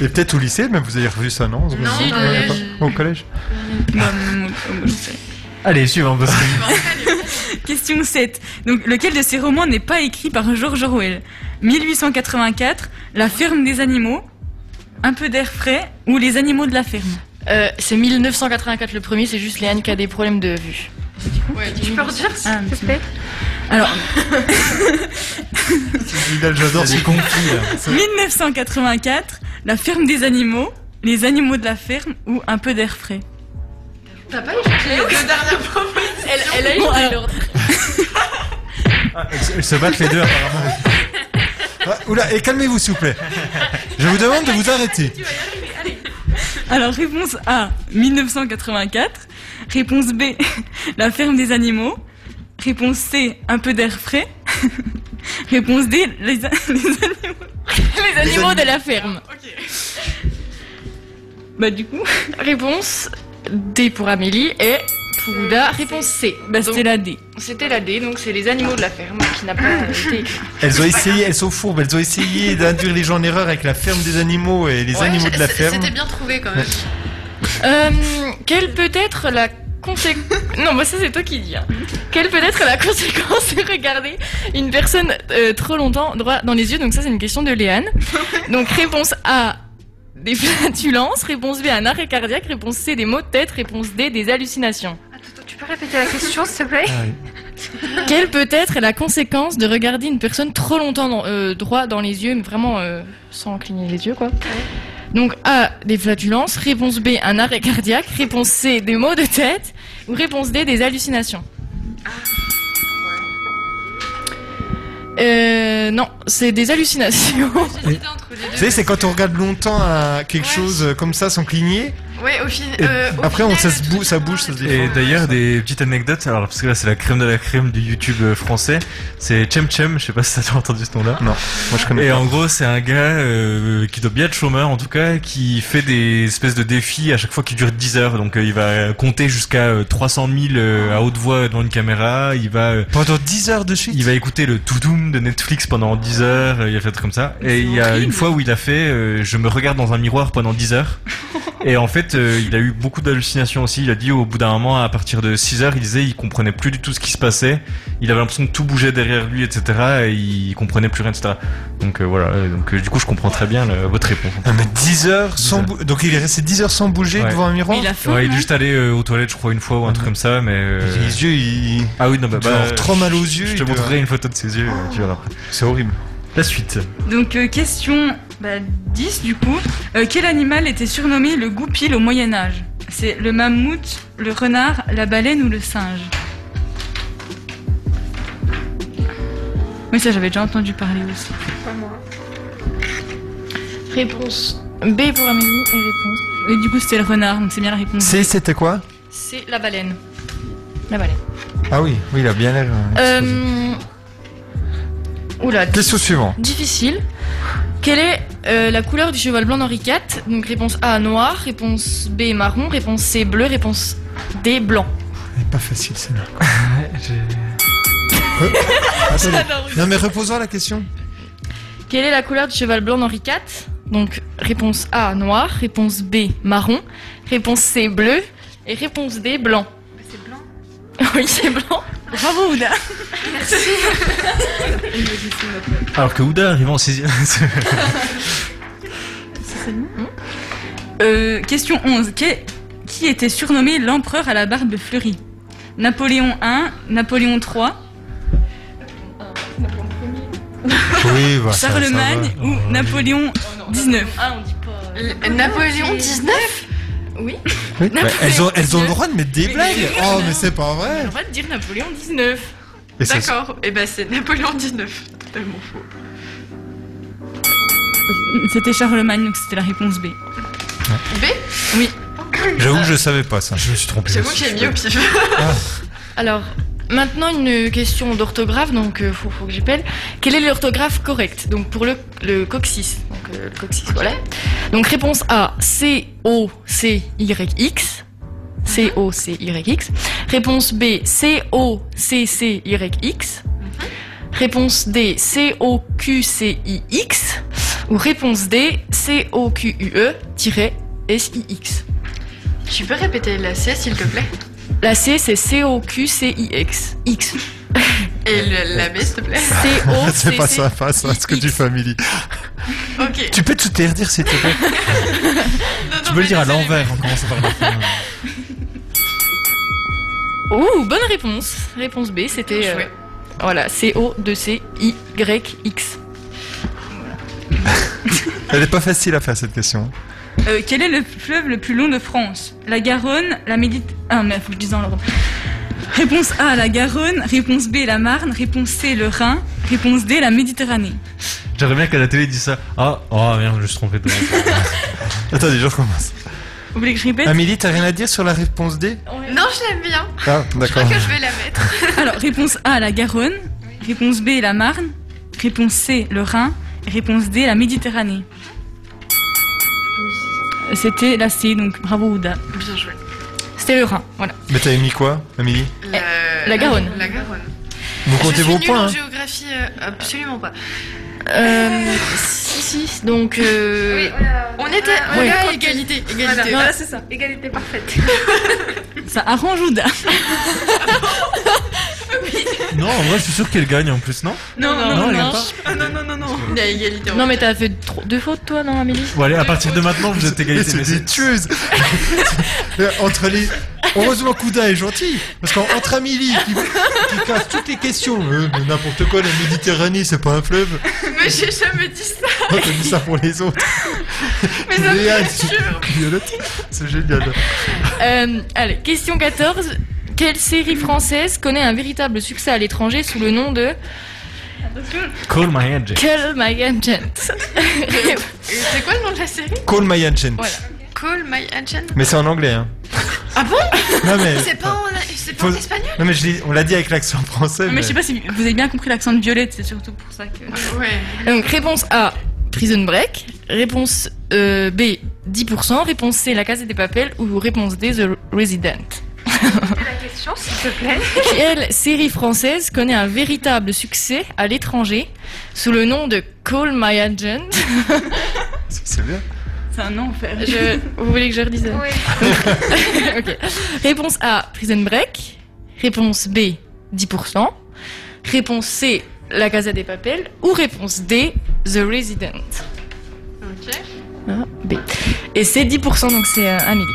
A: Et peut-être au lycée, même vous avez revu ça, non Euh,
E: Non,
A: Ouais,
E: au collège.
A: pas- Au collège
B: Bah, mon- mon- je sais.
F: Allez, suivant, parce que
B: Question 7. Donc, lequel de ces romans n'est pas écrit par George Orwell 1884, La ferme des animaux, Un peu d'air frais ou Les animaux de la ferme
C: Euh, c'est 1984 le premier, c'est juste Léane qui a des problèmes de vue.
E: Tu peux redire ça
B: Ah,
G: s'il te plaît.
B: Alors,
A: J'adore
F: j'ai compris. là.
B: 1984, La ferme des animaux, Les animaux de la ferme ou Un peu d'air frais
E: T'as pas écouté les deux dernières fois
C: Elle, a eu
B: Bon, alors,
F: Ah, elles, elles se battent les deux, apparemment.
A: Ah, oula, et calmez-vous, s'il vous plaît. Je vous demande de vous arrêter.
B: Alors, réponse A, 1984. Réponse B, la ferme des animaux. Réponse C, un peu d'air frais. réponse D, les, a- les animaux.
C: les animaux de la ferme.
B: Bah, du coup,
C: Réponse D pour Amélie et pour Ouda, réponse C.
B: bah,
C: Donc,
B: c'était la D.
C: C'était la D, donc c'est les animaux Ben de la ferme qui n'a pas été écrit.
A: Elles ont essayé, elles sont fourbes, elles ont essayé d'induire les gens en erreur avec la ferme des animaux et les animaux de la ferme.
E: C'était bien trouvé quand même.
B: Euh, quelle peut être la conséquence Non, bah ça c'est toi qui dis. hein. Quelle peut être la conséquence de regarder une personne euh, trop longtemps droit dans les yeux Donc ça c'est une question de Léane. Donc réponse A des flatulences, réponse B un arrêt cardiaque, réponse C des maux de tête, réponse D des hallucinations.
L: Tu peux répéter la question, s'il te plaît
A: Ah,
B: Quelle peut être la conséquence de regarder une personne trop longtemps dans- euh, droit dans les yeux, mais vraiment euh, sans cligner les yeux, quoi Donc A, des flatulences. Réponse B, un arrêt cardiaque. Réponse C, des maux de tête. Ou réponse D, des hallucinations. Euh, non, c'est des hallucinations.
A: Vous savez, c'est quand on regarde longtemps à quelque chose euh, comme ça sans cligner.
E: Ouais, au final.
A: et après, on, ça, se bou- ça bouge, ça se
F: Et
A: défend.
F: d'ailleurs, des petites anecdotes, alors parce que là c'est la crème de la crème du YouTube euh, français, c'est Chem Chem, je sais pas si t'as entendu ce nom-là.
A: Non, moi je connais
F: Et
A: pas.
F: en gros, c'est un gars euh, qui doit bien être chômeur en tout cas, qui fait des espèces de défis à chaque fois qui durent 10 heures. Donc euh, il va compter jusqu'à euh, 300 000 euh, à haute voix devant une caméra, il va... pendant 10 heures de suite Il va écouter le Toudoum de Netflix pendant 10 heures, euh, il a fait des trucs comme ça. Et il y a une fois où il a fait euh, Je me regarde dans un miroir pendant 10 heures ». Et en fait, euh, il a eu beaucoup d'hallucinations aussi. Il a dit au bout d'un moment, à partir de 6 heures, il disait il comprenait plus du tout ce qui se passait. Il avait l'impression que tout bougeait derrière lui, etc. Et il comprenait plus rien, etc. Donc euh, voilà. Euh, Donc euh, du coup, je comprends très bien le- votre réponse.
A: mais 10 heures sans bou- Donc il est resté 10 heures sans bouger
F: Ouais.
A: devant un miroir.
F: Ouais, il est juste allé euh, aux toilettes, je crois, une fois ou un truc comme ça, mais. euh,
A: Euh, Les yeux, il.
F: Ah oui, non, bah,
A: il doit
F: bah,
A: avoir trop mal aux yeux.
F: Je
A: il
F: te
A: doit-
F: montrerai une photo de ses yeux, euh, tu verras après.
A: C'est horrible.
F: La suite.
C: Donc euh, question bah, 10 du coup. Euh, quel animal était surnommé le goupil au Moyen Âge C'est le mammouth, le renard, la baleine ou le singe Oui ça j'avais déjà entendu parler aussi.
B: Réponse B pour Amélie et réponse
C: Et du coup c'était le renard donc c'est bien la réponse.
A: C'est, c'était quoi
B: C, la baleine. La baleine.
A: Ah oui, oui, il a bien l'air. euh,
B: Euh... Oula.
A: Question suivante.
B: Difficile. Quelle est euh, la couleur du cheval blanc d'Henri IV Donc réponse A noir, réponse B marron, réponse C bleu, réponse D blanc.
A: C'est pas facile celle-là. Re- Attendez.
B: J'adore.
A: Non mais reposons la question.
B: Quelle est la couleur du cheval blanc d'Henri IV Donc réponse A noir, réponse B marron, réponse C bleu et réponse D blanc. C'est blanc Oui, c'est blanc. Bravo Ouda Merci
F: Alors que Ouda arrive en 6
C: Euh, question 11. Qu'est- qui était surnommé l'empereur à la barbe fleurie Napoléon I, Napoléon III,
A: Ah, Oui, bah, ça- ça
C: Charlemagne
A: va.
C: ou Napoléon
B: Oh,
C: XIX
B: Ah, on dit pas.
E: Napoléon 19
B: Oui.
A: Oui.
B: Ah,
A: Bah, elles, ont, elles ont le
B: Napoléon
A: droit de mettre des
B: Mais
A: blagues.
B: oui,
A: Oh
B: non.
A: mais c'est pas
B: On
A: vrai.
B: va te dire Napoléon 19.
A: Et ça-
E: D'accord, et ben c'est Napoléon Euh, 19. Totalement faux.
C: C'était Charlemagne, donc c'était la réponse B.
E: B
C: Oui.
A: J'avoue que je savais pas ça. Je me suis trompé.
E: J'avoue que j'ai mis au pif.
B: Alors, maintenant une question d'orthographe, donc euh, faut, faut que j'appelle. Quelle est l'orthographe correcte Donc pour le, le coccyx. Donc euh, le coccyx, voilà. Donc réponse A, C-O-C-Y-X. C-O-C-Y-X. Réponse B, C-O-C-C-Y-X. Mhm. Réponse D, C-O-Q-C-I-X. Ou réponse D, E C-O-Q-U-E-S-I-X.
E: Tu peux répéter la C s'il te plaît
B: La C, c'est C-O-Q-C-I-X. X.
E: Et le- la B s'il te plaît
B: C-O-C-C.
A: C'est pas sympa ça, ce que tu family.
E: Ok.
A: Tu peux tout te redire s'il te plaît.
F: Tu peux le dire à l'envers en commençant par la fin.
B: Ouh, bonne réponse. Réponse B, c'était. euh, voilà, C-O-2-C-Y-X.
A: Elle est pas facile à faire cette question.
C: Euh, quel est le fleuve le plus long de France La Garonne, la Méditerranée. Ah, mais faut que je dise en l'ordre. Réponse A, la Garonne. Réponse B, la Marne. Réponse C, le Rhin. Réponse D, la Méditerranée.
F: J'aimerais bien qu'à la télé, il dise ça. Ah, oh merde, je me suis trompé de.
A: Attendez, je recommence.
C: Vous voulez que je répète
A: Amélie, t'as rien à dire sur la réponse D
E: Non, je l'aime bien.
A: Ah,
E: Je
A: d'accord.
E: crois que je vais la mettre.
C: Alors, réponse A, la Garonne. Réponse B, la Marne. Réponse C, le Rhin. Et Réponse D, la Méditerranée. C'était la C, donc bravo Ouda.
E: Bien joué.
B: C'était le Rhin, voilà.
A: Mais t'avais mis quoi, Amélie
E: La,
B: la Garonne.
E: La Garonne.
A: Vous
E: je
A: comptez
E: suis
A: vos
E: nulle
A: points.
E: en
A: hein.
E: géographie, euh, absolument pas.
B: Euh, si, si, donc. euh,
E: On était on
B: Ouais.
E: est à égalité. égalité.
C: Voilà, voilà, c'est
E: ça.
C: Égalité parfaite.
M: Ça arrange Ouda.
F: Non, en vrai, je suis sûr qu'elle gagne en plus, non
M: Non, non,
F: non,
M: non,
F: il y a
M: non.
F: pas.
M: Ah, non, non, non, non.
E: Il y a égalité.
B: Non, mais t'as fait trop- deux fautes, toi, non, Amélie
F: Bon, allez, à partir de maintenant, vous êtes
A: Mais
F: égalité.
A: c'est des tueuses Euh, Entre les... Heureusement Kouda est gentil Parce qu'entre Amélie qui, qui casse toutes les questions euh, mais N'importe quoi, la Méditerranée c'est pas un fleuve
E: Mais j'ai jamais dit ça.
A: On a dit ça pour les autres
E: Mais ça me
A: Léa,
E: fait sûr.
A: Violette, C'est génial
B: Euh, allez, question 14. Quelle série française connaît un véritable succès à l'étranger sous le nom de
F: Call my agent.
B: Call My Agent
E: Et C'est quoi le nom de la série
A: Call my agent
B: Voilà.
E: Call My Agent.
A: Mais c'est en anglais hein
E: Ah bon
A: Non mais,
E: C'est pas en, c'est pas
A: Faut-
E: en espagnol
A: non, mais je l'ai- on l'a dit avec l'accent français
B: Ah,
M: Non, mais je sais pas si vous avez bien compris l'accent de Violette, c'est surtout pour ça que.
E: Ouais.
B: Donc réponse A, Prison Break. Réponse euh, B, 10%. Réponse C, La Casa des Papels. Ou réponse D, The Resident.
C: La question, s'il te plaît.
B: Quelle série française connaît un véritable succès à l'étranger sous le nom de Call My Agent
A: C'est bien
M: C'est un enfer.
B: Je- Vous voulez que je redise
C: Oui.
B: Ok. Réponse A, Prison Break. Réponse B, 10%. Réponse C, La Casa des Papels. Ou réponse D, The Resident.
E: Ok.
B: A, B. Et c'est 10%, donc c'est euh, Amélie.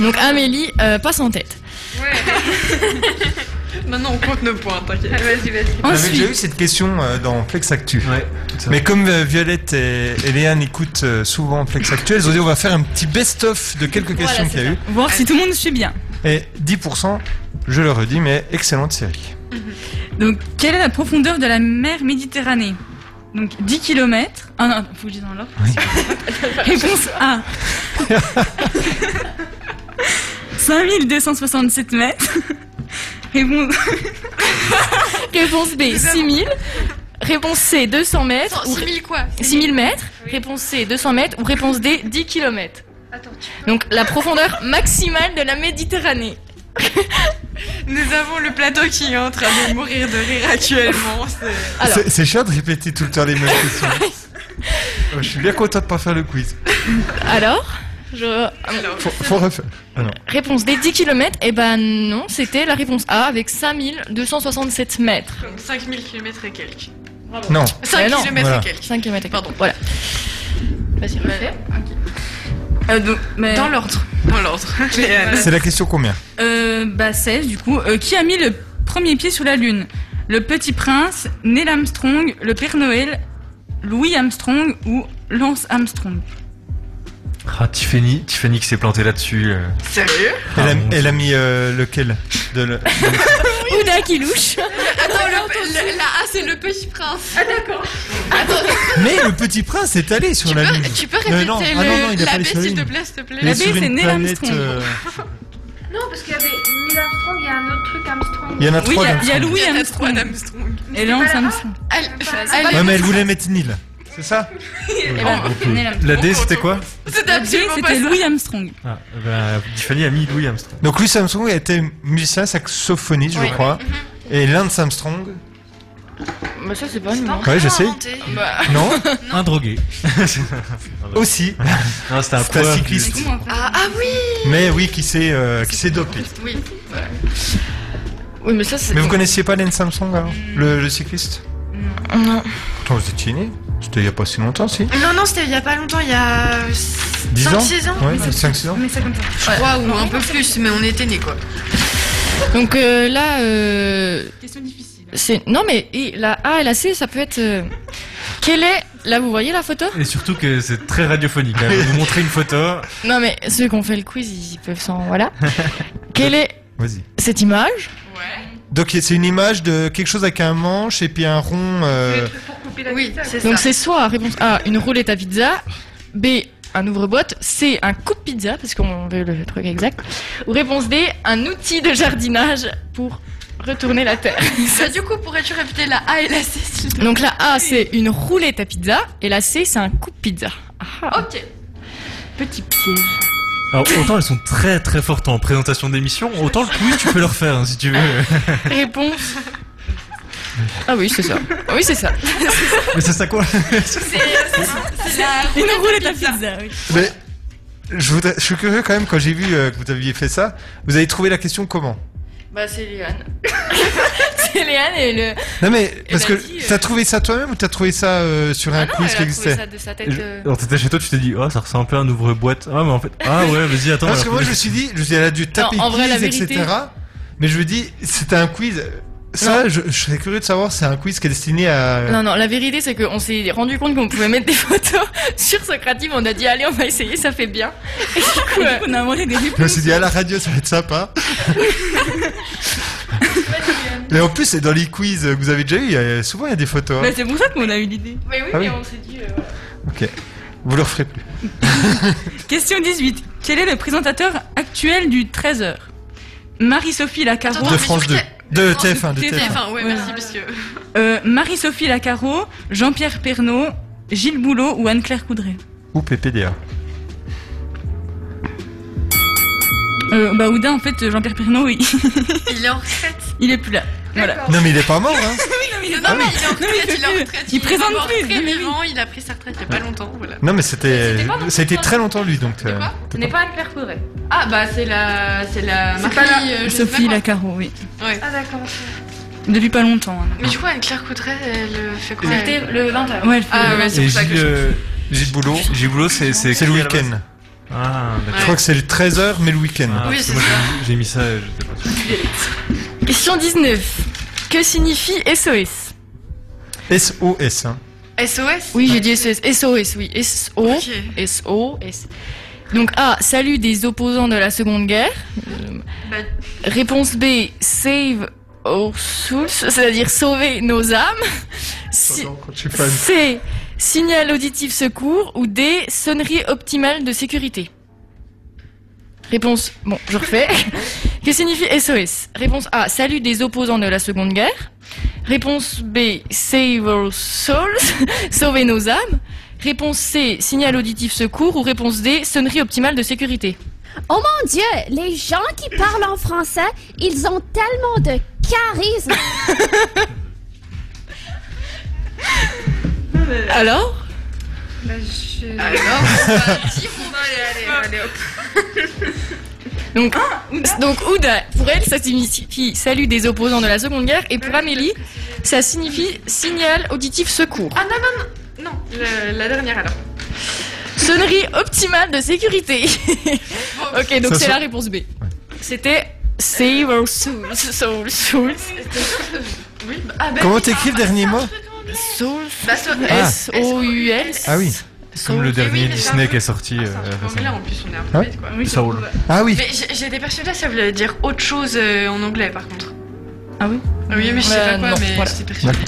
B: Donc Amélie euh, passe en tête.
E: Maintenant on compte nos points, t'inquiète.
C: Vas-y, vas-y.
A: On avait déjà
M: Ensuite,
A: eu cette question euh, dans Flex Actu
F: Ouais, ça.
A: Mais comme euh, Violette et, et Léane écoutent euh, souvent Flex Actu Elles ont dit on va faire un petit best-of de quelques questions qu'il y a eu
M: voir si tout le monde suit bien.
A: Et 10%, je le redis, mais excellente série.
M: Donc, quelle est la profondeur de la mer Méditerranée Donc, 10 km. Ah non, faut que je dise dans l'ordre. Réponse A. 5267 mètres. Réponse...
B: Réponse B, 6000. Réponse C, 200 mètres. Ou
E: 6000 quoi
B: 6000 mètres. Réponse C, 200 mètres. Ou réponse D, 10 km.
C: Attends, tu
B: Donc la profondeur maximale de la Méditerranée.
E: Nous avons le plateau qui est en train de mourir de rire actuellement. c'est-
B: Alors.
A: C'est- C'est chiant de répéter tout le temps les mêmes questions. Euh, Je suis bien content de pas faire le quiz.
B: Alors je...
A: Faut, faut refaire. Ah non.
B: Réponse des 10 km, eh ben non, c'était la réponse A avec 5267 mètres.
E: Comme 5000 km et quelques.
A: Non.
E: 5
B: non.
E: km
A: Voilà.
E: et quelques.
B: 5 km.
E: Pardon.
B: Voilà. Vas-y, refais.
M: Euh, donc, mais-
E: Dans l'ordre. Dans l'ordre.
A: C'est la question combien
M: Euh, bah 16 du coup. Euh, qui a mis le premier pied sur la Lune Le Petit Prince, Neil Armstrong, le Père Noël, Louis Armstrong ou Lance Armstrong
F: Ah, Tiffany, Tiffany qui s'est plantée là-dessus. euh.
E: Sérieux
A: elle, a,
F: Ah, mon
A: elle
F: Dieu.
A: a mis euh, lequel de le-
B: Ouda qui louche.
E: Attends, le- le- la A c'est le petit prince.
A: Mais le petit prince est allé sur
E: Tu
A: la
E: peux,
A: lune.
E: tu peux
A: Euh,
E: répéter
A: non. Ah, non, non, il
E: le-
A: a pas
E: la B
A: les
E: s'il te
A: solides.
E: plaît, s'il te plaît
A: Il est
M: B,
A: sur
M: c'est
A: une
M: Neil
A: planète,
M: Armstrong.
A: euh,
C: Non, parce qu'il y avait Neil Armstrong, il y a un autre truc Armstrong.
A: Il y en a
M: Oui,
A: trois.
M: il y a-
A: dans le
M: il y a
A: film.
M: Louis
E: Il y en a trois
M: Armstrong
E: d'Armstrong.
M: et Lance
C: pas là
M: Armstrong.
E: Allez,
C: allez.
A: Ouais, mais elle voulait mettre Nil. C'est ça
M: Eh ben,
F: euh,
M: Neil Armstrong.
F: La D, c'était quoi
E: C'est
M: La B,
E: absolument pas
M: c'était
E: ça.
M: Louis Armstrong.
F: ah, bah, Tiffany a mis Louis Armstrong.
A: Donc Louis Armstrong a été musicien saxophoniste, je crois.
M: Mhm.
A: Et Lance Armstrong.
B: Mais ça c'est pas une
E: Non,
A: Ouais, je sais.
E: inventé.
A: Non,
F: Un drogué.
A: aussi.
F: non, c'était Ah, un
A: C'est un
F: coureur
M: Mais
A: cycliste.
F: qui-
M: comment on fait
E: Ah, ah oui
A: Mais oui, qui s'est euh, qui s'est dopé.
E: Oui.
B: Oui, mais ça c'est.
A: Mais vous connaissiez pas Len Samsung, alors
M: Mm.
A: le, le cycliste
B: Non.
A: Pourtant, vous étiez né. C'était il y a pas si longtemps, si.
E: Non, non, c'était il y a pas longtemps, il y a
A: 10 ans
E: 5-6 ans.
A: Ouais, 5-6 ans.
M: On met ça comme ça.
E: Je crois, ou un peu plus, mais on était nés quoi.
B: Donc euh, là, euh,
M: Question difficile.
B: c'est. Non mais et la A et la C, ça peut être. euh, Quelle est. Là vous voyez la photo
F: Et surtout que c'est très radiophonique. là. Je vais vous montrer une photo.
B: Non mais ceux qui ont fait le quiz, ils peuvent s'en. Voilà. Quelle est
A: Vas-y.
B: cette image
A: Donc, c'est une image de quelque chose avec un manche et puis un rond. euh,
C: Le truc pour couper la
E: Oui,
C: pizza.
E: c'est ça.
B: Donc c'est soit réponse A, une roulette à pizza, B, un ouvre-boîte, C, un coupe pizza, parce qu'on veut le truc exact, ou réponse D, un outil de jardinage pour retourner la terre.
E: Bah, du coup, pourrais-tu répéter la A et la C s'il te plaît
B: Donc la A, c'est une roulette à pizza, et la C, c'est un coupe pizza. Ah,
E: Ok.
B: petit piège.
F: Alors, autant elles sont très très fortes hein, en présentation d'émission, autant le quiz tu peux leur faire si tu veux.
B: Réponse
C: Ah oui, c'est ça. Oui, c'est ça.
A: Mais c'est ça quoi
B: C'est la Une roulette à pizza, oui.
A: Mais je, voudrais- je suis curieux quand même quand j'ai vu euh, que vous aviez fait ça. Vous avez trouvé la question comment
C: Bah, c'est Léane. c'est Léane et le.
A: Non mais parce
C: ben,
A: que
C: dis, euh, Ah
A: t'as trouvé ça toi-même ou t'as trouvé ça euh, sur un
C: non,
A: quiz
C: elle a
A: qui
C: trouvé
A: existait
C: ça de sa tête,
A: Je-
C: euh.
F: Alors t'étais chez toi, tu t'es dit, oh, ça ressemble un peu à un ouvre-boîte. Ah, mais en fait, ah ouais, vas-y, attends.
A: Parce
F: elle a
A: que moi
F: trouvé-
A: je me suis dit, je me suis dit, elle a dû taper
C: Non, en vrai, la
A: quiz,
C: vérité-
A: etc. Mais je me dis, c'était un quiz. Ça, je, je serais curieux de savoir, c'est un quiz qui est destiné à.
C: Non, non, la vérité, c'est qu'on s'est rendu compte qu'on pouvait mettre des photos sur Socrative. On a dit, allez, on va essayer, ça fait bien. Et du coup, euh,
B: Ah, On a inventé des
A: Je me suis dit, à la radio, ça va être sympa. Mais en plus, c'est dans les quiz que vous avez déjà eu, il y a- souvent il y a des photos. hein.
B: Bah, c'est pour ça qu'on a eu l'idée.
C: Mais Eh oui,
A: Ah oui.
C: mais on s'est dit. euh,
A: Ok. Vous le referez plus.
B: Question 18. Quel est le présentateur actuel du 13h Marie-Sophie Lacaro.
A: de France 2. De TF1, de TF1.
E: ouais,
B: Ouais.
E: merci, parce que-
B: Euh, Marie-Sophie Lacaro, Jean-Pierre Pernaud, Gilles Boulot ou Anne-Claire Coudray
A: Ou PPDA.
B: euh, Bah, Oudin, en fait, Jean-Pierre Pernaud, oui.
E: Il est en retraite.
B: il est plus là. Voilà.
A: Non mais il est pas mort, hein
E: Non, mais il est en
B: Non, mais il
E: retraite,
B: fait
E: il est en
B: plus.
E: retraite.
B: Il présente
E: est mort
B: plus,
E: Très
B: oui, oui.
E: vivant, il a pris sa retraite il y a pas longtemps, voilà.
A: Non mais c'était...
C: C'était pas dans
A: Ça a été
C: le
A: très longtemps lui, donc... euh,
E: quoi
C: Ce n'est pas Anne-Claire Coudray.
E: Ah, bah, c'est la. C'est la.
B: C'est
E: Marie,
B: pas la-
E: euh, je sais pas
B: Sophie
E: quoi.
B: Lacaro, oui.
E: Ouais.
J: Ah d'accord.
B: Depuis pas longtemps. hein.
E: Mais du coup, Anne-Claire Coudray, elle euh, fait quoi
C: C'était le 20h.
B: Ouais, elle fait-
E: Ah, ouais, c'est
F: Et
E: pour ça que
F: Gilles,
E: je.
F: euh,
A: Gilles Boulot.
F: Gilles Boulot, c'est.
A: C'est le week-end.
F: Ah, d'accord.
A: Je crois que c'est le 13h, mais le week-end.
F: Ah,
E: Oui,
F: parce que
E: c'est
F: moi,
E: ça.
F: j'ai- J'ai mis ça, euh, j'étais pas sûr.
C: Question 19. Que signifie SOS
A: SOS. Hein.
E: SOS
C: Oui, j'ai dit SOS. SOS, oui. SO.
E: Ok.
C: SOS. Donc A, salut des opposants de la Seconde Guerre. Euh,
E: Bah-
C: Réponse B, save our souls, c'est-à-dire sauver nos âmes. Si-
A: Pardon, quand je suis fan.
C: C, signal auditif secours. Ou D, sonnerie optimale de sécurité. Réponse, bon, je refais. que signifie SOS Réponse A, salut des opposants de la Seconde Guerre. Réponse B, save our souls, sauver nos âmes. Réponse C, signal auditif secours. Ou réponse D, sonnerie optimale de sécurité.
N: Oh mon Dieu, les gens qui parlent en français, ils ont tellement de charisme.
C: Alors
E: Alors, on va dire, on va aller, allez, allez, hop. Ah,
C: donc, donc Ouda, pour elle, ça signifie salut des opposants de la Seconde Guerre, et pour Amélie, ça signifie signal auditif secours.
E: Ah non, non, non Non, le- la dernière alors.
C: Sonnerie optimale de sécurité. ok, donc
A: Ça
C: c'est
A: sent-
C: la réponse B. C'était Save Our Souls. Souls. Souls.
E: Oui, bah, ah, bah,
A: Comment
E: oui,
A: t'écris le
E: ah,
A: dernier
E: ah,
A: mot
C: Souls.
E: Bah, so-
A: Ah.
C: S-O-U-L.
A: Ah oui.
F: Comme le
E: Ok, oui,
F: dernier
E: mais c'est
F: Disney
E: un
F: qui est sorti.
E: Ah,
F: euh,
E: c'est un truc
F: récemment.
E: anglais en plus, on est un peu
A: Hein
E: bête quoi.
F: Saul.
A: Ah oui.
E: Mais j'ai j'ai été persuadée que ça voulait dire autre chose euh, en anglais par contre.
B: Ah oui
E: Oui, mais je sais
C: Euh,
E: pas quoi,
C: non,
E: mais
C: voilà.
E: j'étais persuadée.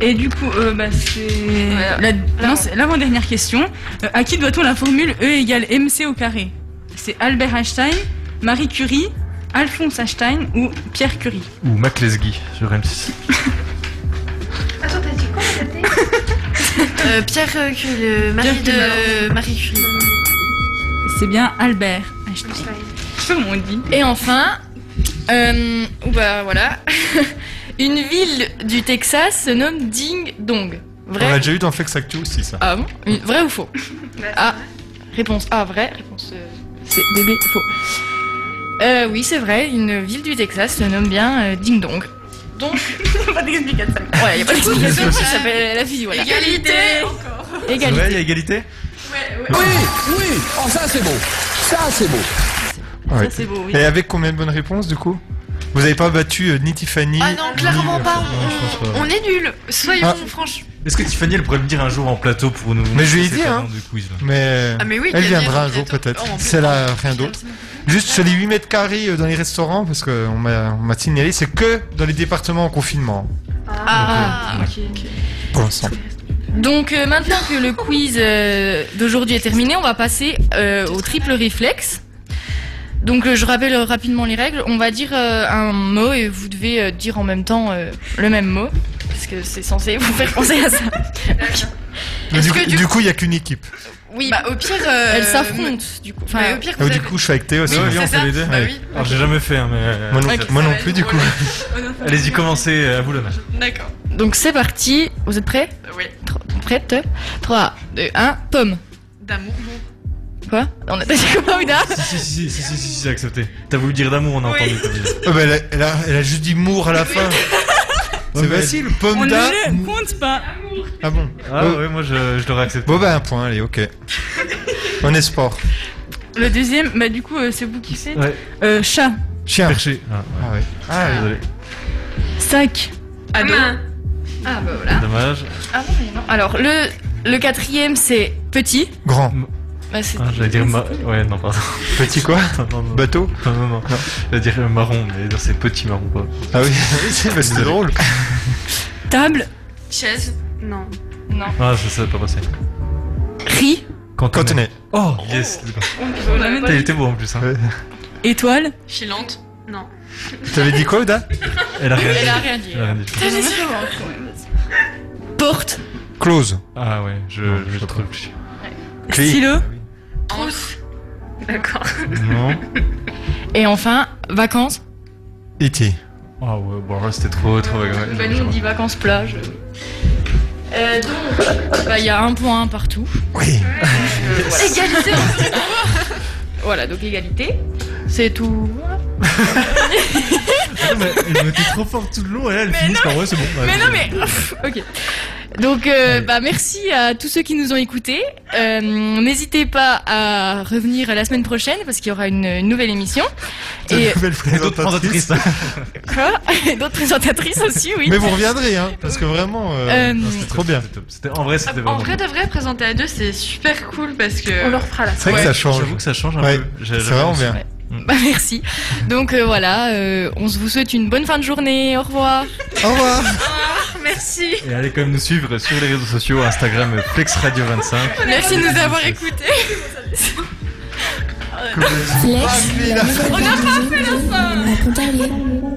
B: Et du coup, euh, bah, c'est la- non, c'est l'avant-dernière question. Euh, à qui doit-on la formule E égale MC au carré C'est Albert Einstein, Marie Curie, Alphonse Einstein ou Pierre Curie
F: Ou Mac Lesguy sur M6.
J: Attends, t'as dit quoi c'était
E: Euh, Pierre euh, Curie, le mari
B: Pierre
E: de
B: Curie.
E: euh, Marie Curie.
B: C'est bien Albert Einstein. Je sais pas comment on dit.
C: Et enfin, euh, ou bah voilà, une ville du Texas se nomme Ding Dong.
A: On
C: Vrai
A: l'a déjà eu dans Flex Actu aussi, ça.
C: Ah bon Une- Vrai ou faux Ah, réponse A, vrai. Réponse euh, C, bébé, faux. Euh, oui, c'est vrai, une ville du Texas se nomme bien euh, Ding Dong. Donc. pas d'explication. Ouais, y a pas d'explication, ça s'appelle la vie, voilà.
E: Égalité
C: Égalité.
F: il y a égalité
K: oui, oh ça c'est beau, ça c'est beau.
A: Ouais.
B: Ça, c'est beau, oui.
A: Et avec combien de bonnes réponses du coup Vous avez pas battu euh, ni Tiffany
E: Ah non, clairement
A: ni- euh,
E: pas,
A: Non, je pense
E: on,
A: pas.
E: on est nuls. Soyons
A: Ah.
E: franches.
F: Est-ce que Tiffany, elle pourrait me dire un jour en plateau pour nous.
A: Mais je lui ai
F: C'est
A: dit,
F: pas
A: hein.
F: dans du quiz, là.
A: Mais,
E: Ah, mais oui,
A: elle
E: qu'elle
A: viendra un
E: vienne,
A: jour
E: peut-être.
A: peut-être.
E: Oh, on peut
A: c'est là
E: prendre.
A: rien d'autre. Juste sur les 8 mètres carrés euh, dans les restaurants, parce qu'on m'a on m'a signalé, c'est que dans les départements en confinement
E: Ah, ok.
A: pour l'instant.
C: Donc euh, maintenant que le quiz euh, d'aujourd'hui est terminé, on va passer euh, au triple réflexe. Donc euh, je rappelle euh, rapidement les règles. On va dire euh, un mot et vous devez euh, dire en même temps euh, le même mot parce que c'est censé vous faire penser à ça. Ok.
A: Mais
E: Est-ce
A: du,
E: que
A: coup-
E: du
A: du
E: coup-
A: coup, il n'y a qu'une équipe.
E: Oui, bah, au pire. euh,
C: Elles s'affrontent, du coup. Enfin,
E: mais au pire, vous
A: Ah, du
E: avez-
A: coup, je suis avec Théo.
E: Oui,
A: sinon.
E: c'est ça. Bah oui.
F: Alors, j'ai jamais fait, hein, mais.
A: Moi non, moi non plus, du coup.
F: Allez-y, commencez, euh, à vous l'honneur.
E: D'accord.
C: Donc c'est parti, vous êtes prêts
E: Oui.
C: Prête 3, 2, 1, pomme.
E: D'amour.
C: Quoi On a dit quoi, Ouda
F: Si, si, si, si, si, si, c'est accepté. T'as voulu dire d'amour, on a entendu. t'as dit.
A: Ah bah, elle, a, elle a- elle a juste dit mour à la fin. C'est facile,
B: On
A: pomme
B: ne
A: d'a.
B: le compte pas.
A: Ah bon
F: Ah ouais, moi je, l'aurais accepté.
A: Bon bah un point, allez, ok. On est sport.
B: Le deuxième, bah du coup, euh, c'est vous qui faites.
A: Ouais.
B: Euh, chat,
A: Chien.
F: Perché. Ah,
A: ouais. Ah,
F: désolé.
B: sac,
J: Ado.
C: Ah bah voilà.
F: Dommage.
C: Ah bon, mais non. Alors le, le quatrième c'est petit.
A: Grand.
C: Bah, c'est-
F: Ah, J'allais dire. ma- Ouais, non, pardon.
A: Petit quoi Bateau
F: Non, non, non. J'allais dire euh, marron, mais non, c'est petit marron, quoi.
A: Ah oui, c'est bah, c'était
F: Désolé.
A: drôle.
B: table,
J: Chaise Non.
F: Ah, ça, ça va pas passer.
C: riz,
A: Cantonais.
F: Oh, yes. T'as été beau en plus, hein.
B: étoile,
J: Filante Non.
A: T'avais dit quoi, Oda
F: Elle a rien dit.
C: Elle a rien dit. hein.
F: Elle a rien dit.
B: hein.
C: porte,
A: Close.
F: Ah ouais, je, je trouve plus.
A: Clé.
B: stylo,
J: Trousse. D'accord.
F: Non.
C: et enfin vacances.
A: E.T.
F: Ah ouais, bon, là, c'était trop, trop. ouais, ouais,
C: Bah nous on
F: je-
C: dit vacances plage. Euh, donc bah il y a un point partout.
A: Oui.
C: Égalité Voilà donc égalité. C'est tout.
F: Ah, mais Elle me dit trop fort tout le long, et là, elle finit par ouais, c'est bon. bah,
C: Mais non,
F: c'est-
C: mais. ok. Donc, euh, bah, merci à tous ceux qui nous ont écoutés. Euh, N'hésitez pas à revenir la semaine prochaine parce qu'il y aura une, une nouvelle émission. Et
A: Nouvelle
F: Et d'autres
A: présentatrice.
F: présentatrices.
C: quoi Et d'autres présentatrices aussi, oui.
A: Mais vous reviendrez, hein, parce que vraiment, euh,
C: Euh,
F: Non, c'était
A: Trop
F: top,
A: bien.
F: c'était top. C'était- En vrai, c'était
E: En
F: vraiment.
E: vrai,
F: top.
E: de vrai, présenter à deux, c'est super cool parce que.
J: On le refera la
A: c'est vrai que ça change.
F: J'avoue que ça change un
A: Ouais,
F: peu. J'ai-
A: C'est
F: j'avais
A: vraiment
F: l'impression-
A: bien.
C: Bah, merci. Donc euh, voilà, euh, on vous souhaite une bonne fin de journée. Au revoir.
A: Au revoir.
J: Merci.
F: Et allez quand même nous suivre sur les réseaux sociaux, Instagram euh, Flex Radio 25.
C: Merci de nous avoir écoutés.
F: Ah,
N: Flex, la nouvelle radio de la Pontarlier.